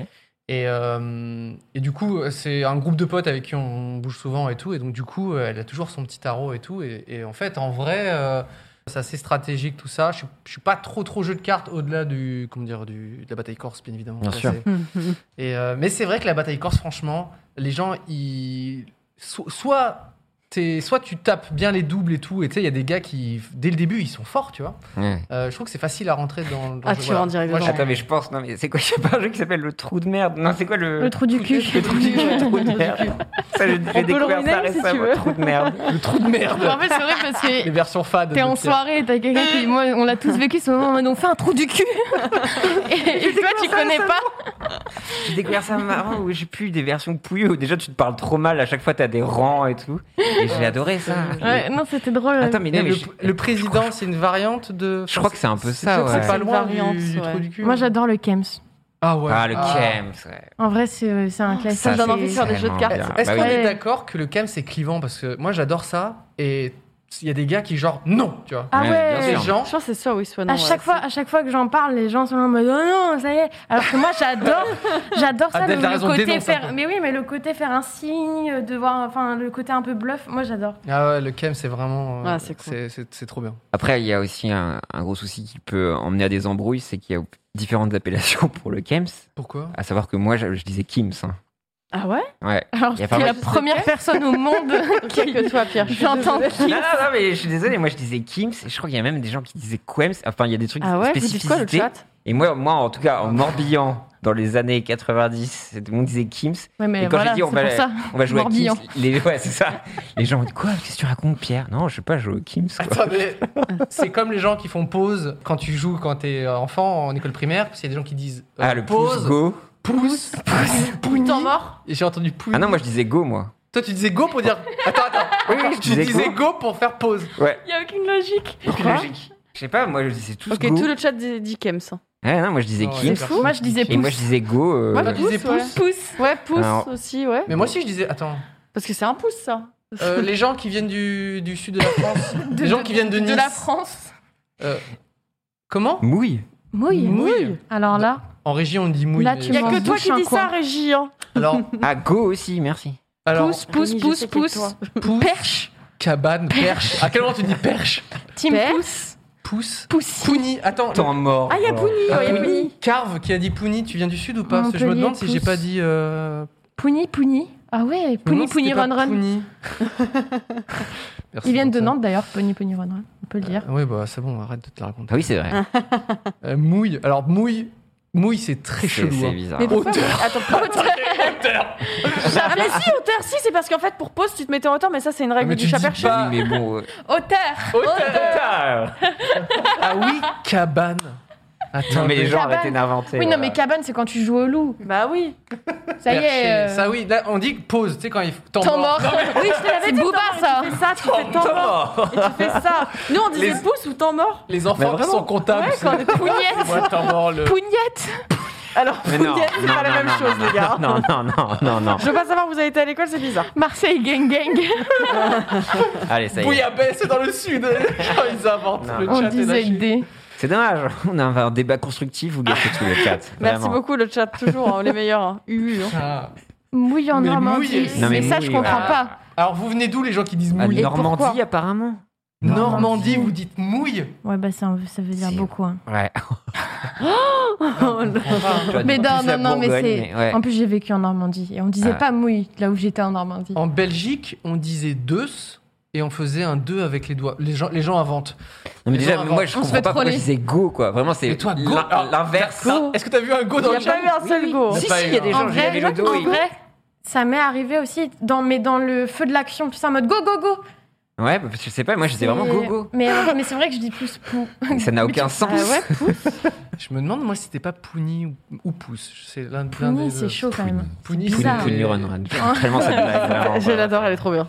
S2: Et, euh, et du coup, c'est un groupe de potes avec qui on bouge souvent et tout. Et donc, du coup, elle a toujours son petit tarot et tout. Et, et en fait, en vrai, euh, c'est assez stratégique tout ça. Je, suis- je suis pas trop trop jeu de cartes au-delà du comment dire du, de la bataille corse, bien évidemment.
S3: Bien
S2: Ça,
S3: sûr.
S2: c'est- Et, euh, mais c'est vrai que la bataille corse, franchement, les gens, ils... so- soit, t'es- soit tu tapes bien les doubles et tout, et tu sais, il y a des gars qui, dès le début, ils sont forts, tu vois.
S3: Ouais.
S2: Euh, je trouve que c'est facile à rentrer dans, dans
S1: Ah,
S2: le
S1: tu
S2: jeu.
S1: rentres direct
S2: Moi,
S1: dedans.
S2: j'ai-
S3: Attends, mais je pense. Non, mais c'est quoi Je sais pas un jeu qui s'appelle le trou de merde. Non, c'est quoi le.
S4: Le trou du cul.
S3: Le trou du (laughs) le trou
S1: (laughs)
S3: de merde. (laughs) Ça, j'ai- J'ai
S1: peut le
S3: découvert ça
S1: rename, si tu
S3: récemment.
S1: veux.
S3: trou de (laughs) merde.
S2: (laughs) Le trou de merde
S4: En fait, c'est vrai parce
S2: Les
S4: que
S2: versions fades. euh,
S4: t'es
S2: de
S4: en
S2: Pierre.
S4: soirée, t'as quelqu'un qui. Moi, on l'a tous vécu ce moment. mais On fait un trou du (laughs) cul. et, et toi, tu connais pas.
S3: J'ai découvert ça marrant où j'ai plus des versions pouilleux où déjà tu te parles trop mal. À chaque fois, t'as des rangs et tout. Et j'ai adoré ça.
S4: Ouais, non, c'était drôle.
S3: Attends, mais,
S2: Et
S3: non, mais
S2: le,
S3: je-
S2: le président, c'est une variante de.
S3: Je crois que c'est un peu ça,
S2: je crois que
S3: ouais.
S2: C'est pas
S1: C'est une
S2: loin du,
S1: variante,
S2: du
S1: ouais.
S2: trou du cul. hein.
S4: Moi, j'adore le Kems.
S2: Ah ouais.
S3: Ah, le
S2: Ah.
S3: Kems. ouais.
S4: En vrai, c'est c'est un classique.
S1: Ça me donne envie de faire des jeux de
S3: vraiment
S1: cartes.
S3: bien.
S2: Est-ce
S3: Bah
S2: qu'on
S3: oui.
S2: est d'accord que le cam c'est clivant Parce que moi j'adore ça et il y a des gars qui, genre, non, tu vois.
S4: Ah
S3: Ouais,
S4: ouais.
S3: bien
S2: Des
S3: sûr.
S2: gens,
S1: Je pense que c'est ça, oui, soit non.
S4: à chaque fois, à chaque fois que j'en parle, les gens sont là en mode oh non, ça y est. Alors que moi,
S2: (laughs)
S4: j'adore, j'adore ça.
S2: Adèle,
S4: le-
S2: t'as
S4: le
S2: raison,
S4: côté
S2: dénonce un
S4: faire,
S2: peu.
S4: mais oui, mais le côté faire un signe, de voir, enfin, le côté un peu bluff, moi, j'adore.
S2: ah ouais, le chem, c'est vraiment. euh,
S1: Ah, c'est cool.
S2: c'est- c'est trop (laughs) bien.
S3: Après, il y a aussi un, un gros souci qui peut emmener à des embrouilles, c'est qu'il y a différentes appellations (laughs) pour le Kems.
S2: Pourquoi
S3: À savoir que moi, je, je disais Kims. hein.
S1: Ah ouais
S3: Ouais.
S4: Alors,
S3: Il y a
S4: t'es
S3: pas
S4: la
S3: mal-
S4: première personne au monde qui
S1: Pire que toi, Pierre. je suis
S4: j'entends.
S1: désolée.
S3: (laughs) Non, non, non, mais je suis désolé, moi je disais Kims, et je crois qu'il y a même des gens qui disaient Quems, enfin il y a des trucs
S1: Ah ouais, vous dites
S3: spécifiques.
S1: quoi le chat
S3: et moi, moi, en tout cas, en Morbihan, dans les années 90, tout le monde disait Kims.
S4: Ouais, mais
S3: et quand
S4: voilà,
S3: j'ai dit on
S4: c'est
S3: va,
S4: pour ça.
S3: on va jouer
S4: Morbihan.
S3: à Kims, les, ouais, c'est ça. les gens ont dit quoi Qu'est-ce que tu racontes, Pierre Non, je sais pas, je joue au Kims. quoi.
S2: Attends, mais (laughs) c'est comme les gens qui font pause quand tu joues quand t'es euh, enfant en école primaire, parce qu'il y a des gens qui disent euh,
S3: ah, le pouce
S2: pause,
S3: go.
S2: pouce, pouce,
S1: Temps mort
S2: Et j'ai entendu pouce.
S3: Ah non, moi je disais go, moi.
S2: Toi, tu disais go pour dire. (laughs) Attends, attends.
S3: Oui, oui, je
S2: tu
S3: disais
S2: disais go pour faire pause.
S3: Ouais.
S4: Il y a aucune logique.
S1: Pourquoi
S3: Je sais pas, moi je disais tous
S1: Ok,
S3: go.
S1: tout le chat dit, dit Kems.
S3: Ouais, non, moi je disais
S2: Non,
S3: Kims.
S2: c'est
S4: Moi, je disais
S3: Et moi je disais go. euh,
S1: Ouais,
S2: Toi, tu disais
S1: Pouce, ouais.
S2: pouce.
S4: Pouce.
S1: Ouais, pouce
S3: Alors-
S1: aussi, ouais.
S2: Mais moi aussi, je disais. Attends.
S1: Parce que c'est un pouce, ça. (laughs)
S2: Euh, les gens qui viennent du, du sud de la France,
S4: De-
S2: les gens qui viennent de Nice.
S4: De la France.
S2: Euh, comment
S3: Mouille.
S4: Mouille.
S2: Mouille.
S4: Alors là,
S2: En régie, on dit mouille.
S4: Là,
S2: mais-
S4: tu
S1: Il y a
S4: Dans
S1: que toi
S4: douche,
S1: qui
S4: un
S1: dis
S4: coin.
S1: ça, Régie. Hein.
S2: Alors,
S3: Ah, go aussi, merci.
S2: alors
S4: pouce, pouce,
S1: Rémi, je
S4: pouce,
S1: sais que
S4: pouce.
S1: toi.
S2: pouce,
S4: Perche.
S2: cabane, perche. À quel moment tu dis perche
S4: Team
S1: Perche.
S4: pouce.
S2: Pouce.
S4: Pouce.
S2: Pouni. Attends.
S3: Temps mort.
S1: Ah, il y a
S3: genre.
S1: Pouni,
S2: Ah,
S1: ouais,
S2: Pouni.
S1: Pouni.
S2: Carve qui a dit Pouni, tu viens du sud ou pas Parce que je me
S4: Montpellier,
S2: demande si j'ai
S4: pouce.
S2: pas dit. euh,
S4: Pouni, Pouni. Ah ouais,
S2: je me
S4: Pouni,
S2: demande si
S4: Pouni,
S2: c'était pas
S4: Run Run. (laughs)
S2: Pouni. Merci
S4: Ils viennent
S2: pour
S4: de
S2: ça.
S4: Nantes d'ailleurs, Pouni, Pouni, Run Run. On peut le dire.
S2: Euh, Oui, bah c'est bon, arrête de te la raconter.
S3: Ah oui, c'est vrai.
S2: (laughs) Euh, mouille. Alors, mouille, mouille c'est très
S3: C'est-
S2: chelou.
S3: C'est
S2: hein.
S3: bizarre.
S1: Mais
S4: (laughs)
S1: pourquoi
S2: Hauteur.
S1: Attends,
S2: (laughs)
S1: Ah, mais si, hauteur, si, c'est parce qu'en fait, pour pause, tu te mettais en hauteur, mais ça, c'est une règle
S2: Ah, mais
S1: du
S2: tu
S1: chat
S2: dis
S1: perché.
S2: pas-
S3: Oui, mais bon. euh,
S4: Auteur.
S2: (laughs) Ah oui, cabane. Attends,
S3: Non, mais les gens
S4: Cabane.
S3: arrêtez d'inventer. euh,
S4: Oui, non,
S3: voilà.
S4: mais cabane, c'est quand tu joues au loup.
S1: Bah oui.
S4: Ça y
S2: Perché.
S4: est. euh,
S2: Ça oui, là, on dit pause, tu sais quand il temps
S4: Temps mort.
S1: Oui, je te l'avais
S4: C'est
S1: dit.
S4: Booba,
S1: temps
S4: ça.
S1: mort,
S4: (laughs)
S1: Tu fais ça, tu fais temps mort. Et tu fais ça. Nous, on disait
S2: Les-
S1: pouce ou temps mort.
S2: Les enfants
S3: Mais
S2: qui
S3: vraiment.
S2: sont comptables.
S1: Ouais,
S2: c'est- (laughs)
S1: quand on est pougnette.
S2: Moi, temps mort, le-
S4: Pougnette.
S1: Alors,
S3: Mais non,
S1: pougnette, c'est
S3: non,
S1: pas la
S3: non,
S1: même
S3: non,
S1: chose,
S3: non,
S1: les gars.
S3: Non, non, non, non, non.
S1: Je veux pas savoir où vous avez été à l'école, c'est bizarre.
S4: Marseille gang
S1: (laughs)
S4: gang.
S3: Allez, ça y est.
S2: Bouillabaisse c'est dans le sud. (laughs) Ils inventent
S3: Non.
S2: le
S4: On
S2: chat. est
S4: disait
S2: lâché.
S4: D.
S3: C'est dommage. (laughs) On a un débat constructif, vous gâchez tout
S1: (laughs)
S3: le chat.
S1: Merci
S3: Vraiment.
S1: beaucoup, le chat, toujours, hein, les meilleurs. hein. UU. hein.
S2: Ah.
S4: Mouille en
S2: Mais
S4: Normandie.
S2: mouille.
S3: Non,
S4: mais
S3: mais
S4: ça, je
S3: mouille,
S4: comprends
S3: ouais.
S4: pas.
S2: Alors vous venez d'où les gens qui disent
S3: Ah,
S2: mouille
S3: Normandie,
S4: pourquoi
S3: apparemment.
S2: Normandie, vous dites mouille
S4: Ouais, bah ça, ça veut dire
S3: C'est-
S4: beaucoup. hein.
S3: Ouais.
S4: (laughs)
S1: Oh, non.
S3: (laughs) Tu as dit
S4: Mais non,
S3: plus la
S4: non, non, mais
S3: Bourgogne,
S4: c'est.
S3: ouais.
S4: En plus, j'ai vécu en Normandie et on disait
S3: Ah.
S4: pas mouille là où j'étais en Normandie.
S2: En Belgique, on disait deux et on faisait un deux avec les doigts. Les gens, les gens inventent.
S3: Non, mais
S2: Les
S3: déjà,
S2: gens
S3: moi, je
S4: On se
S3: comprends
S4: fait
S3: pas pourquoi
S4: troller.
S3: je disais go, quoi. Vraiment, c'est
S2: Et toi, go
S3: l'in-
S2: Alors,
S3: l'inverse. Hein.
S2: Ah, Est-ce que t'as vu un go
S1: Il
S2: dans
S1: n'y
S2: le
S1: a pas
S2: chat
S1: eu un seul go.
S2: Il y a
S3: Si,
S2: pas
S3: si,
S2: eu
S3: il y a des
S2: un.
S3: gens,
S4: En
S3: je regardais
S4: vrai,
S3: le dos.
S4: en
S3: ils-
S4: vrai, ça m'est arrivé aussi dans mais dans le feu de l'action, tout ça en mode go go go.
S3: Ouais, bah, je sais pas, moi, je disais vraiment
S4: Et-
S3: go, go.
S4: Mais mais c'est vrai que je dis pouce pou.
S3: Mais Ça
S4: (laughs)
S3: n'a aucun
S1: Ah
S3: sens.
S1: ouais, pouce.
S2: (laughs) Je me demande moi si c'était pas Pouni ou, ou Pouce. C'est l'un l'un
S4: Pouni,
S2: des
S4: c'est
S2: deux.
S4: chaud quand même.
S2: Pouni,
S3: Pouni,
S4: C'est bizarre.
S2: c'est-
S3: Pouni Run Run. J'aime Tellement cette
S1: (laughs)
S3: blague, vraiment.
S1: Je l'adore, elle est trop bien.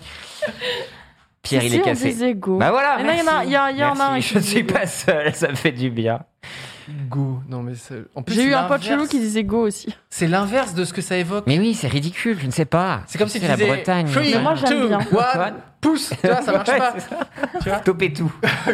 S3: Pierre,
S1: Si,
S3: il est
S1: si, On
S3: cassé.
S1: disait go.
S3: Bah voilà.
S1: Et non, il y en a-
S3: merci.
S1: il y en a- il y en a
S3: Merci,
S1: un qui
S3: Je ne
S1: disait
S3: suis
S1: go.
S3: pas seul, ça fait du bien.
S2: Go. Non mais c'est- en plus,
S1: J'ai
S2: c'est
S1: eu un pote chelou
S2: l'inverse.
S1: qui disait go aussi.
S3: (laughs)
S2: C'est l'inverse de ce que ça évoque.
S3: Mais oui, c'est ridicule, je ne sais pas.
S2: C'est comme si tu
S3: la
S2: disais
S3: Bretagne.
S2: three,
S1: Mais moi, j'aime
S2: two,
S1: bien.
S2: one, pouce. Tu vois, ça marche
S3: Ouais,
S2: pas.
S3: c'est ça.
S2: Tu vois
S3: Stopper
S2: (laughs)
S3: tout.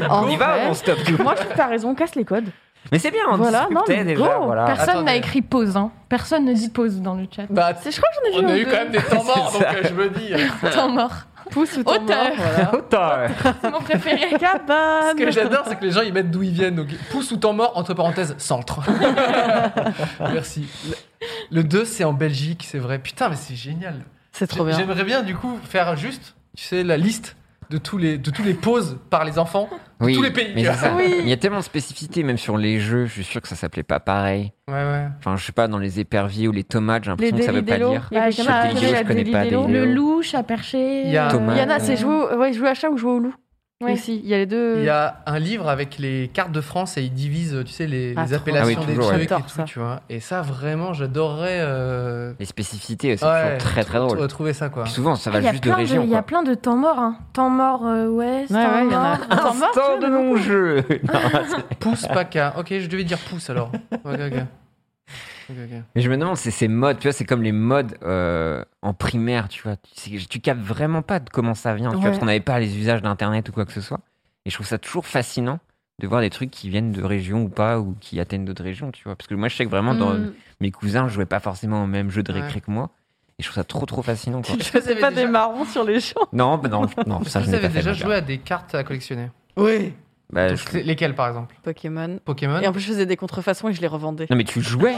S1: En
S3: on y va
S1: vrai,
S3: ou on stoppe tout
S1: Moi, je trouve que (laughs) t'as raison, on casse les codes.
S3: Mais c'est bien, on
S1: Voilà, non,
S3: discutait
S1: mais
S3: déjà.
S1: go.
S3: Voilà.
S4: Personne n'a
S2: Attendez.
S4: écrit pause. Hein. Personne ne dit pause dans le chat.
S2: Bah,
S1: C'est- Je crois que j'en ai
S2: on
S1: vu
S2: a
S1: un
S2: eu
S1: deux.
S2: quand même
S3: (laughs)
S2: des temps morts,
S3: C'est
S2: donc
S3: ça.
S2: euh, je me dis. euh,
S4: Temps mort.
S1: pouce ou temps mort,
S4: Auteur.
S1: voilà.
S3: Auteur.
S4: C'est mon
S3: (laughs)
S4: préféré.
S1: Cabane.
S2: Ce que j'adore,
S3: Ah,
S2: c'est que les gens ils mettent d'où ils viennent. Donc, pouce ou temps mort, entre parenthèses,
S1: (laughs)
S2: centre. Merci. Le- Le 2, c'est en Belgique, c'est vrai. Putain, mais c'est génial.
S1: C'est trop
S2: J'ai-
S1: bien.
S2: J'aimerais bien, du coup, faire juste, tu sais, la liste de tous les, de tous les pauses par les enfants de
S3: Oui,
S2: tous les pays.
S3: mais c'est ça.
S1: Oui.
S3: Il y a tellement de spécificités, même sur les jeux, je suis sûr que ça s'appelait pas pareil.
S2: Ouais, ouais.
S3: Enfin, je sais pas, dans les éperviers ou les tomates, j'ai
S1: Les
S3: l'impression que ça veut pas
S1: Delidello.
S3: lire.
S1: Il y
S4: Ah,
S1: a quelqu'un
S4: je sais
S1: qui
S4: pas,
S1: connaît
S4: je
S1: la
S3: connais pas
S1: Delidello.
S3: les-
S4: Le loup, chat perché.
S2: Il y a-
S3: Thomas.
S1: Il y en a, c'est
S4: Euh,
S1: jouer, au- ouais, jouer à chat ou jouer au loup.
S4: Oui.
S1: Oui, si, il y a les
S2: Il
S1: deux.
S2: y a un livre avec les cartes de France et ils divisent, tu sais, les,
S1: Ah,
S2: les
S1: trop
S2: appellations
S3: bien. Ah oui,
S2: des
S3: toujours, ouais.
S2: trucs et
S1: J'adore
S2: tout,
S1: ça.
S2: tu vois. Et ça, vraiment, j'adorerais euh,
S3: Les spécificités, c'est toujours
S2: Ouais,
S3: très très drôle.
S2: trouver ça, quoi.
S3: Puis souvent, ça va
S4: Ah,
S1: Ah,
S4: il y a
S3: juste de
S4: plein de,
S3: région.
S4: il y a
S3: quoi.
S4: plein de temps mort. Hein. Temps mort euh, ouest,
S1: Ouais,
S4: temps
S1: ouais, il y en a.
S4: mort. Temps mort.
S3: Instant de mon
S2: (laughs)
S3: jeu. Non,
S1: (laughs)
S2: Pouce, paca. Ok, je devais dire pouce alors. Ok, ok. Ok, ok.
S3: Mais je me demande, c'est ces modes, tu vois, c'est comme les modes euh, en primaire, tu vois. Tu, c'est- tu captes vraiment pas de comment ça vient, tu vois,
S1: Ouais.
S3: parce qu'on n'avait pas les usages d'Internet ou quoi que ce soit. Et je trouve ça toujours fascinant de voir des trucs qui viennent de régions ou pas, ou qui atteignent d'autres régions, tu vois. Parce que moi, je sais que vraiment, dans
S1: Mm.
S3: mes cousins jouaient pas forcément au même jeu de
S2: Ouais.
S3: récré que moi. Et je trouve ça trop, trop fascinant, quoi.
S1: Je faisais pas des marrons sur les gens.
S3: non, bah
S2: (laughs)
S3: non, non, ça, je
S2: Vous
S3: n'ai
S2: avez
S3: pas fait.
S2: déjà
S3: mon gars.
S2: joué à des cartes à collectionner
S1: Oui.
S3: Bah,
S2: Donc,
S3: je-
S2: les- Lesquelles, par exemple
S1: Pokémon.
S2: Pokémon
S1: Et en plus, je faisais des contrefaçons et je les revendais.
S3: Non, mais tu jouais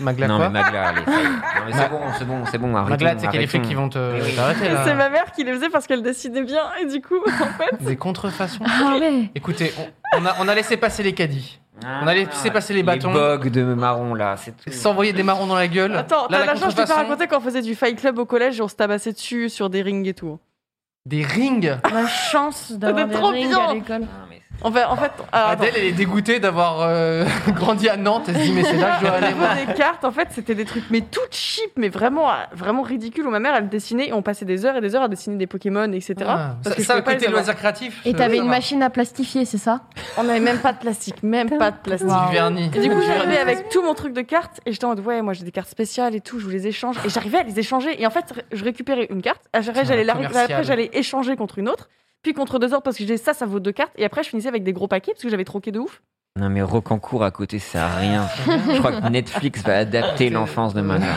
S2: Magla
S3: Non,
S2: quoi
S3: mais Magla, allez, ça y est. Non, mais c'est bon, c'est bon, c'est bon, arrêtons.
S2: Magla, c'est quels effets
S3: arrêtons.
S2: qui vont
S3: Oui, oui.
S2: te t'arrêter
S1: Et C'est
S2: là
S1: ma mère qui les faisait parce qu'elle dessinait bien et du coup, (laughs) en fait.
S2: Des contrefaçons.
S4: Ah ouais
S2: Écoutez, on, on a, on a laissé passer les caddies.
S3: Ah.
S2: On allait laisser passer les bâtons.
S3: Les bugs de marron là, c'est tout.
S2: S'envoyer des marrons dans la gueule.
S1: Attends,
S2: là,
S1: t'as
S2: la
S1: la chance, je t'ai pas
S2: contrefaçon.
S1: raconté qu'on faisait du Fight Club au collège et on se tabassait dessus sur des rings et tout.
S2: Des rings.
S4: La
S1: (laughs)
S4: chance d'avoir
S1: C'était
S4: des
S1: trop
S4: rings
S1: bien.
S4: à l'école.
S3: Non, mais
S1: En fait, en fait ah, attends.
S2: Adèle, elle est dégoûtée d'avoir euh, (laughs) grandi à Nantes. Elle se dit, mais c'est là que je dois
S1: Au
S2: aller.
S1: niveau
S2: moi.
S1: des cartes, en fait, c'était des trucs, mais toutes cheap, mais vraiment, ah, vraiment ridicule. Où ma mère, elle dessinait, et on passait des heures et des heures à dessiner des Pokémon, etc.
S2: Ah,
S1: hein.
S2: ça,
S1: parce que je
S2: ça,
S1: pouvais
S2: le
S1: pas les
S2: côté
S1: avoir.
S2: loisir créatif. euh.
S4: Et
S3: Ah
S2: je-
S4: t'avais
S2: ça
S4: une
S2: va.
S4: machine à plastifier, c'est ça
S1: On n'avait même pas de plastique, même pas de plastique.
S4: Wow.
S2: Du vernis.
S1: Et du coup,
S2: Du
S1: j'arrivais
S2: vernis.
S1: avec tout mon truc de cartes et j'étais en mode, ouais, moi j'ai des cartes spéciales et tout, je vous les échange. Et j'arrivais à les échanger. Et en fait, je récupérais une carte, après
S2: Putain,
S1: j'allais la-
S2: commercial.
S1: après, j'allais échanger contre une autre, puis contre deux autres parce que j'ai ça, ça vaut deux cartes. Et après, je finissais avec des gros paquets parce que j'avais troqué de ouf.
S3: Non mais Rocancourt à côté, ça a rien. (laughs) Je crois que Netflix va
S1: (laughs)
S3: adapter l'enfance de Magla.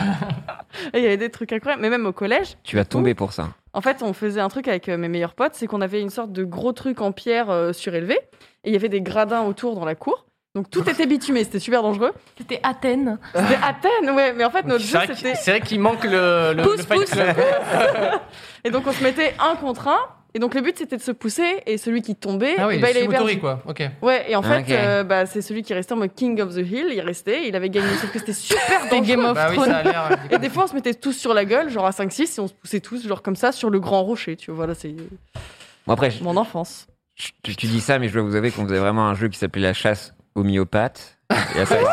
S1: Et il y avait des trucs incroyables. Mais même au collège,
S3: Tu vas tomber pour ça.
S1: en fait, on faisait un truc avec euh, mes meilleurs potes, c'est qu'on avait une sorte de gros truc en pierre euh, surélevé et il y avait des gradins autour dans la cour. Donc tout était bitumé, c'était super dangereux.
S4: C'était Athènes.
S1: C'était Athènes, ouais, mais en fait notre
S2: C'est
S1: jeu
S2: vrai qu'il-
S1: c'était
S2: c'est vrai qu'il manque le, le,
S1: Pousse,
S2: le Fight
S1: pousse.
S2: Club.
S1: Et donc on se mettait un contre un. Et donc le but c'était de se pousser et celui qui tombait,
S2: Ah
S1: eh
S2: oui,
S1: ben, il
S2: c'est
S1: avait perdu.
S2: quoi. Ah, Ok.
S1: Ouais, et en fait
S3: Ok.
S1: euh, bah, c'est celui qui restait en mode King of the Hill, il restait, il avait gagné sauf que c'était super dangereux.
S4: Game of
S2: Bah oui,
S4: Thrones.
S2: ça a l'air.
S1: Et des fois on se mettait tous sur la gueule, genre à 5-6 et on se poussait tous genre comme ça sur le grand rocher, tu vois, voilà c'est
S3: Bon après, je-
S1: mon enfance.
S3: je- tu, tu dis ça, mais je dois vous avouer qu'on faisait vraiment un jeu qui s'appelait la chasse aux myopathes. Et à
S2: (laughs)
S3: savoir,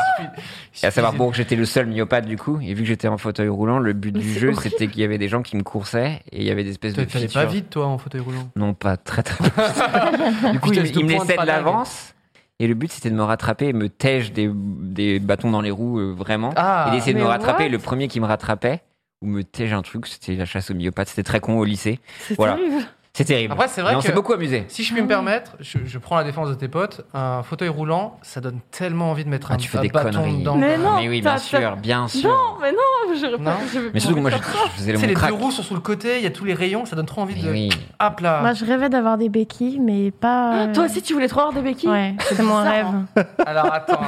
S3: et à savoir, bon, que j'étais le seul myopathe du coup, et vu que j'étais en fauteuil roulant, le but du
S1: c'est
S3: jeu
S1: horrible.
S3: c'était qu'il y avait des gens qui me coursaient et il y avait des espèces de
S2: T'allais pas
S3: features.
S2: vite, toi, en fauteuil roulant.
S3: Non, pas très très
S2: (laughs)
S3: vite. Du coup, il,
S2: Vitesse de
S3: il me
S2: pointe,
S3: laissait
S2: pas
S3: de
S2: dingue.
S3: l'avance. Et le but, c'était de me rattraper et me tège des, des bâtons dans les roues, euh, vraiment.
S2: Ah.
S3: et d'essayer de me
S1: mais
S3: rattraper.
S1: what
S3: Le premier qui me rattrapait, ou me tège un truc, c'était la chasse au myopathe. C'était très con au lycée.
S1: C'est
S3: Voilà.
S1: terrible.
S3: C'est terrible.
S2: Après, c'est vrai
S3: Mais on
S2: que-
S3: s'est beaucoup amusé.
S2: Si je puis me permettre, je, je prends la défense de tes potes. Un fauteuil roulant, ça donne tellement envie de mettre
S3: Ah,
S2: un,
S3: tu fais
S2: un
S3: des
S2: bâton
S3: conneries.
S2: dedans.
S1: Mais non,
S3: mais oui, bien
S1: t'as-
S3: sûr,
S1: t'as-
S3: bien sûr.
S1: Non, mais non, j'aurais pas-
S2: Non.
S1: j'avais pas
S3: mais surtout que moi,
S1: envie
S3: je,
S1: de faire ça.
S3: je faisais
S2: Tu sais,
S3: mon
S2: les
S3: crack.
S2: deux roues sont sous le côté, il y a tous les rayons, ça donne trop envie
S3: Mais
S2: de.
S3: oui.
S2: Hop là
S4: Moi, je rêvais d'avoir des béquilles, mais pas. euh,
S1: Ah. Toi aussi tu voulais trop avoir des béquilles
S4: Ouais, c'était mon
S1: bizarre,
S4: rêve.
S2: Alors attends,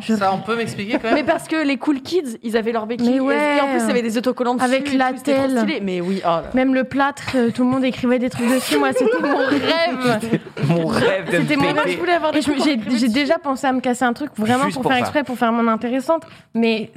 S4: Je-
S2: ça on peut m'expliquer quand
S1: Mais
S2: même
S1: parce que les cool kids, ils avaient leurs béquilles.
S4: Mais
S1: et-
S4: ouais.
S1: Et en plus, il y avait des autocollants dessus
S4: Avec
S1: et tout,
S4: la
S1: c'était trop
S4: telle.
S1: stylé. Mais oui, oh là.
S4: Même le plâtre, euh, tout le monde écrivait des trucs dessus. Moi, c'était
S1: (laughs)
S4: mon rêve.
S3: Mon rêve de
S4: C'était mon
S3: me
S4: rêve,
S3: péter.
S4: je
S1: voulais avoir
S4: Et je me- j'ai j'ai déjà pensé à me casser un truc vraiment
S3: Juste
S4: pour,
S3: pour
S4: faire
S3: ça.
S4: exprès, pour faire mon intéressante. Mais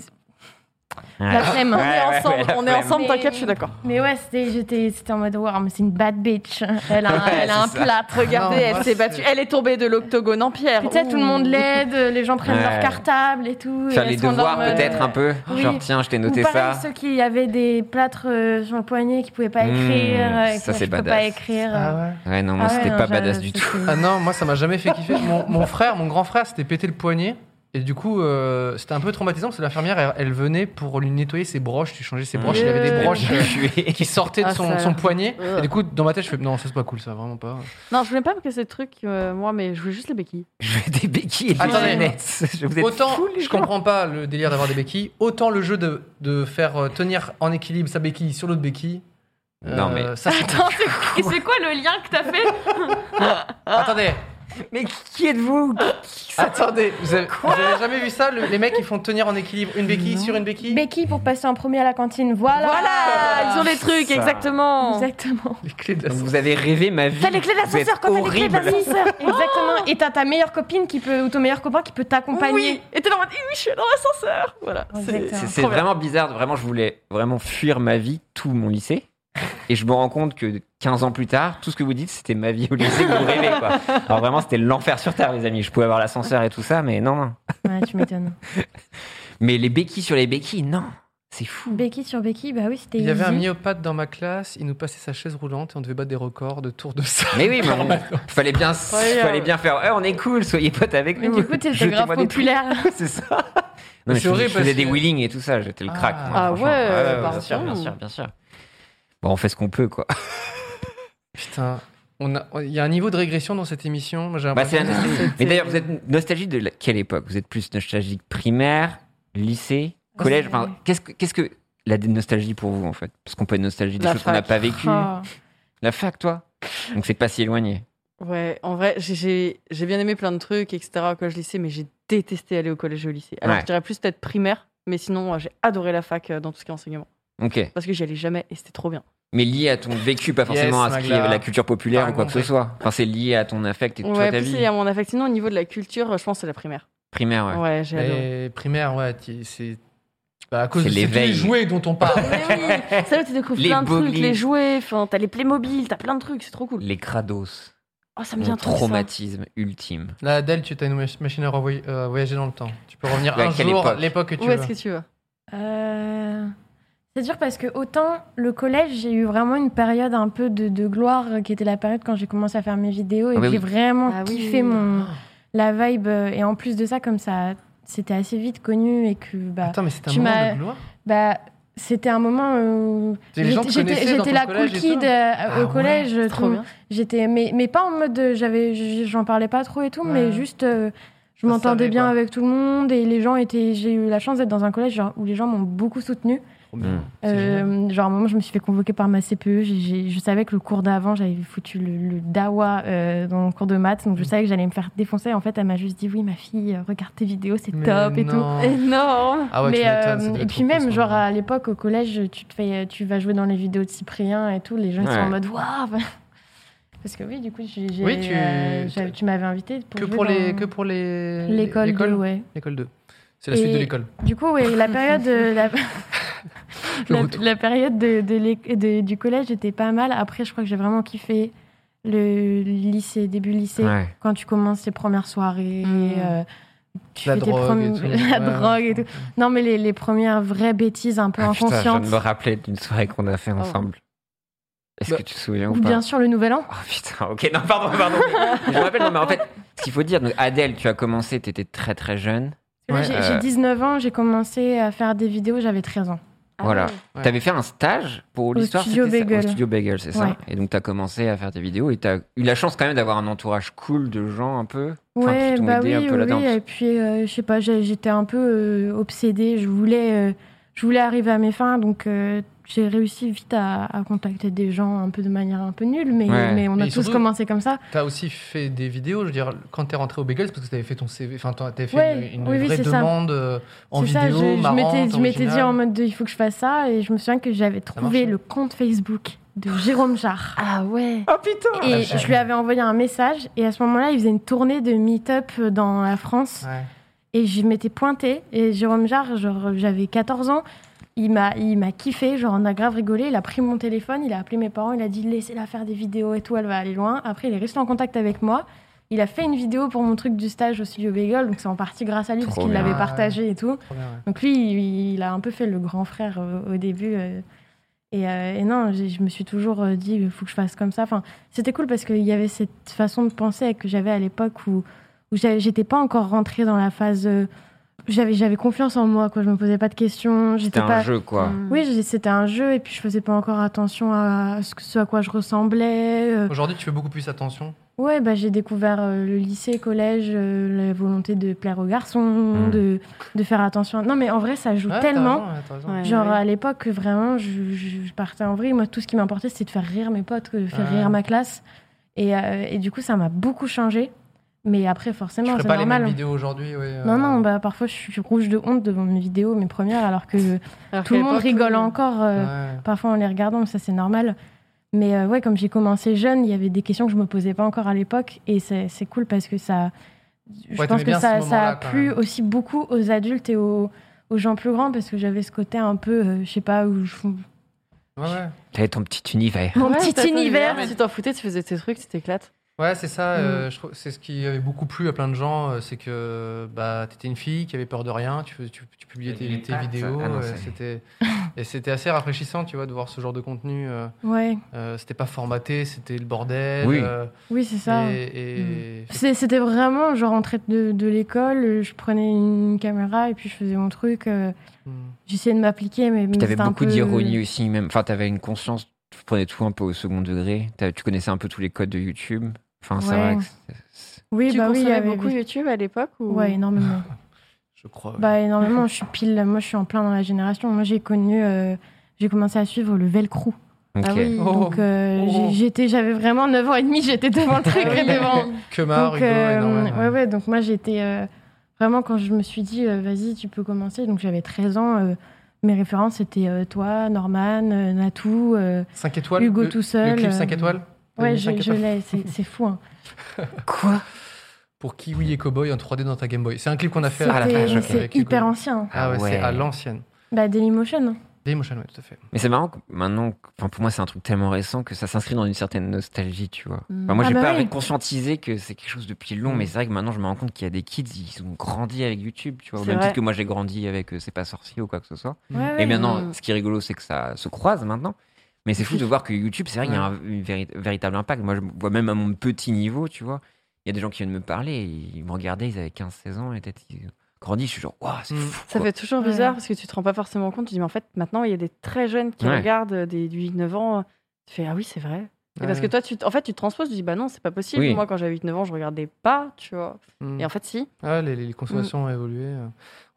S4: la flemme.
S1: On est
S3: Ouais, ouais,
S1: ensemble,
S3: ouais, la
S1: on est
S3: flemme.
S1: ensemble,
S4: Mais-
S1: t'inquiète, je suis d'accord.
S4: Mais ouais, c'était j'étais- c'était en mode, wow, mais c'est une bad bitch. Elle a, un-
S3: Ouais,
S4: elle a un
S3: c'est ça.
S4: plâtre.
S1: Regardez,
S2: Non,
S1: elle
S2: moi,
S1: s'est
S2: c'est-
S1: battue. Elle est tombée de l'octogone en Ah, pierre.
S4: Puis, Tu sais, tout le monde l'aide, les gens prennent
S3: Ouais.
S4: leur cartable et tout. et
S3: Faire
S4: elles
S3: les
S4: sont
S3: devoirs,
S4: dans le-
S3: peut-être, un peu.
S4: oui.
S3: Genre, tiens, je t'ai
S4: Ou
S3: noté
S4: pareil,
S3: ça.
S4: ceux qui avaient des plâtres euh, sur le poignet qui pouvaient pas
S3: Mmh,
S4: écrire, euh,
S3: ça,
S4: que
S3: c'est
S4: je peux
S3: badass.
S4: pas écrire.
S2: Ah ouais
S3: Ouais, non,
S4: Ah
S3: moi,
S4: ouais,
S3: c'était
S4: non,
S3: pas
S4: je-
S3: badass du
S4: c'était-
S3: tout.
S2: Ah non, moi ça m'a jamais fait kiffer. Mon, mon frère, mon grand frère s'était pété le poignet. Et du coup, euh, c'était un peu traumatisant parce que l'infirmière, elle, elle venait pour lui nettoyer ses broches, lui changer ses broches. Il avait des
S1: Yeah.
S3: (laughs)
S2: broches euh,
S3: tuées.
S2: qui sortaient de
S1: Ah,
S2: son,
S1: ça-
S2: son poignet.
S1: Ouais.
S2: Et du coup, dans ma tête, je fais non, ça c'est pas cool, ça vraiment pas.
S1: Non, je voulais pas me casser de trucs, euh, moi, mais je voulais juste les béquilles.
S3: (laughs) Je vais des béquilles et des
S2: Attendez.
S3: lunettes. (laughs) Je vous ai
S2: Autant
S1: fous, les
S2: je
S1: gens.
S2: comprends pas le délire d'avoir des béquilles, autant le jeu de, de faire euh, tenir en équilibre sa béquille sur l'autre béquille. euh,
S3: Non, mais-
S2: ça, c'est-
S1: Et c'est quoi le lien que t'as fait
S2: attendez,
S3: Mais qui êtes-vous
S2: attendez, vous avez, vous avez jamais vu ça le- Les mecs ils font tenir en équilibre une béquille sur une béquille
S4: Béquille pour passer en premier à la cantine, voilà.
S1: Voilà, ils ont les trucs,
S3: Ça.
S1: exactement.
S4: Exactement.
S2: Les clés de la
S3: Donc vous avez rêvé ma vie.
S4: T'as les clés
S3: Vous êtes
S4: d'ascenseur quand t'as les clés
S3: horrible.
S4: d'ascenseur. (laughs) Exactement. Et t'as ta meilleure copine qui peut, ou ton meilleur copain qui peut
S1: Oui,
S4: t'accompagner.
S1: et t'es dans le mode, eh, oui, je suis dans l'ascenseur. Voilà. c'est-
S4: Exactement.
S3: C'est- C'est
S1: Trop bien.
S3: vraiment bizarre. Vraiment, je voulais vraiment fuir ma vie, tout mon lycée. Et je me rends compte que 15 ans plus tard, tout ce que vous dites, c'était ma vie au lycée que vous rêvez. Quoi. Alors vraiment, c'était l'enfer sur terre, les amis. Je pouvais avoir l'ascenseur et tout ça, mais non, non.
S4: Ouais, tu m'étonnes.
S3: Mais les béquilles sur les béquilles, non. C'est fou.
S4: Béquille sur béquille, bah oui, c'était
S2: Il y avait un
S4: easy.
S2: myopathe dans ma classe, il nous passait sa chaise roulante et on devait battre des records de tour de ça.
S3: Mais oui, mais
S2: (laughs)
S3: on- fallait bien, fallait bien faire. Eh, on est cool, soyez potes avec
S4: Mais
S3: nous.
S4: du coup, t'étais
S3: Jetez-moi
S4: grave
S3: des trucs.
S4: populaire.
S3: C'est ça. Non, mais
S2: C'est
S3: je, faisais,
S2: horrible
S3: je faisais
S2: parce
S3: des
S2: que-
S3: wheelings et tout ça, j'étais le
S2: Ah.
S3: crack. moi,
S1: Ah
S3: franchement.
S1: ouais,
S3: bien,
S1: pardon.
S3: sûr, bien sûr, bien sûr. Bon, on fait ce qu'on peut, quoi.
S2: Putain, on a- il y a un niveau de régression dans cette émission. Moi, j'ai
S3: Bah, c'est
S2: l'impression
S3: la
S2: que-
S3: nostalgie. Mais d'ailleurs, vous êtes nostalgique de la- quelle époque Vous êtes plus nostalgique primaire, lycée, collège enfin, Qu'est-ce que, qu'est-ce que la dé- nostalgie pour vous, en fait Parce qu'on peut être nostalgique des
S1: La
S3: choses qu'on n'a
S1: fac. Oh.
S3: pas vécues.
S4: Ah.
S3: La fac, toi Donc c'est pas si éloigné.
S1: Ouais, en vrai, j'ai- j'ai j'ai bien aimé plein de trucs, etc. au collège lycée, mais j'ai détesté aller au collège et au lycée. Alors,
S3: Ouais.
S1: je dirais plus peut-être primaire, mais sinon, euh, j'ai adoré la fac euh, dans tout ce qui est enseignement.
S3: Ok.
S1: Parce que j'y allais jamais et c'était trop bien.
S3: Mais lié à ton vécu, pas
S2: Yes,
S3: forcément à ce qui est
S2: Magla.
S3: la culture populaire
S2: T'as
S3: ou quoi que ce
S2: compris.
S3: soit. Enfin, c'est lié à ton affect et toi,
S1: Ouais,
S3: ta
S1: plus
S3: vie.
S1: il y a mon affect. Sinon, au niveau de la culture, euh, je pense que c'est la primaire.
S3: Primaire, ouais.
S1: Ouais, j'ai adoré.
S2: Mais primaire, ouais, t'y- c'est bah, à cause
S3: C'est
S2: de c'est tous
S3: l'éveil.
S2: les jouets dont on
S1: (laughs)
S2: parle.
S1: Mais oui, ça, tu découvres
S3: Les
S1: plein de trucs,
S3: bogies.
S1: les jouets, enfin, t'as les Playmobil, t'as plein de trucs, c'est trop cool.
S3: Les crados.
S1: Oh, ça me vient
S3: Mon
S1: trop ça.
S3: traumatisme ultime.
S2: Là, Adèle, tu as une mach- machine à revoy- euh, voyager dans le temps. Tu peux revenir
S3: Mais Bah, à
S2: un
S3: quelle
S2: jour,
S3: époque
S2: l'époque que tu
S1: Où
S2: veux.
S1: est-ce que tu vas
S4: Euh, C'est dur parce que autant le collège, j'ai eu vraiment une période un peu de, de gloire euh, qui était la période quand j'ai commencé à faire mes vidéos et
S3: Ah bah
S4: que j'ai
S3: oui.
S4: vraiment
S1: Ah oui.
S4: kiffé mon, la vibe. euh, Et en plus de ça, comme ça, c'était assez vite connu et que bah,
S2: Attends, mais c'est un
S4: Tu
S2: moment
S4: m'as-
S2: de gloire.
S4: bah, c'était un moment où
S2: Les gens
S4: j'étais-
S2: te
S4: j'étais
S2: connaissaient dans
S4: j'étais
S2: ton
S4: la cool
S2: collège et
S4: kid
S2: tout.
S4: euh,
S2: Ah
S4: au collège.
S1: C'est
S4: tout
S1: Trop
S4: le
S1: bien.
S4: J'étais, mais, mais pas en mode de- j'avais, j- j'en parlais pas trop et tout,
S2: Ouais.
S4: mais juste euh, je
S2: Ça
S4: m'entendais
S2: savait,
S4: bien
S2: quoi.
S4: avec tout le monde et les gens étaient, j'ai eu la chance d'être dans un collège genre, où les gens m'ont beaucoup soutenu.
S3: bien.
S4: Euh, genre, à un moment, je me suis fait convoquer par ma CPE. j'ai- j'ai- je savais que le cours d'avant, j'avais foutu le, le dawa euh, dans le cours de maths,
S2: Mm.
S4: donc je savais que j'allais me faire défoncer. En fait, elle m'a juste dit Oui, ma fille, euh, regarde tes vidéos, c'est top et tout. (laughs)
S1: Énorme.
S2: Ah ouais, tu
S4: Mais,
S2: m'étonnes, ça
S4: euh,
S2: devait
S4: et
S2: être
S4: puis
S2: trop
S4: même,
S2: cool,
S4: genre
S2: ça.
S4: à l'époque au collège, tu, te fais, tu vas jouer dans les vidéos de Cyprien et tout, les gens ils sont
S3: Ouais.
S4: en mode waouh (laughs) Parce que oui, du coup, j'ai, j'ai,
S2: Oui, tu-
S4: euh, j'avais- tu m'avais invité pour
S2: que
S4: jouer
S2: pour les
S4: dans
S2: que pour les
S4: l'école,
S2: l'école
S4: de- ouais.
S2: L'école 2. C'est la suite
S4: Et-
S2: de l'école.
S4: Du coup, ouais, la période,
S3: (laughs)
S4: euh, la, la-
S2: retour.
S4: la période de, de l'éc- de- du collège était pas mal. Après, je crois que j'ai vraiment kiffé le lycée, début lycée,
S3: Ouais.
S4: quand tu commences les premières soirées.
S1: Mm.
S4: euh, tu
S2: La
S4: fais tes
S2: drogue
S4: premi- (laughs)
S2: et tout.
S4: la
S2: Ouais,
S4: drogue et
S2: ouais.
S4: tout. Non, mais les, les premières vraies bêtises un peu
S3: Ah, putain, je viens
S4: inconscientes.
S3: de me rappeler d'une soirée qu'on a fait ensemble. Est-ce
S2: Bah,
S3: que tu te souviens ou pas
S4: Ou Oh. bien sûr le nouvel an.
S3: Oh putain, ok, non, pardon,
S4: (laughs)
S3: pardon. Mais je me rappelle, non, mais en fait, ce qu'il faut dire, donc, Adèle, tu as commencé, tu étais très très jeune.
S4: Là,
S2: Ouais,
S4: j'ai
S3: euh.
S4: j'ai 19 ans, j'ai commencé à faire des vidéos, j'avais 13 ans. Ah
S3: voilà.
S2: Ouais.
S3: Tu avais fait un stage pour
S4: Au
S3: l'histoire
S4: studio
S3: c'était ça
S4: Bagel.
S3: Au studio Bagel, c'est ça
S4: Ouais.
S3: Et donc, tu as commencé à faire des vidéos et tu as eu la chance quand même d'avoir un entourage cool de gens un peu. enfin,
S4: Ouais,
S3: qui t'ont
S4: bah
S3: aidé
S4: oui,
S3: un peu
S4: oui,
S3: là-dedans.
S4: oui. Et puis, euh, je sais pas, j'ai- j'étais un peu euh, obsédée. Je voulais, euh, je voulais arriver à mes fins, donc euh, j'ai réussi vite à, à contacter des gens un peu de manière un peu nulle, mais,
S3: Ouais.
S4: mais on
S2: Et
S4: a tous
S2: surtout-
S4: commencé comme ça.
S2: T'as aussi fait des vidéos, je veux dire, quand t'es rentré au Bagel, c'est parce que t'avais fait ton CV, enfin, t'as- t'avais fait
S4: Ouais,
S2: une, une
S4: oui, oui,
S2: vraie
S4: c'est ça.
S2: demande euh, en
S4: C'est
S2: vidéo,
S4: ça, je, je
S2: marrante,
S4: m'étais- je m'étais dit en
S2: originale.
S4: mode de, il faut que je fasse ça, et je me souviens que j'avais trouvé
S2: marchait.
S4: le compte Facebook de Jérôme Jarre.
S1: Ah ouais.
S3: Oh putain
S4: Et
S2: Ah,
S4: je lui avais envoyé un message, et à ce moment-là, il faisait une tournée de meet-up dans la France.
S2: Ouais.
S4: Et je m'étais pointée. Et Jérôme Jarre, genre, j'avais 14 ans. Il m'a, il m'a kiffé, genre on a grave rigolé. Il a pris mon téléphone, il a appelé mes parents, il a dit laissez-la faire des vidéos et tout, elle va aller loin. Après, il est resté en contact avec moi. Il a fait une vidéo pour mon truc du stage au studio Bagel, donc c'est en partie grâce à lui parce
S3: Trop
S4: qu'il
S3: bien.
S4: l'avait
S2: Ah,
S4: partagé et tout.
S2: Trop bien, ouais.
S4: Donc lui, il, il a un peu fait le grand frère euh, au, début. euh, et, euh, et non, j'ai- je me suis toujours euh, dit, il faut que je fasse comme ça. Enfin, c'était cool parce qu'il y avait cette façon de penser que j'avais à l'époque où, où j'avais- j'étais pas encore rentrée dans la phase. euh, j'avais j'avais confiance en moi, quoi. Je me posais pas de questions.
S3: C'était
S4: J'étais
S3: un
S4: pas.
S3: jeu, quoi.
S4: Oui, j'ai- c'était un jeu et puis je faisais pas encore attention à ce, que- ce à quoi je ressemblais. euh.
S2: Aujourd'hui, tu fais beaucoup plus attention.
S4: Ouais, bah, j'ai découvert euh, le lycée, collège, euh, la volonté de plaire aux garçons,
S3: Mm.
S4: de, de faire attention. Non, mais en vrai, ça joue
S2: Hmm. Ouais, t'as
S4: tellement.
S2: raison, ouais, t'as raison.
S1: Ouais,
S4: Genre
S1: ouais.
S4: à l'époque, vraiment, je, je- je partais en vrille. Moi, tout ce qui m'importait, c'était de faire rire mes potes, que de faire
S2: Ouais.
S4: rire ma classe. Et, euh, et du coup, ça m'a beaucoup changé. Mais après,
S2: Je
S4: forcément,
S2: ferais
S4: c'est
S2: pas les
S4: normal. hein.
S2: mêmes vidéos aujourd'hui. ouais, euh,
S4: Non, non, bah, parfois, je suis rouge de honte devant mes vidéos, mes premières, alors que
S1: Alors
S4: tout le
S1: qu'à
S4: monde
S1: l'époque,
S4: rigole
S1: euh,
S4: encore. euh,
S2: ouais.
S4: Parfois en les regardant, mais ça c'est normal. Mais euh, ouais, comme j'ai commencé jeune, il y avait des questions que je me posais pas encore à l'époque. Et c'est c'est cool parce que ça. Je
S2: Ouais, t'aimais
S4: pense que
S2: bien
S4: ça,
S2: ce
S4: ça a
S2: moment-là, quand
S4: plu
S2: même.
S4: aussi beaucoup aux adultes et aux, aux gens plus grands parce que j'avais ce côté un peu, euh, je sais pas, où je.
S2: Ouais, ouais.
S3: T'avais ton petit univers.
S4: Mon
S1: ouais,
S4: petit
S1: t'as ton
S4: univers.
S1: Si t'en foutais, tu faisais tes trucs, tu t'éclates.
S2: Ouais, c'est ça.
S4: Mm.
S2: euh, je trouve- c'est ce qui avait beaucoup plu à plein de gens, euh, c'est que bah t'étais une fille qui avait peur de rien. Tu, fais- tu, tu publiais
S3: Il y
S2: tes,
S3: avait
S2: tes
S3: les pattes.
S2: vidéos.
S3: Ah non,
S2: euh,
S3: c'est-
S2: c'était et c'était assez rafraîchissant, tu vois, de voir ce genre de contenu. euh,
S4: Ouais,
S2: euh, c'était pas formaté, c'était le bordel.
S3: Oui.
S2: euh,
S4: oui, c'est ça. Mm.
S2: Et, et-
S4: C'est- C'était vraiment genre en traite de, de l'école, euh, je prenais une caméra et puis je faisais mon truc. euh,
S2: Hmm.
S4: J'essayais de m'appliquer, mais. mais
S3: Puis t'avais
S4: c'était un
S3: beaucoup
S4: peu-
S3: d'ironie aussi, même. Enfin, t'avais une conscience, tu prenais tout un peu au second degré. T'as- Tu connaissais un peu tous les codes de YouTube. Enfin, c'est
S4: Ouais.
S3: vrai que c'est- c'est-
S4: Oui,
S1: tu
S4: bah oui, il y
S1: consommais
S4: avait
S1: beaucoup YouTube à l'époque ou...
S4: Ouais, énormément.
S2: (laughs) je crois. ouais.
S4: Bah énormément, je suis pile, moi je suis en plein dans la génération. Moi j'ai connu, euh, j'ai commencé à suivre le Velcro.
S3: Ok.
S1: Ah oui.
S2: Oh.
S4: Donc euh,
S2: Oh. Ah
S4: j'ai- j'étais, j'avais vraiment 9 ans et demi,
S2: (laughs)
S4: j'étais devant le truc et devant.
S2: Que marre,
S4: donc,
S2: Hugo,
S4: euh,
S2: et Norman,
S4: ouais, ouais, donc moi j'étais euh, vraiment quand je me suis dit euh, vas-y, tu peux commencer, donc j'avais 13 ans, euh, mes références c'était euh, toi, Norman, euh, Natou, euh,
S2: 5 étoiles.
S4: Hugo
S2: le,
S4: tout seul.
S2: Le clip
S4: euh,
S2: 5 étoiles
S4: Ouais,
S2: Denis,
S4: je,
S2: cinq
S4: je
S2: étoiles
S4: l'ai, c'est c'est fou. hein.
S2: (laughs)
S3: Quoi
S2: Pour Kiwi et Cowboy en 3D dans ta Game Boy. C'est un clip qu'on a fait
S3: Ah, la
S4: C'était-
S3: vache, ok.
S4: c'est
S2: Avec Hugo.
S4: hyper ancien.
S2: Ah ouais,
S3: Ah
S2: c'est à
S3: ouais.
S2: l'ancienne.
S4: Bah Dailymotion. hein.
S2: Dailymotion, ouais, tout à fait.
S3: Mais c'est marrant que maintenant, que- enfin, pour moi, c'est un truc tellement récent que ça s'inscrit dans une certaine nostalgie, tu vois. Enfin, moi,
S4: Ah
S3: j'ai
S4: bah Mm.
S3: pas
S4: oui.
S3: conscientisé que c'est quelque chose depuis long, mais c'est vrai que maintenant, je me rends compte qu'il y a des kids, ils ont grandi avec YouTube, tu vois. Au
S1: C'est
S3: même titre
S1: vrai.
S3: que moi, j'ai grandi avec euh, C'est pas sorcier ou quoi que ce soit.
S2: Mm.
S4: Ouais,
S3: Et
S4: ouais.
S3: maintenant,
S1: Mm.
S3: ce qui est rigolo, c'est que ça se croise maintenant. Mais c'est fou de voir que YouTube, c'est vrai qu'il y a un une véri- véritable impact. Moi, je vois même à mon petit niveau, tu vois, il y a des gens qui viennent me parler, et ils me regardaient, ils avaient 15-16 ans, et peut-être ils ont grandi. Je suis genre, waouh, c'est
S2: Mm.
S3: fou.
S1: Ça
S3: quoi.
S1: fait toujours
S4: Ouais.
S1: bizarre parce que tu te rends pas forcément compte. Tu dis, mais en fait, maintenant, il y a des très jeunes qui
S3: Ouais.
S1: regardent euh, des 8-9 ans. euh, Tu fais, ah oui, c'est vrai. Et parce que toi, tu, t- en fait, tu te transposes, tu dis, bah non, c'est pas possible.
S3: Oui. Hmm.
S1: Moi, quand j'avais 8-9 ans, je regardais pas, tu vois.
S2: Mm.
S1: Et en fait, si.
S2: Ah, les, les consommations
S4: Mm.
S2: ont évolué. euh.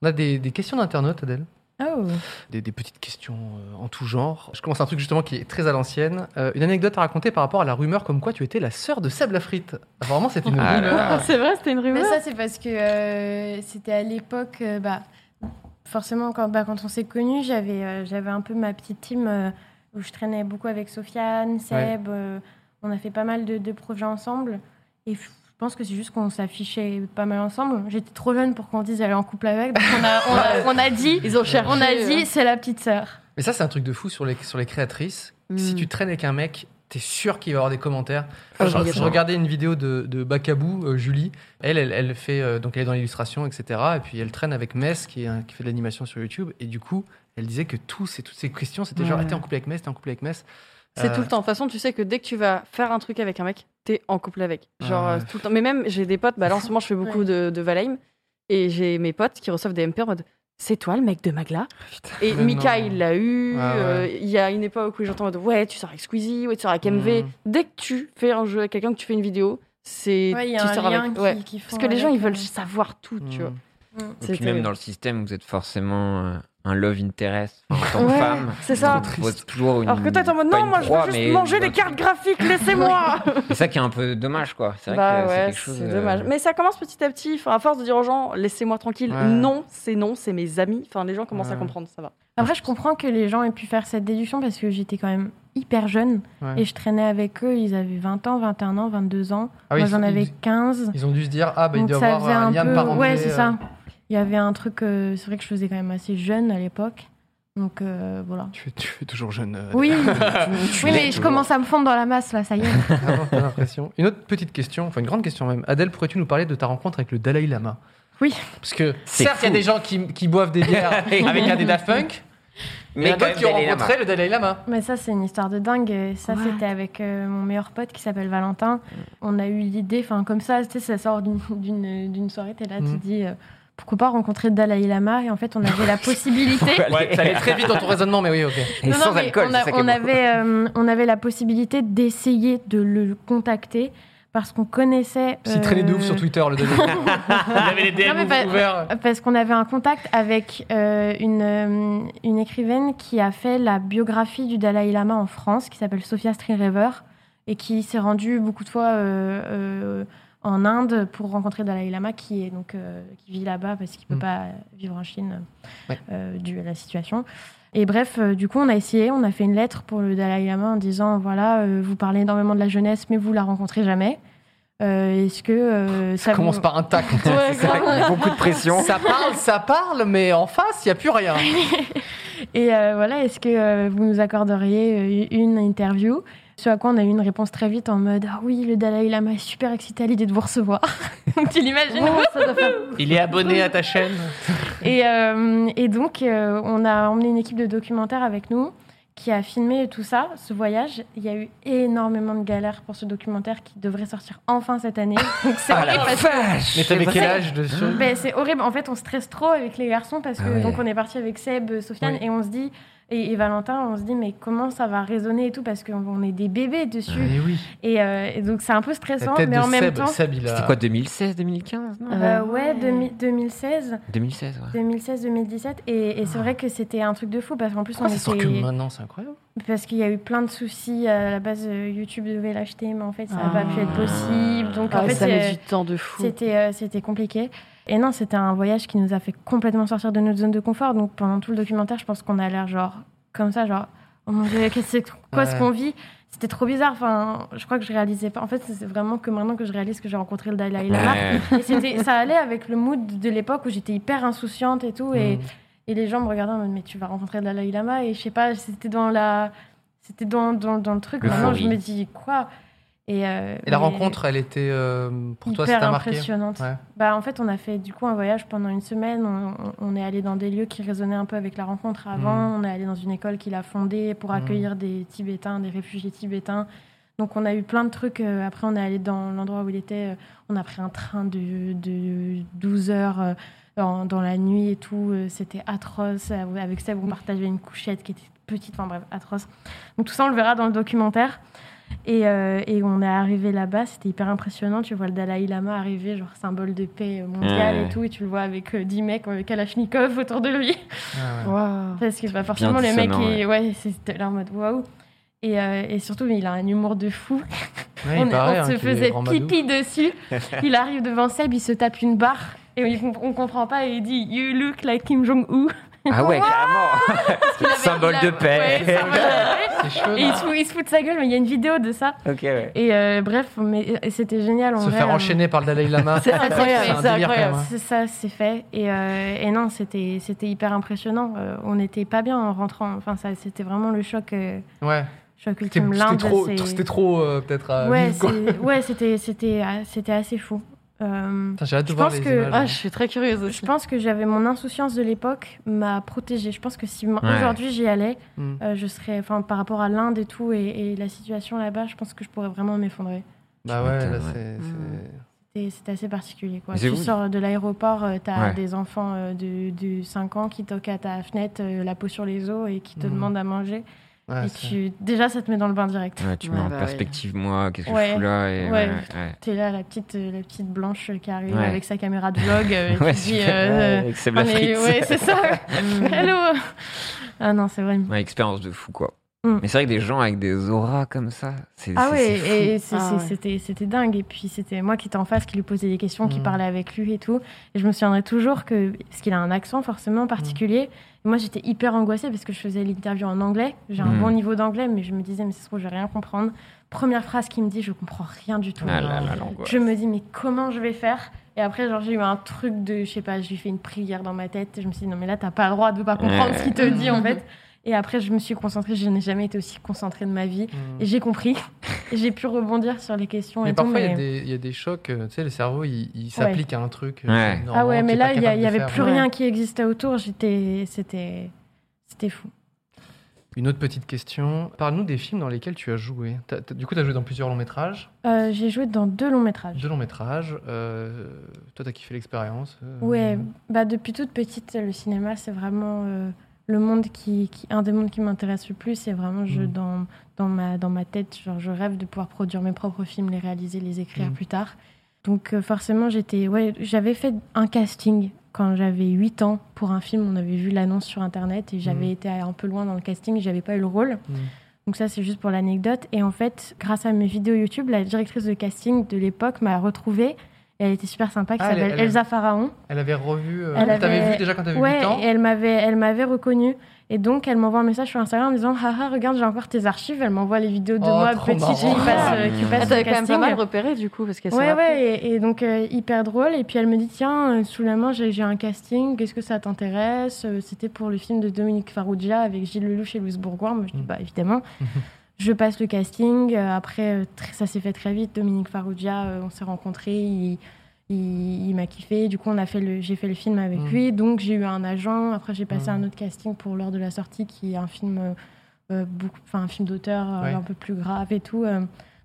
S2: On a des, des questions d'internautes, Adèle.
S4: Oh.
S2: Des, des petites questions euh, en tout genre. Je commence un truc justement qui est très à l'ancienne. Euh, une anecdote à raconter par rapport à la rumeur comme quoi tu étais la sœur de Seb Lafrite. Apparemment, c'était une
S3: Ah là
S2: rumeur.
S1: Ah, c'est vrai, c'était une rumeur.
S4: Mais ça, (laughs) c'est parce que euh, c'était à l'époque, euh, bah, forcément, quand, bah, quand on s'est connus, j'avais euh, j'avais un peu ma petite team euh, où je traînais beaucoup avec Sofiane, Seb. euh, on a fait pas mal de, de projets ensemble. Et f- je pense que c'est juste qu'on s'affichait pas mal ensemble. J'étais trop jeune pour qu'on dise aller en couple avec. donc on, a,
S1: (laughs)
S4: on, a, on a dit,
S1: Ils ont cherché.
S4: on a
S1: euh,
S4: dit c'est la petite sœur.
S2: Mais ça, c'est un truc de fou sur les, sur les créatrices.
S1: Mm.
S2: Si tu traînes avec un mec, t'es sûr qu'il va y avoir des commentaires.
S1: Ah,
S2: je, je
S1: obligatoirement.
S2: regardais une vidéo de, de Bakabou, euh, Julie. Elle, elle, elle fait, euh, donc elle est dans l'illustration, etc. Et puis elle traîne avec Mess, qui, est un- qui fait de l'animation sur YouTube. Et du coup, elle disait que tous ces, toutes ces questions, c'était genre,
S1: Ouais.
S2: ah, t'es en couple avec Mess, t'es en couple avec Mess.
S1: C'est
S2: Euh,
S1: tout le temps. De toute façon, tu sais que dès que tu vas faire un truc avec un mec, t'es en couple avec. Genre,
S2: Ah ouais.
S1: euh, tout le temps. Mais même, j'ai des potes, bah là, en ce moment, je fais beaucoup
S4: Ouais.
S1: de, de Valheim, et j'ai mes potes qui reçoivent des MP en mode C'est toi le mec de Magla Et
S2: Ah, Mais
S1: Mika,
S2: non.
S1: il l'a eu.
S2: Ah ouais.
S1: euh, Il y a une époque où j'entends en mode Ouais, tu sors avec Squeezie, ouais, tu sors avec MV.
S2: Mm.
S1: Dès que tu fais un jeu avec quelqu'un, que tu fais une vidéo, c'est.
S4: Ouais, il y
S1: tu
S4: a
S1: sors
S4: un lien
S1: avec.
S4: qui,
S1: Ouais.
S4: qui font
S1: Parce que les gens,
S4: avec,
S1: ils veulent
S4: euh,
S1: savoir tout, tu vois.
S2: Mm.
S1: C'est
S3: Et puis même
S1: terrible.
S3: dans le système, vous êtes forcément euh, un love interest Enfin, en tant que
S1: Ouais,
S3: femme.
S1: c'est ça.
S3: on te pose toujours une.
S1: Alors que toi, t'es en mode
S3: pas
S1: Non,
S3: une
S1: moi, je
S3: proie,
S1: veux
S3: mais
S1: juste manger
S3: une-
S1: les cartes graphiques,
S4: (laughs)
S1: laissez-moi
S3: C'est ça qui est un peu dommage, quoi. C'est vrai
S1: Bah
S3: que c'est
S1: ouais,
S3: quelque chose.
S1: c'est
S3: euh,
S1: dommage. Mais ça commence petit à petit. Enfin, à force de dire aux gens, laissez-moi tranquille.
S2: Ouais.
S1: Non, c'est non, c'est mes amis. Enfin, les gens commencent à
S2: Ouais.
S1: comprendre, ça va.
S4: Après, je comprends que les gens aient pu faire cette déduction parce que j'étais quand même hyper jeune
S2: Ouais.
S4: et je traînais avec eux. Ils avaient 20 ans, 21 ans, 22 ans.
S2: Ah oui,
S4: Moi,
S2: ils-
S4: j'en avais
S2: ils-
S4: 15.
S2: Ils ont dû se dire, ah, bah, il
S4: donc
S2: doit y
S4: ça
S2: avoir
S4: faisait
S2: un
S4: un
S2: lien de
S4: peu.
S2: parenté.
S4: Ouais, c'est
S2: euh.
S4: ça. Il y avait un truc. euh, c'est vrai que je faisais quand même assez jeune à l'époque. Donc euh, voilà.
S2: Tu es, (laughs) tu es toujours jeune. euh,
S4: Oui,
S1: (laughs)
S4: oui,
S3: l'es
S4: mais je
S3: toujours.
S4: commence à me fondre dans la masse là, ça y est.
S2: Vraiment, j'ai l'impression. Une autre petite question, enfin une grande question même. Adèle, pourrais-tu nous parler de ta rencontre avec le Dalai Lama
S4: Oui.
S2: Parce que
S3: C'est
S2: certes, il y a
S3: fou.
S2: des gens qui, qui boivent des (laughs) bières avec un des Daft Punk, mais il y en a
S3: quand
S2: d'autres
S3: même,
S2: qui ont
S3: Dalai Lama.
S2: rencontré le Dalai Lama.
S4: Mais ça, c'est une histoire de dingue. Euh, Ça,
S1: What
S4: c'était avec euh, mon meilleur pote qui s'appelle Valentin.
S3: Mm.
S4: On a eu l'idée, enfin, comme ça, tu sais, ça sort d'une- d'une d'une soirée, t'es là,
S2: Mhm.
S4: tu dis, euh, pourquoi pas rencontrer le Dalai Lama Et en fait, on avait
S3: (laughs)
S4: la possibilité.
S2: Ouais, ça allait très vite dans ton raisonnement, mais oui, ok.
S3: Et
S4: Non, non,
S3: sans
S4: mais
S3: alcool,
S4: on,
S3: c'est
S4: a-
S3: ça qui est
S4: on
S3: beau.
S2: (laughs)
S4: avait, euh, on avait la possibilité d'essayer de le contacter parce qu'on connaissait.
S2: S'il traînait de ouf sur
S4: euh,
S2: Twitter, le Dalai Lama. Il avait les
S4: (laughs) Non, mais pas-
S2: DM ouverts.
S4: Parce qu'on avait un contact avec euh, une, euh, une écrivaine qui a fait la biographie du Dalai Lama en France, qui s'appelle Sophia Streerever, et qui s'est rendue beaucoup de fois euh, euh, en Inde pour rencontrer le Dalai Lama, qui, est donc, euh, qui vit là-bas parce qu'il ne peut
S2: Mm.
S4: pas vivre en Chine
S2: Ouais.
S4: euh, dû à la situation. Et bref, euh, du coup, on a essayé, on a fait une lettre pour le Dalai Lama en disant voilà, euh, vous parlez énormément de la jeunesse, mais vous la rencontrez jamais. Euh, Est-ce que euh, ça
S2: Ça
S4: vous-
S2: commence par un tac. (laughs)
S4: Ouais,
S3: C'est vrai
S4: grave.
S3: qu'il y a beaucoup de pression.
S2: Ça parle, ça parle, mais en face, il n'y a plus rien.
S4: Et euh, voilà, est-ce que euh, vous nous accorderiez euh, une interview Ce à quoi on a eu une réponse très vite en mode Ah oui, le Dalai Lama est super excité à l'idée de vous recevoir. (laughs) Donc tu l'imagines
S2: Il est abonné à ta chaîne.
S4: et, euh, et donc, euh, on a emmené une équipe de documentaires avec nous qui a filmé tout ça, ce voyage. Il y a eu énormément de galères pour ce documentaire qui devrait sortir enfin cette année. Donc c'est
S3: Ah
S4: horrible
S3: la
S4: parce que-
S3: vache
S2: Mais t'avais
S4: C'est
S2: quel
S4: vrai.
S2: âge dessus
S4: Ben, c'est horrible. En fait, on stresse trop avec les garçons parce que
S3: Ah ouais.
S4: donc on est parti avec Seb, euh, Sofiane
S2: Oui.
S4: et on se dit et, et Valentin, on se dit mais comment ça va résonner et tout parce qu'on on est des bébés dessus
S2: Ah, Mais oui.
S4: et, euh, et donc c'est un peu
S2: La
S4: stressant
S2: tête
S4: mais
S2: de
S4: en même
S2: Seb.
S4: temps
S2: Seb, il a.
S3: C'était quoi, 2016, 2015 non
S1: Ah
S4: Euh, ouais 2000- 2016
S3: 2016, ouais.
S4: 2016 2017 et, et c'est vrai que c'était un truc de fou parce qu'en plus
S2: Ah. Pourquoi
S4: on
S2: ça sort
S4: était
S2: que maintenant C'est incroyable.
S4: parce qu'il y a eu plein de soucis à la base euh, YouTube devait l'acheter mais en fait ça n'a
S1: Ah.
S4: pas pu être possible donc en
S1: Ah,
S4: fait
S1: ça
S4: c'est-
S1: met du temps de fou.
S4: C'était euh, c'était compliqué. Et non, c'était un voyage qui nous a fait complètement sortir de notre zone de confort. Donc pendant tout le documentaire, je pense qu'on a l'air genre comme ça, genre oh mon dieu, qu'est-ce que- quoi
S2: Ouais.
S4: ce qu'on vit C'était trop bizarre. Enfin, je crois que je réalisais pas. En fait, c'est vraiment que maintenant que je réalise que j'ai rencontré le Dalai Lama.
S3: Ouais.
S4: Et c'était ça allait avec le mood de l'époque où j'étais hyper insouciante et tout. Et,
S2: Mm.
S4: et les gens me regardaient en mode mais tu vas rencontrer le Dalai Lama et je sais pas, c'était dans la c'était dans, dans, dans le truc. Maintenant, je
S3: L'euphorie.
S4: me dis quoi Et, euh,
S2: Et la
S4: mais-
S2: rencontre, elle était euh, pour toi,
S4: hyper
S2: c'était marqué.
S4: impressionnante.
S2: Ouais.
S4: Bah, en fait, on a fait du coup un voyage pendant une semaine. On, on- on est allé dans des lieux qui résonnaient un peu avec la rencontre
S2: Mm.
S4: avant. On est allé dans une école qu'il a fondée pour accueillir des Tibétains, des réfugiés tibétains. Donc, on a eu plein de trucs. Euh, Après, on est allé dans l'endroit où il était. Euh, On a pris un train de, de 12 heures euh, dans, dans la nuit et tout. Euh, C'était atroce. Euh, Avec Seb, on partageait une couchette qui était petite. Enfin, bref, atroce. Donc, tout ça, on le verra dans le documentaire. Et, euh, et on est arrivé là-bas, c'était hyper impressionnant. Tu vois le Dalai Lama arriver, genre symbole de paix euh, mondiale
S3: Ouais.
S4: et tout, et tu le vois avec euh, 10 mecs euh, Kalachnikov autour de lui.
S2: Ouais, ouais.
S1: Waouh.
S4: (laughs) Parce que bah, forcément, le mec,
S3: dissonant,
S4: est- ouais, c'était là en mode waouh. Et, euh, et surtout, mais il a un humour de fou. (laughs)
S2: Ouais, il
S4: on on
S2: paraît, hein,
S4: se
S2: qu'il est
S4: faisait
S2: grand madou.
S4: pipi
S2: (laughs)
S4: dessus. il arrive devant Seb, il se tape une barre. Et on, comp- on comprend pas, et il dit You look like Kim Jong-un.
S3: Ah
S4: (laughs)
S3: ouais, carrément
S4: Il avait-
S3: Symbole
S4: il
S3: de
S4: a-
S3: paix.
S4: ouais, symbole de
S2: C'est chaud.
S4: paix. Et il se, fout, il se fout de sa gueule, mais il y a une vidéo de ça.
S3: Ok, ouais.
S4: Et euh, bref, mais et c'était génial. en
S2: Se
S4: vrai,
S2: faire
S4: euh,
S2: enchaîner par le Dalai Lama.
S1: C'est
S2: C'est
S1: incroyable,
S2: un délire, quand
S1: c'est
S2: même,
S1: incroyable.
S2: hein.
S4: C'est ça, c'est fait. Et, euh, et non, c'était c'était hyper impressionnant. Euh, on n'était pas bien en rentrant. Enfin, ça, c'était vraiment le choc, euh,
S2: Ouais.
S4: choc
S2: C'était
S4: ultime.
S2: c'était
S4: L'Inde,
S2: trop,
S4: c'est-
S2: c'était trop euh, peut-être à
S4: ouais,
S2: vivre, quoi.
S4: c'est- ouais, c'était c'était ah, c'était assez fou. Euh,
S2: Putain, J'ai hâte de
S4: Je
S2: voir
S4: pense
S2: les
S4: que-
S2: images. hein.
S1: Ah, je suis très curieuse
S4: je
S1: aussi.
S4: pense que j'avais mon insouciance de l'époque m'a protégée. Je pense que si m-
S3: Ouais.
S4: aujourd'hui j'y allais,
S2: Mm.
S4: euh, je serais, enfin, par rapport à l'Inde et tout et, et la situation là-bas, je pense que je pourrais vraiment m'effondrer.
S2: Bah ouais, là,
S3: Putain, ouais.
S2: c'est- c'est.
S1: Mm.
S4: Et C'était Mm. assez particulier. Quoi.
S3: Mais c'est
S4: Tu
S3: vous-
S4: sors de l'aéroport, euh, t'as
S3: Ouais.
S4: des enfants euh, de, de 5 ans qui toquent à ta fenêtre, euh, la peau sur les os, et qui te
S3: Mm.
S2: Mhm.
S4: demandent à manger.
S2: Ouais,
S4: et
S2: c'est-
S4: tu... Déjà, ça te met dans le bain direct.
S3: Ouais, tu
S1: Ouais,
S3: mets en
S1: bah ouais.
S3: perspective, moi, qu'est-ce que je
S4: Ouais.
S3: fous là et
S4: Ouais.
S3: ouais, ouais.
S4: T'es là, la petite, euh, la petite blanche qui arrive
S3: Ouais.
S4: avec sa caméra de
S3: (laughs)
S4: vlog. euh, et
S3: Ouais,
S4: tu te dis,
S3: super.
S4: euh,
S3: Ouais, avec Seb
S4: on est-
S3: Lafrite.
S4: ouais,
S3: (laughs)
S4: c'est ça. Hello. Ah non, c'est vrai.
S3: Ouais, expérience de fou, quoi.
S4: Mm.
S3: Mais c'est vrai que des gens avec des auras comme ça, c'est
S4: Ah
S3: c'est-
S4: ouais,
S3: c'est fou.
S4: et c'est-
S1: Ah
S4: c'est-
S1: ouais.
S4: c'était c'était dingue. Et puis c'était moi qui étais en face, qui lui posais des questions, qui
S3: Mm.
S2: Mhm.
S4: parlais avec lui et tout. Et je me souviendrai toujours que, parce qu'il a un accent
S3: Mm.
S4: forcément particulier. Et moi j'étais hyper angoissée parce que je faisais l'interview en anglais. J'ai un
S3: Mhm.
S4: bon niveau d'anglais, mais je me disais, mais c'est trop, je vais rien comprendre. Première phrase qu'il me dit, je comprends rien du tout.
S3: Ah là là, l'angoisse.
S4: Je me dis, mais comment je vais faire Et après, genre, j'ai eu un truc de, je sais pas, j'ai fait une prière dans ma tête. Je me suis dit, non, mais là, t'as pas le droit de pas comprendre
S3: Ouais.
S4: ce qu'il te dit, en fait. Et après, je me suis concentrée. Je n'ai jamais été aussi concentrée de ma vie.
S2: Mm.
S4: Et j'ai compris. (laughs) Et j'ai pu rebondir sur les questions
S2: Mais
S4: et tout.
S2: parfois, il y a
S4: mais-
S2: des- il y, a des chocs. euh, Tu sais, le cerveau, il, il s'applique à un truc. euh,
S3: Ouais.
S2: normalement,
S4: Ah ouais,
S2: qu'il
S4: mais
S2: est
S4: là,
S2: pas
S4: il y, a-
S2: capable
S4: il y
S2: de
S4: avait
S2: faire.
S4: plus
S2: Ouais.
S4: rien qui existait autour. J'étais, c'était, c'était fou.
S2: Une autre petite question. Parle-nous des films dans lesquels tu as joué. T'as- t'as- du coup, tu as joué dans plusieurs longs métrages.
S4: Euh, j'ai joué dans deux longs métrages.
S2: Deux longs métrages. euh, toi, tu as kiffé l'expérience. euh,
S4: Ouais, bah depuis toute petite, le cinéma, c'est vraiment euh, le monde qui, qui- un des mondes qui m'intéresse le plus. C'est vraiment je
S2: Mm.
S4: dans dans ma dans ma tête, genre je rêve de pouvoir produire mes propres films, les réaliser, les écrire
S2: Mm.
S4: plus tard. Donc euh, forcément, j'étais ouais, j'avais fait un casting quand j'avais 8 ans pour un film, on avait vu l'annonce sur internet et j'avais
S2: Mm.
S4: été un peu loin dans le casting, j'avais pas eu le rôle.
S2: Mm.
S4: Donc ça c'est juste pour l'anecdote et en fait, grâce à mes vidéos YouTube, la directrice de casting de l'époque m'a retrouvée et elle était super sympa qui
S2: Ah, elle-
S4: s'appelle
S2: elle-
S4: Elsa Pharaon.
S2: Elle avait revu. euh,
S4: Elle
S2: T'avais
S4: avait-
S2: vu déjà quand t'avais
S4: Ouais,
S2: 8 ans.
S4: et elle m'avait, elle m'avait reconnue. Et donc, elle m'envoie un message sur Instagram en me disant Haha, regarde, j'ai encore tes archives. Elle m'envoie les vidéos de
S2: Oh,
S4: moi,
S2: trop
S4: petit
S2: marrant.
S4: G, qui passe, euh, qui passe
S1: Ah,
S4: au
S1: t'avais quand même
S4: casting.
S1: pas mal repéré du coup, parce qu'elle s'en
S4: Ouais,
S1: rappelait.
S4: ouais, et, et donc euh, hyper drôle. Et puis elle me dit Tiens, euh, sous la main, j'ai j'ai un casting, qu'est-ce que ça t'intéresse Euh, C'était pour le film de Dominique Farrugia avec Gilles Lelouch et Louise Bourgoin. Moi, je dis
S2: Mm.
S4: Bah,
S2: (laughs)
S4: évidemment. je passe le casting. Euh, Après, euh, tr- ça s'est fait très vite. Dominique Farrugia, euh, on s'est rencontrés. Il, il, il m'a kiffé. Du coup, on a fait le- j'ai fait le film avec
S2: Mm.
S4: lui. Donc, j'ai eu un agent. Après, j'ai passé
S2: Mm.
S4: un autre casting pour l'heure de la sortie, qui est un film. euh, euh, beaucoup, enfin un film d'auteur euh,
S2: Ouais.
S4: un peu plus grave et tout. euh,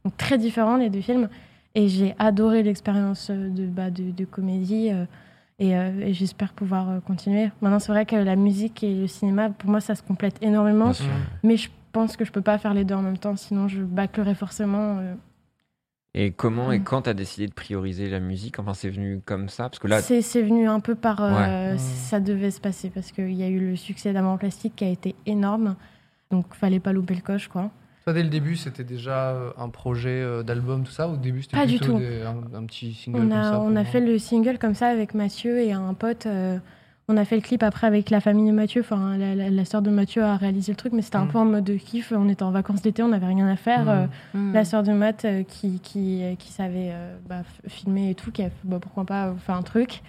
S4: donc très différent les deux films. Et j'ai adoré l'expérience euh, de, bah, de, de comédie euh, et, euh, et j'espère pouvoir euh, continuer. Maintenant, c'est vrai que la musique et le cinéma, pour moi, ça se complète énormément.
S3: Bien sûr.
S4: Mais je pense que je peux pas faire les deux en même temps, sinon je bâclerais forcément. euh.
S3: Et comment et
S4: Mm.
S3: quand t'as décidé de prioriser la musique Enfin, c'est venu comme ça Parce que là,
S4: C'est c'est venu un peu par. euh,
S2: Ouais.
S4: Ça devait se passer parce qu'il y a eu le succès d'Amour en plastique qui a été énorme. Donc, fallait pas louper le coche, quoi.
S2: Toi, dès le début, c'était déjà euh, un projet euh, d'album, tout ça Au début, c'était
S4: Pas du
S2: plutôt
S4: tout.
S2: des- un, un petit single
S4: On
S2: comme
S4: a,
S2: ça
S4: on
S2: pour-
S4: a fait le single comme ça avec Mathieu et un pote. euh, on a fait le clip après avec la famille de Mathieu. Enfin, la, la, la sœur de Mathieu a réalisé le truc, mais c'était un
S2: Mm.
S4: peu en mode de kiff. On était en vacances d'été, on n'avait rien à faire.
S2: Mm.
S4: euh,
S1: Hmm.
S4: La sœur de Matt euh, qui, qui, euh, qui savait euh, bah, f- filmer et tout, qui a fait bah, pourquoi pas faire un truc.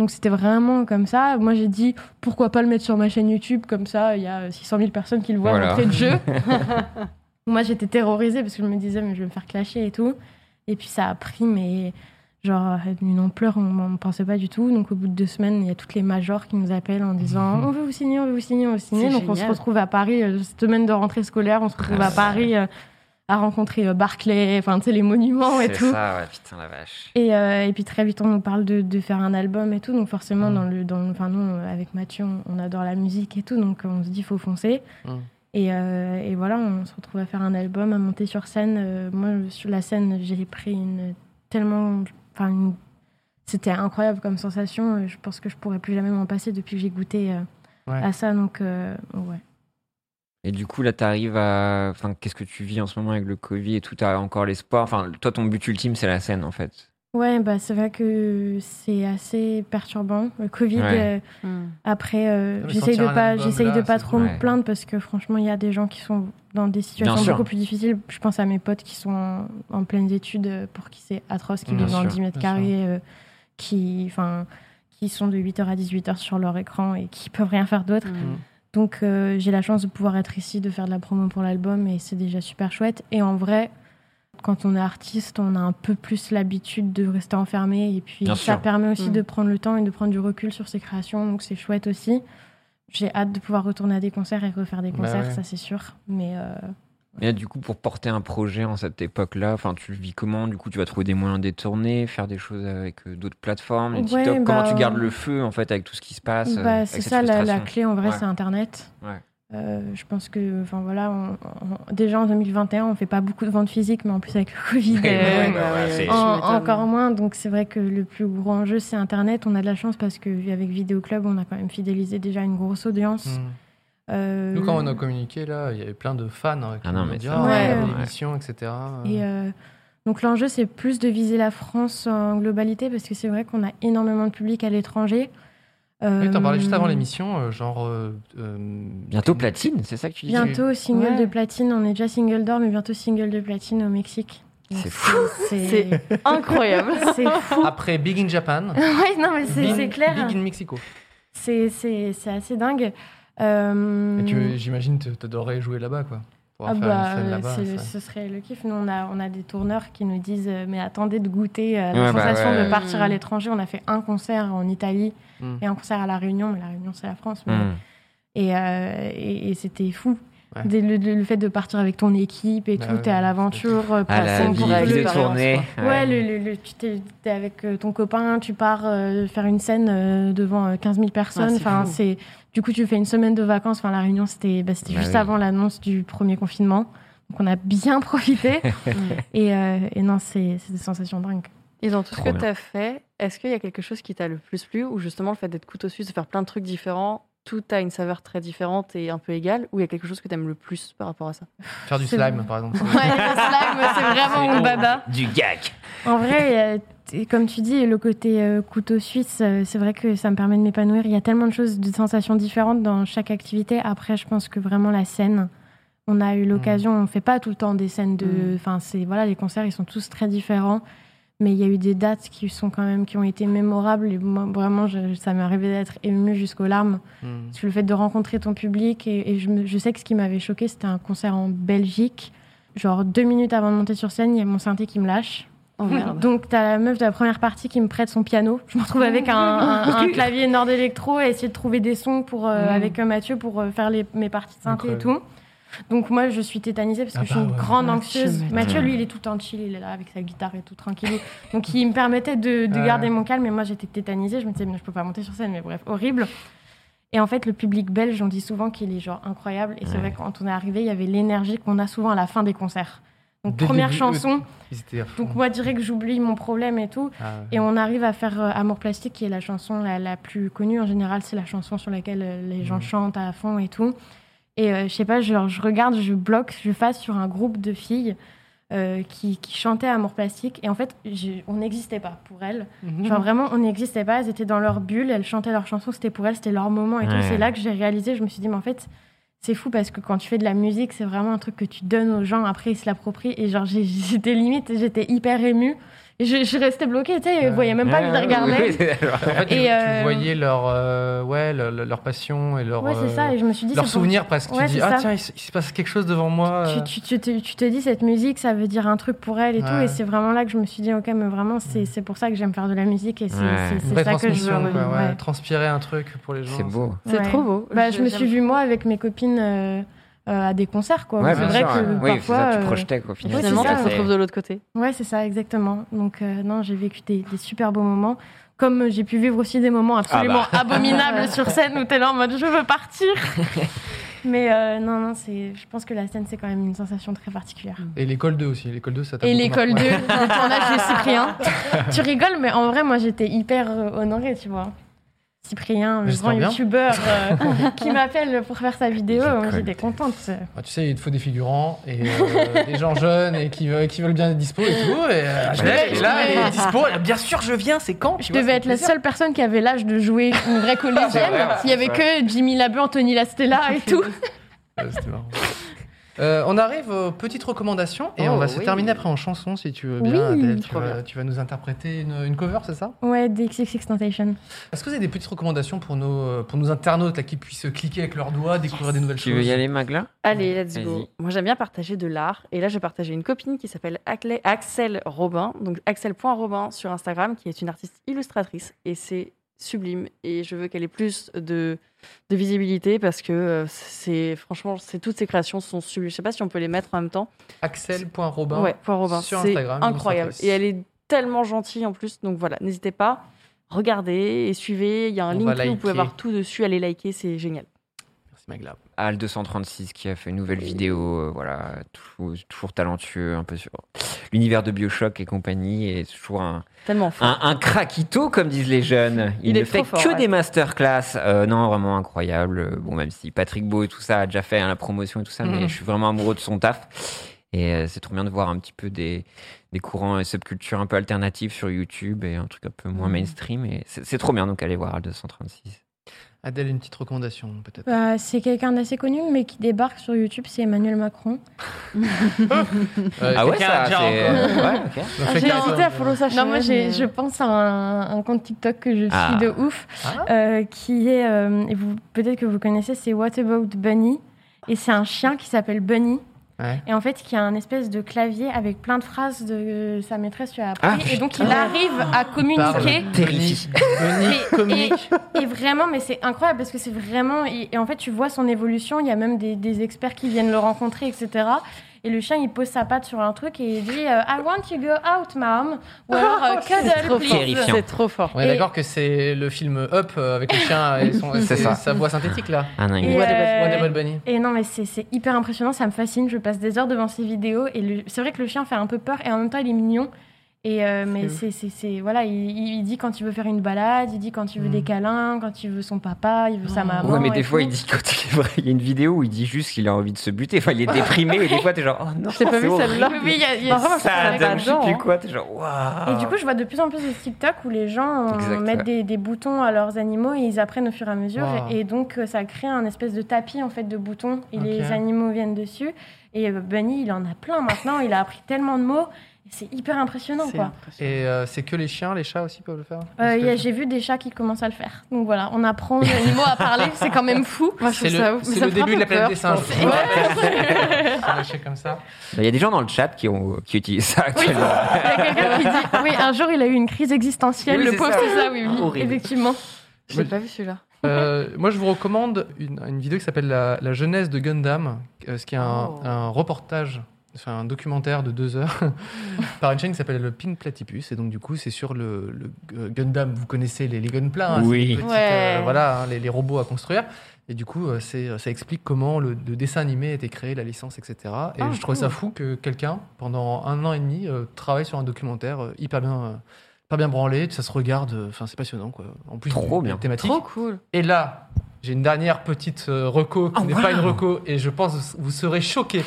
S4: Donc c'était vraiment comme ça. Moi j'ai dit pourquoi pas le mettre sur ma chaîne YouTube, comme ça il y a 600 000 personnes qui le voient à
S3: Voilà.
S4: l'entrée de
S2: (laughs)
S4: jeu. (laughs) Moi j'étais terrorisée parce que je me disais mais je vais me faire clasher et tout. Et puis ça a pris, mais genre une ampleur, on ne pensait pas du tout. Donc au bout de deux semaines, il y a toutes les majors qui nous appellent en disant on veut vous signer, on veut vous signer, on veut vous signer.
S1: C'est
S4: Donc on se
S1: génial.
S4: retrouve à Paris, euh, semaine de rentrée scolaire, on se retrouve à
S3: c'est-
S4: Paris euh, à rencontrer euh, Barclay, enfin tu sais les monuments et
S3: c'est
S4: tout.
S3: ça, ouais, putain la vache.
S4: Et, euh, et puis très vite on nous parle de, de faire un album et tout, donc forcément
S2: Mm.
S4: dans le, dans le- enfin nous euh, avec Mathieu on, on adore la musique et tout, donc on se dit faut foncer.
S2: Mm.
S1: Hmm.
S4: Et, euh, et voilà on se retrouve à faire un album, à monter sur scène. Euh, moi sur la scène j'ai pris une tellement, enfin une- c'était incroyable comme sensation. Euh, Je pense que je pourrais plus jamais m'en passer depuis que j'ai goûté euh,
S2: Ouais.
S4: à ça, donc euh, ouais.
S3: Et du coup, là, t'arrives à. Enfin, qu'est-ce que tu vis en ce moment avec le Covid et tout T'as encore l'espoir Enfin, toi, ton but ultime, c'est la scène, en fait.
S4: Ouais, bah, c'est vrai que c'est assez perturbant. Le Covid,
S3: Ouais.
S4: euh,
S1: Hmm.
S4: après, euh,
S2: Non, mais
S4: j'essaye de
S2: sortir un
S4: pas,
S2: album,
S4: j'essaye de
S2: là,
S4: pas
S2: c'est-
S4: trop
S3: Ouais.
S4: me plaindre parce que franchement, il y a des gens qui sont dans des situations
S3: sûr.
S4: beaucoup plus difficiles. Je pense à mes potes qui sont en, en pleines études, euh, pour qui c'est atroce, qui
S3: Bien
S4: vivent dans
S3: sûr,
S4: 10 mètres
S2: bien sûr.
S4: carrés, euh, qui, enfin, qui sont de 8h à 18h sur leur écran et qui peuvent rien faire d'autre.
S1: Hmm.
S4: Donc euh, j'ai la chance de pouvoir être ici, de faire de la promo pour l'album et c'est déjà super chouette. Et en vrai, quand on est artiste, on a un peu plus l'habitude de rester enfermé et puis
S3: Bien
S4: ça
S3: sûr.
S4: permet aussi
S1: Mm.
S4: de prendre le temps et de prendre du recul sur ses créations, donc c'est chouette aussi. J'ai hâte de pouvoir retourner à des concerts et refaire des
S2: Bah
S4: concerts,
S2: ouais.
S4: ça c'est sûr. Mais euh,
S3: Et là, du coup, pour porter un projet en cette époque-là, enfin, tu le vis comment Du coup, tu vas trouver des moyens détournés, faire des choses avec euh, d'autres plateformes, les
S4: Ouais,
S3: TikTok. comment
S4: bah,
S3: tu gardes
S4: euh,
S3: le feu, en fait, avec tout ce qui se passe euh,
S4: Bah,
S3: avec
S4: c'est
S3: cette
S4: ça la, la
S3: frustration
S4: clé en vrai,
S3: Ouais.
S4: c'est Internet.
S3: Ouais.
S4: Euh, je pense que, enfin voilà, on- on- déjà en 2021, on fait pas beaucoup de ventes physiques, mais en plus avec le Covid,
S3: Ouais,
S4: euh,
S3: ouais,
S1: Ouais,
S3: bah,
S1: bah,
S3: voilà,
S1: ouais,
S3: c'est-
S1: tu
S4: En-
S1: m'étonnes.
S4: encore moins, donc c'est vrai que le plus gros enjeu c'est Internet. On a de la chance parce que avec Vidéo Club, on a quand même fidélisé déjà une grosse audience.
S2: Mm.
S4: Euh,
S2: Nous, quand on a communiqué, là, il y avait plein de fans hein, qui
S3: Ah non,
S2: nous ont
S3: mais
S2: dit
S3: ça-
S2: Ah,
S4: Ouais,
S2: ouais,
S3: ouais.
S2: l'émission, etc.
S4: et, euh, donc l'enjeu c'est plus de viser la France en globalité parce que c'est vrai qu'on a énormément de public à l'étranger. Euh,
S2: Oui, t'en parlais juste avant l'émission, euh, genre. euh, euh,
S3: Bientôt
S2: t'es-
S3: platine, c'est ça que tu dis
S4: Bientôt single
S1: Ouais.
S4: de platine, on est déjà single d'or, mais bientôt single de platine au Mexique.
S3: C'est
S4: (laughs) Donc,
S3: fou.
S4: C'est
S1: C'est incroyable.
S4: (laughs) c'est fou.
S2: Après Big in Japan.
S4: (laughs) Ouais, non mais c'est
S2: Big-
S4: c'est clair.
S2: Big in Mexico.
S4: C'est c'est- c'est assez dingue. Euh,
S2: Et tu- J'imagine que t'adorerais jouer là-bas, quoi. Pour
S4: Ah
S2: faire
S4: bah,
S2: une scène là-bas.
S4: c'est-
S2: ça.
S4: ce serait le kiff. Nous, on a, on a des tourneurs qui nous disent euh, Mais attendez de goûter euh, la
S3: Ouais, bah
S4: sensation
S3: ouais.
S4: de partir à l'étranger. On a fait un concert en Italie
S2: Mm.
S4: et un concert à La Réunion, mais La Réunion, c'est la France. mais-
S3: Hmm.
S4: Et, euh, et, et c'était fou.
S2: Ouais.
S4: Dès Le, le- le fait de partir avec ton équipe et
S2: Bah
S4: tout,
S2: ouais,
S4: t'es à
S2: c'est-
S4: l'aventure. euh,
S3: À
S4: passer
S3: la
S1: on
S4: pour
S3: vie
S1: pourrait
S4: le-
S3: de
S1: aller
S3: tournée.
S4: Ouais, le, le- le- tu t'es t'es avec euh, ton copain, tu pars euh, faire une scène euh, devant euh, 15 000 personnes.
S1: Ouais, c'est
S4: enfin,
S1: fou.
S4: c'est du coup, tu fais une semaine de vacances. Enfin, la Réunion, c'était bah, c'était
S3: Bah
S4: juste
S3: oui.
S4: avant l'annonce du premier confinement. Donc, on a bien (laughs) profité. et, euh, et non, c'est c'est des sensations dingues.
S1: Et dans tout ce
S3: Trop
S1: que tu
S3: bien.
S1: as fait, est-ce qu'il y a quelque chose qui t'a le plus plu ou justement le fait d'être couteau suisse, de faire plein de trucs différents, tout a une saveur très différente et un peu égale ou il y a quelque chose que tu aimes le plus par rapport à ça
S2: Faire du
S4: c'est
S2: slime,
S4: bon.
S2: par exemple.
S4: Ouais, le slime, c'est vraiment
S2: C'est
S4: mon
S2: bon.
S4: baba.
S3: Du gag
S4: En vrai, euh, et comme tu dis, le côté euh, couteau suisse, euh, c'est vrai que ça me permet de m'épanouir. Il y a tellement de choses, de sensations différentes dans chaque activité. Après, je pense que vraiment la scène, on a eu l'occasion, on fait pas tout le temps des scènes de. Enfin, c'est voilà, les concerts, ils sont tous très différents. Mais il y a eu des dates qui sont quand même qui ont été mémorables. Et moi, vraiment, je- ça m'est arrivé d'être émue jusqu'aux larmes
S1: Hmm.
S2: Mm.
S4: sur le fait de rencontrer ton public. Et, et je, me- je sais que ce qui m'avait choqué, c'était un concert en Belgique. Genre deux minutes avant de monter sur scène, il y a mon synthé qui me lâche.
S1: Oh merde.
S4: Donc, t'as la meuf de la première partie qui me prête son piano. Je me retrouve avec un,
S1: (laughs)
S4: un- un clavier Nord Electro et essayer de trouver des sons pour, euh,
S1: Mhm.
S2: Mm.
S4: avec euh, Mathieu pour euh, faire les, mes parties de synthé et
S2: Incroyable.
S4: tout. Donc, moi, je suis tétanisée parce que
S2: Ah
S4: je suis
S2: bah
S4: une
S2: ouais.
S4: grande
S1: Ah,
S4: anxieuse.
S1: tu m'étonnes.
S4: Mathieu, lui, il est tout en chill, il est là avec sa guitare et
S2: (laughs)
S4: tout tranquille. Donc, il me permettait de, de
S2: Ouais.
S4: garder mon calme. Et moi, j'étais tétanisée. Je me disais, mais je peux pas monter sur scène, mais bref, horrible. Et en fait, le public belge, on dit souvent qu'il est genre incroyable. Et c'est vrai que quand on est arrivé, il y avait l'énergie qu'on a souvent à la fin des concerts. Donc,
S2: Dès le
S4: première
S2: début,
S4: chanson.
S2: Ils étaient à fond.
S4: Donc moi, direct, j'oublie mon problème et tout.
S2: Ah ouais.
S4: Et on arrive à faire euh, Amour plastique, qui est la chanson la, la plus connue. En général, c'est la chanson sur laquelle euh, les gens
S2: Mhm.
S4: chantent à fond et tout. Et euh, je sais pas, genre, je regarde, je bloque, je fasse sur un groupe de filles euh, qui, qui chantaient Amour plastique. Et en fait, j'ai- on n'existait pas pour elles. Genre vraiment, on n'existait pas. Elles étaient dans leur bulle, elles chantaient leurs chansons, c'était pour elles, c'était leur moment et
S3: Ouais.
S4: tout. C'est là que j'ai réalisé, je me suis dit, mais en fait, c'est fou parce que quand tu fais de la musique, c'est vraiment un truc que tu donnes aux gens, après ils se l'approprient. Et genre, j'ai- (laughs) j'étais limite, j'étais hyper émue. Et je, je restais bloquée, tu sais,
S2: Ouais.
S4: je voyais même pas qu'ils regardaient.
S2: (laughs) En fait, tu-
S4: Et,
S2: tu,
S4: euh,
S2: voyais leur, euh, ouais, leur, leur- leur passion et leur,
S4: Ouais, c'est ça.
S2: euh,
S4: Et je me suis dit,
S2: leur
S4: c'est pour-
S2: souvenir presque.
S4: Ouais,
S2: tu dis,
S4: c'est
S2: ah
S4: ça.
S2: tiens, il, s- il se passe quelque chose devant moi. euh.
S4: Tu, tu- tu te, tu te dis cette musique, ça veut dire un truc pour elle et tout,
S2: Ouais. Mm.
S4: et c'est vraiment là que je me suis dit, ok, mais vraiment, c'est c'est pour ça que j'aime faire de la musique et c'est
S3: Ouais.
S4: c'est-
S2: Une
S4: c'est
S2: vraie
S4: ça que je veux
S2: transmission, quoi,
S4: revivre,
S2: ouais.
S4: ouais.
S2: Transpirer un truc pour les gens.
S3: C'est beau.
S1: C'est
S4: Ouais.
S1: trop beau.
S4: Bah, je me suis
S1: j'aime-
S4: vue, moi, avec mes copines euh, euh, à des concerts, quoi.
S3: Ouais,
S4: c'est
S3: bien
S4: vrai
S3: sûr.
S4: que
S3: ouais. Oui, c'est
S4: parfois.
S3: ça, tu
S4: euh,
S3: projetais quoi. Finalement,
S1: Finalement,
S4: c'est
S1: ça
S4: ça,
S1: se retrouve de l'autre côté.
S4: Ouais, c'est ça, exactement. Donc, euh, non, j'ai vécu des, des super beaux moments. Comme euh, j'ai pu vivre aussi des moments absolument
S3: Ah bah. (laughs)
S1: (laughs)
S4: abominables sur scène où t'es là en mode je veux partir. Mais euh, non, non, c'est, je pense que la scène, c'est quand même une sensation très particulière.
S3: Hmm.
S2: Et l'école 2 aussi. L'école 2, ça t'a
S4: Et
S2: beaucoup
S4: l'école 2,
S2: marqué. (laughs)
S3: (laughs)
S4: le tournage de Cyprien. tu rigoles, mais en vrai, moi, j'étais hyper euh, honorée, tu vois. Cyprien, le
S2: J'espère
S4: grand
S2: bien.
S3: (laughs)
S4: youtubeur euh, qui m'appelle pour faire sa vidéo,
S3: L'école
S4: moi, j'étais
S3: de-
S4: contente.
S2: Ah, tu sais, il te faut des figurants et euh, (laughs) des gens jeunes et qui, veulent- qui veulent bien être dispo et tout. Et, euh, je l'ai, et là,
S4: je
S2: il
S4: devais-
S2: est dispo. Alors, Bien sûr, je viens, c'est quand
S4: Je
S2: tu vois,
S4: devais
S2: ça
S4: être
S2: fait
S4: la
S2: plaisir.
S4: seule personne qui avait l'âge de jouer une vraie collégienne.
S3: vrai, ouais,
S4: Il y avait
S3: c'est
S4: que Jimmy Labu,
S2: (laughs)
S4: Anthony Lastella et tout.
S2: Ouais, c'était marrant. Euh, on arrive aux petites recommandations et
S1: Oh,
S2: on va se
S1: oui.
S2: terminer après en chanson si tu veux bien.
S4: Oui.
S2: Adèle, tu,
S1: Trop
S2: vas,
S1: bien.
S2: tu vas nous interpréter une, une cover, c'est ça
S4: Ouais, DXXX Tentation.
S2: Est-ce que vous avez des petites recommandations pour nos, pour nos internautes là, qui puissent cliquer avec leurs doigts, découvrir des nouvelles
S3: Tu
S2: choses
S3: veux y aller, Magla
S1: Allez, let's go.
S3: Vas-y.
S1: Moi, j'aime bien partager de l'art. Et là, je partageais une copine qui s'appelle Aclé- Axel Robin, donc Axel.Robin sur Instagram, qui est une artiste illustratrice. Et c'est sublime. Et je veux qu'elle ait plus de, de visibilité parce que euh, c'est franchement, c'est toutes ses créations sont sublimes. Je sais pas si on peut les mettre en même temps.
S2: Axel.robin.
S1: ouais, point Robin.
S2: sur
S1: C'est
S2: Instagram,
S1: incroyable.
S2: illustratrice.
S1: Et elle est tellement gentille en plus. Donc voilà, n'hésitez pas. Regardez et suivez. Il y a un
S2: On va
S1: link, vous pouvez
S2: liker.
S1: voir tout dessus. Allez liker, c'est génial.
S2: Merci Magla.
S3: Al236 qui a fait une nouvelle vidéo, euh, voilà, toujours, toujours talentueux, un peu sur l'univers de Bioshock et compagnie, et c'est toujours un,
S1: Tellement fou.
S3: un, un craquito, comme disent les jeunes. Il,
S1: Il
S3: ne
S1: est
S3: fait
S1: trop fort,
S3: que
S1: ouais.
S3: des masterclass. Euh, non, vraiment incroyable. Euh, Bon, même si Patrick Beau et tout ça a déjà fait hein, la promotion et tout ça, mais
S2: Mhm.
S3: je suis vraiment amoureux de son taf. Et euh, c'est trop bien de voir un petit peu des, des courants et subcultures un peu alternatifs sur YouTube et un truc un peu moins
S1: Mhm.
S3: mainstream. Et c'est c'est trop bien, donc allez voir Al236.
S2: Adèle, une petite recommandation peut-être
S4: Bah, c'est quelqu'un d'assez connu, mais qui débarque sur YouTube, c'est Emmanuel Macron.
S2: (laughs) Euh,
S3: ah ouais,
S2: quelqu'un
S3: ça,
S2: a déjà encore-
S3: c'est. ouais,
S4: Ah,
S3: ok.
S2: Donc,
S1: J'ai
S2: quelqu'un-
S1: hésité à follow sa chaîne.
S4: Non, moi, j'ai-
S1: mais-
S4: je pense à un, un compte TikTok que je suis
S3: Ah.
S4: de ouf,
S2: Ah.
S4: euh, qui est, euh, et vous- peut-être que vous connaissez, c'est What About Bunny. Et c'est un chien qui s'appelle Bunny.
S2: Ouais.
S4: Et en fait, qui a un espèce de clavier avec plein de phrases de sa maîtresse lui a appris.
S3: Ah,
S4: et donc,
S3: putain.
S4: il arrive à
S2: Parle.
S4: communiquer.
S3: Terrifie.
S2: Bonnie
S4: Mais-
S2: communique.
S4: Et vraiment, mais c'est incroyable parce que c'est vraiment. Et, et en fait, tu vois son évolution. Il y a même des, des experts qui viennent le rencontrer, etc. Et le chien, il pose sa patte sur un truc et il dit euh, I want to go out, mom. Ou alors
S3: (laughs)
S4: euh,
S1: C'est
S4: cuddle,
S1: trop fort.
S4: please.
S3: Terrifiant.
S1: C'est trop fort.
S2: On est
S4: Et-
S2: d'accord que c'est le film Up euh, avec le chien et son,
S3: C'est
S2: et
S3: ça.
S2: sa voix synthétique là.
S3: Ah non, il est-
S4: Et,
S1: What about-
S2: One
S4: euh,
S2: About Bunny.
S4: et non, mais c'est c'est hyper impressionnant. Ça me fascine. Je passe des heures devant ses vidéos. Et le- c'est vrai que le chien fait un peu peur et en même temps, il est mignon. Et euh, mais
S1: C'est
S4: c'est, c'est, c'est- voilà, il, il dit quand il veut faire une balade, il dit quand
S1: Hmm.
S4: il veut
S2: Mm.
S4: des câlins, quand il veut son papa, il veut sa
S1: Ouais,
S4: maman.
S3: Ouais, mais des
S4: et
S3: fois,
S4: tout.
S3: il dit quand il est vrai. Il y a une vidéo où il dit juste qu'il a envie de se buter. Enfin, il est déprimé. et des fois, t'es genre, oh non,
S1: Je t'ai pas
S3: c'est
S1: vu
S3: horrible.
S1: celle-là.
S4: Oui, oui, il y a- il y a-
S1: Bah, vraiment, je
S3: Ça
S1: savais pas
S3: donne, je sais
S1: dedans,
S3: plus
S1: hein.
S3: quoi. T'es genre, waouh.
S2: Ah.
S4: Et du coup, je vois de plus en plus des TikTok où les gens euh,
S3: Exact,
S4: mettent
S3: ouais.
S4: des, des boutons à leurs animaux et ils apprennent au fur et à mesure.
S2: Wow.
S4: Et, et donc, euh, ça crée un espèce de tapis en fait de boutons et
S2: Ok.
S4: les animaux viennent dessus. Et euh, Bunny, il en a plein maintenant. Il a appris tellement de mots. C'est hyper impressionnant,
S1: C'est
S4: quoi.
S1: impressionnant.
S2: Et euh, c'est que les chiens, les chats aussi peuvent le faire
S4: Euh,
S2: Parce
S4: il y a-
S2: que-
S4: J'ai vu des chats qui commencent à le faire. Donc voilà, on apprend aux animaux à
S2: (laughs)
S4: parler. C'est quand même fou.
S1: Moi, je
S2: C'est
S1: trouve ça
S2: le,
S1: ouf, mais
S2: c'est
S1: ça
S2: le
S1: me
S2: début
S1: fait
S2: de la
S1: un peu
S2: planète
S1: peur,
S2: des
S1: je
S2: singes.
S1: pense.
S2: Ouais, (laughs) c'est lâché comme ça.
S3: Bah, Il y a des gens dans le chat qui, ont, qui utilisent ça actuellement.
S4: Il y a quelqu'un qui dit Oui, un jour, il a eu une crise existentielle.
S3: Oui,
S4: le
S3: c'est
S4: pauvre,
S3: ça.
S4: c'est ça, oui,
S2: Ah,
S4: oui.
S3: Horrible.
S4: Effectivement.
S1: Je l'ai pas vu celui-là.
S2: Euh, moi, je vous recommande une, une vidéo qui s'appelle la, La jeunesse de Gundam, euh, ce qui est un,
S1: Oh.
S2: un reportage, enfin un documentaire de deux
S1: (laughs)
S2: heures par une chaîne qui s'appelle le Pink Platypus. Et donc, du coup, c'est sur le, le, euh, Gundam. Vous connaissez les, les Gunpla, hein, c'est
S3: Oui.
S2: les petites,
S1: Ouais.
S2: euh, voilà, hein, les, les robots à construire. Et du coup, euh, c'est, ça explique comment le, le dessin animé a été créé, la licence, etc. Et
S1: Ah,
S2: je trouve ça fou que quelqu'un, pendant un an et demi, euh, travaille sur un documentaire euh, hyper bien. euh, pas bien branlé, ça se regarde, euh, enfin c'est passionnant quoi. En plus,
S3: Trop
S2: du-
S3: bien.
S2: thématique.
S1: Trop cool.
S2: Et là, j'ai une dernière petite euh, reco qui
S3: Oh,
S2: n'est
S3: wow.
S2: pas une reco et je pense que vous serez choqués.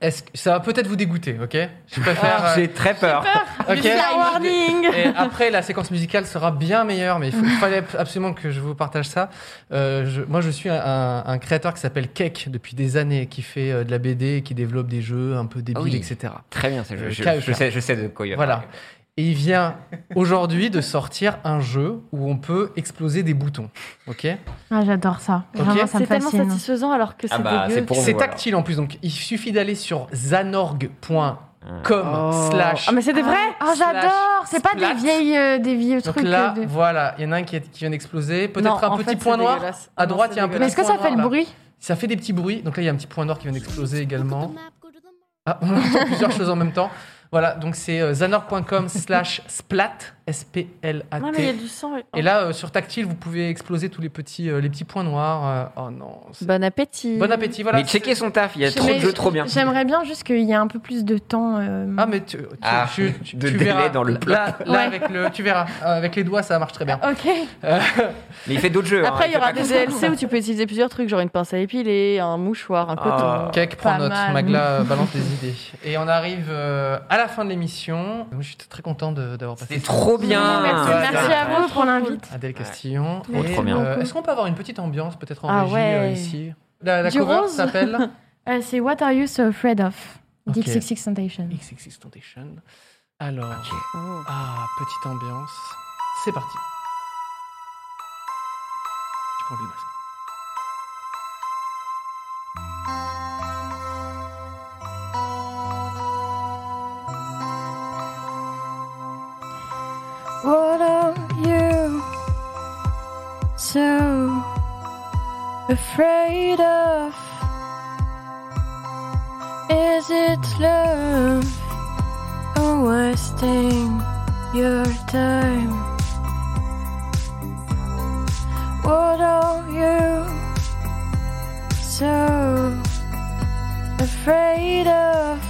S2: Est-ce que ça va peut-être vous dégoûter, ok Je préfère. euh,
S3: Ah, J'ai très peur.
S2: (laughs) ok.
S1: Fire warning
S2: Et après, la séquence musicale sera bien meilleure, mais il faut- il fallait absolument que je vous partage ça. Euh, je- moi, je suis un, un créateur qui s'appelle Cake depuis des années, qui fait euh, de la BD, qui développe des jeux un peu débiles,
S3: Ah Oui.
S2: etc.
S3: Très bien, ça, je,
S2: Le
S3: je-
S2: cas-
S3: je sais, je sais de quoi il y a.
S2: E Voilà. Et il vient aujourd'hui de sortir un jeu où on peut exploser des boutons, ok
S4: Ah, J'adore ça.
S2: Ok.
S4: Vraiment, ça me
S1: C'est tellement
S4: fascine.
S1: satisfaisant alors que c'est
S3: Ah bah,
S1: dégueu.
S3: c'est pour
S2: C'est
S3: vous, alors.
S2: tactile en plus, donc il suffit d'aller sur zanorg.com
S1: Oh.
S2: slash.
S1: Ah, mais c'est des vrais
S4: Ah, j'adore C'est pas des
S2: Splash.
S4: vieilles, euh, des vieux
S2: Donc
S4: trucs.
S2: là,
S4: euh, de-
S2: voilà, il y en a un qui, est- qui vient d'exploser.
S1: Non,
S2: Peut-être
S1: en
S2: un petit
S1: fait,
S2: point
S1: c'est
S2: noir.
S1: dégueulasse.
S2: À
S1: Non,
S2: droite,
S1: c'est
S2: il y a un peu.
S4: Mais est-ce que ça
S2: point
S4: fait le
S2: noir, là.
S4: bruit
S2: Ça fait des petits bruits. Donc là, il y a un petit point noir qui vient d'exploser également. Ah, (laughs) on entend plusieurs choses en même temps. Voilà, donc c'est euh, zanorg.com slash splat, S-P-L-A-T.
S1: Non, mais il y a du sang.
S2: Et là, euh, sur tactile, vous pouvez exploser tous les petits, euh, les petits points noirs. euh, oh non. c'est-
S1: Bon appétit.
S2: Bon appétit, voilà.
S3: Mais checker son taf, il y a trop de
S4: Mais
S3: jeux trop bien.
S4: J'aimerais bien juste qu'il y ait un peu plus de temps. euh,
S2: Ah mais tu, tu,
S3: (laughs) Ah,
S2: tu- tu-
S3: de
S2: tu
S3: délai
S2: verras.
S3: dans le
S2: Là, là,
S4: Ouais.
S2: avec le, tu verras. Euh, Avec les doigts, ça marche très bien.
S4: Ok.
S3: (laughs) Mais il fait d'autres jeux. hein,
S1: Après, il y
S3: fait
S1: aura
S3: pas
S1: des
S3: que ça.
S1: DLC où tu peux utiliser plusieurs trucs, genre une pince à épiler, un mouchoir, un
S3: Ah.
S1: coton.
S2: Cake, prends
S4: Pas
S2: note.
S4: mal.
S1: Ah.
S2: Magla euh, balance des idées. Et on arrive euh, à la fin de l'émission. Donc, Je suis très content de- d'avoir passé.
S3: C'est trop bien.
S4: Merci,
S2: Ouais,
S4: merci
S2: ouais.
S4: à vous pour l'invite.
S2: Adèle Castillon.
S3: Trop,
S2: Et,
S3: trop bien.
S2: euh, Est-ce qu'on peut avoir une petite ambiance peut-être en
S1: Ah
S2: régie
S1: ouais.
S2: euh, ici La, la
S1: Du
S2: cover
S1: rose. (laughs)
S2: s'appelle
S4: (laughs) Euh, c'est What Are You So Afraid Of
S2: Ok.
S4: Dixxixix Temptation.
S2: XXX Temptation. Alors,
S1: Oh.
S2: ah petite ambiance. C'est parti. Je prends le masque.
S4: What are you so afraid of? Is it love or wasting your time? What are you so afraid of?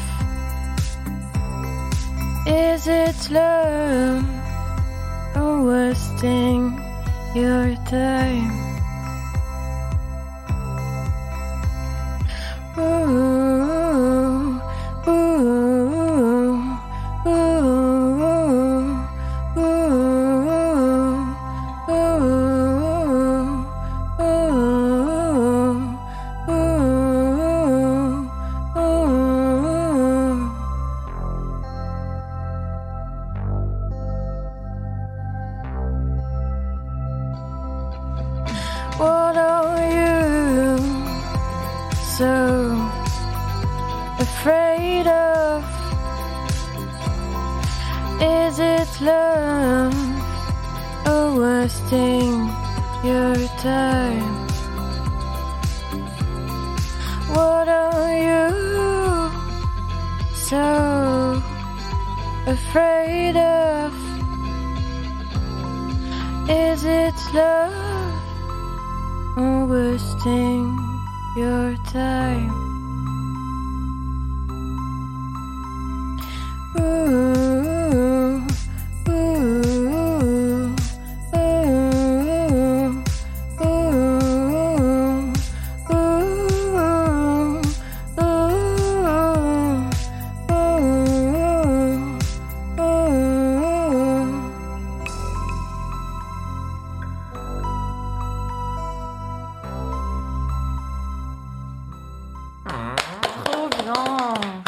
S4: Is it love? or wasting your time. Ooh, ooh, ooh, ooh, ooh, ooh, ooh. What are you so afraid of? Is it love or wasting your time? What are you so afraid of? Is it love? or wasting your time. Ooh,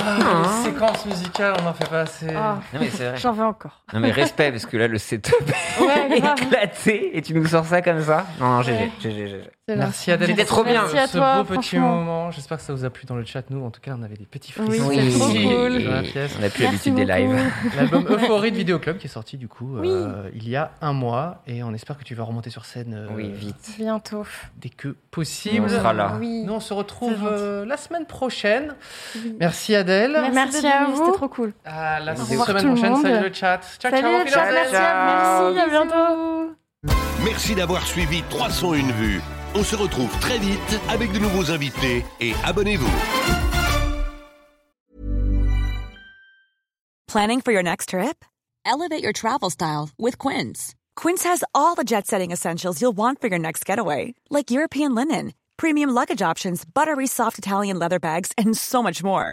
S2: Ah, séquence musicale, on n'en fait pas assez.
S1: Ah,
S3: Non, mais c'est vrai.
S1: J'en veux encore.
S3: Non, mais respect, parce que là, le setup est
S1: Ouais, grave.
S3: (laughs) éclaté et tu nous sors ça comme ça. Non, non, GG,
S4: Ouais.
S3: GG, GG.
S4: C'est
S2: Merci Adèle.
S3: C'était trop bien.
S2: ce-
S1: Merci à
S2: ce
S1: toi,
S2: beau petit
S1: franchement.
S2: moment. J'espère que ça vous a plu dans le chat. Nous, en tout cas, on avait des petits
S1: Oui,
S2: frissons.
S1: c'est trop
S3: Oui.
S1: cool.
S2: Dans la pièce.
S3: On n'a plus
S4: Merci
S3: l'habitude des
S4: beaucoup.
S3: lives.
S1: (laughs)
S2: L'album Euphorie de Vidéoclub qui est sorti du coup euh, il y a un mois et on espère que tu vas remonter sur scène euh,
S3: Oui, vite.
S4: Bientôt.
S2: dès que possible.
S3: On sera là.
S4: Oui.
S2: Nous on se retrouve
S1: C'est gentil.
S2: euh, la semaine prochaine.
S1: Oui.
S2: Merci Adèle.
S4: Merci
S1: Merci
S4: d'être venu,
S1: à vous.
S4: c'était
S1: C'était
S4: trop
S1: trop cool.
S2: À Euh, la
S4: Au revoir
S2: semaine
S4: tout le
S2: prochaine.
S4: monde.
S2: Salut le chat. Ciao
S1: Salut
S2: ciao.
S1: le
S2: au
S1: chat,
S2: revoir.
S1: merci, à-
S4: Ciao.
S1: merci, à bientôt.
S5: Merci d'avoir suivi 301 vues. On se retrouve très vite avec de nouveaux invités et abonnez-vous.
S8: Planning for your next trip? Elevate your travel style with Quince. Quince has all the jet setting essentials you'll want for your next getaway, like European linen, premium luggage options, buttery soft Italian leather bags, and so much more.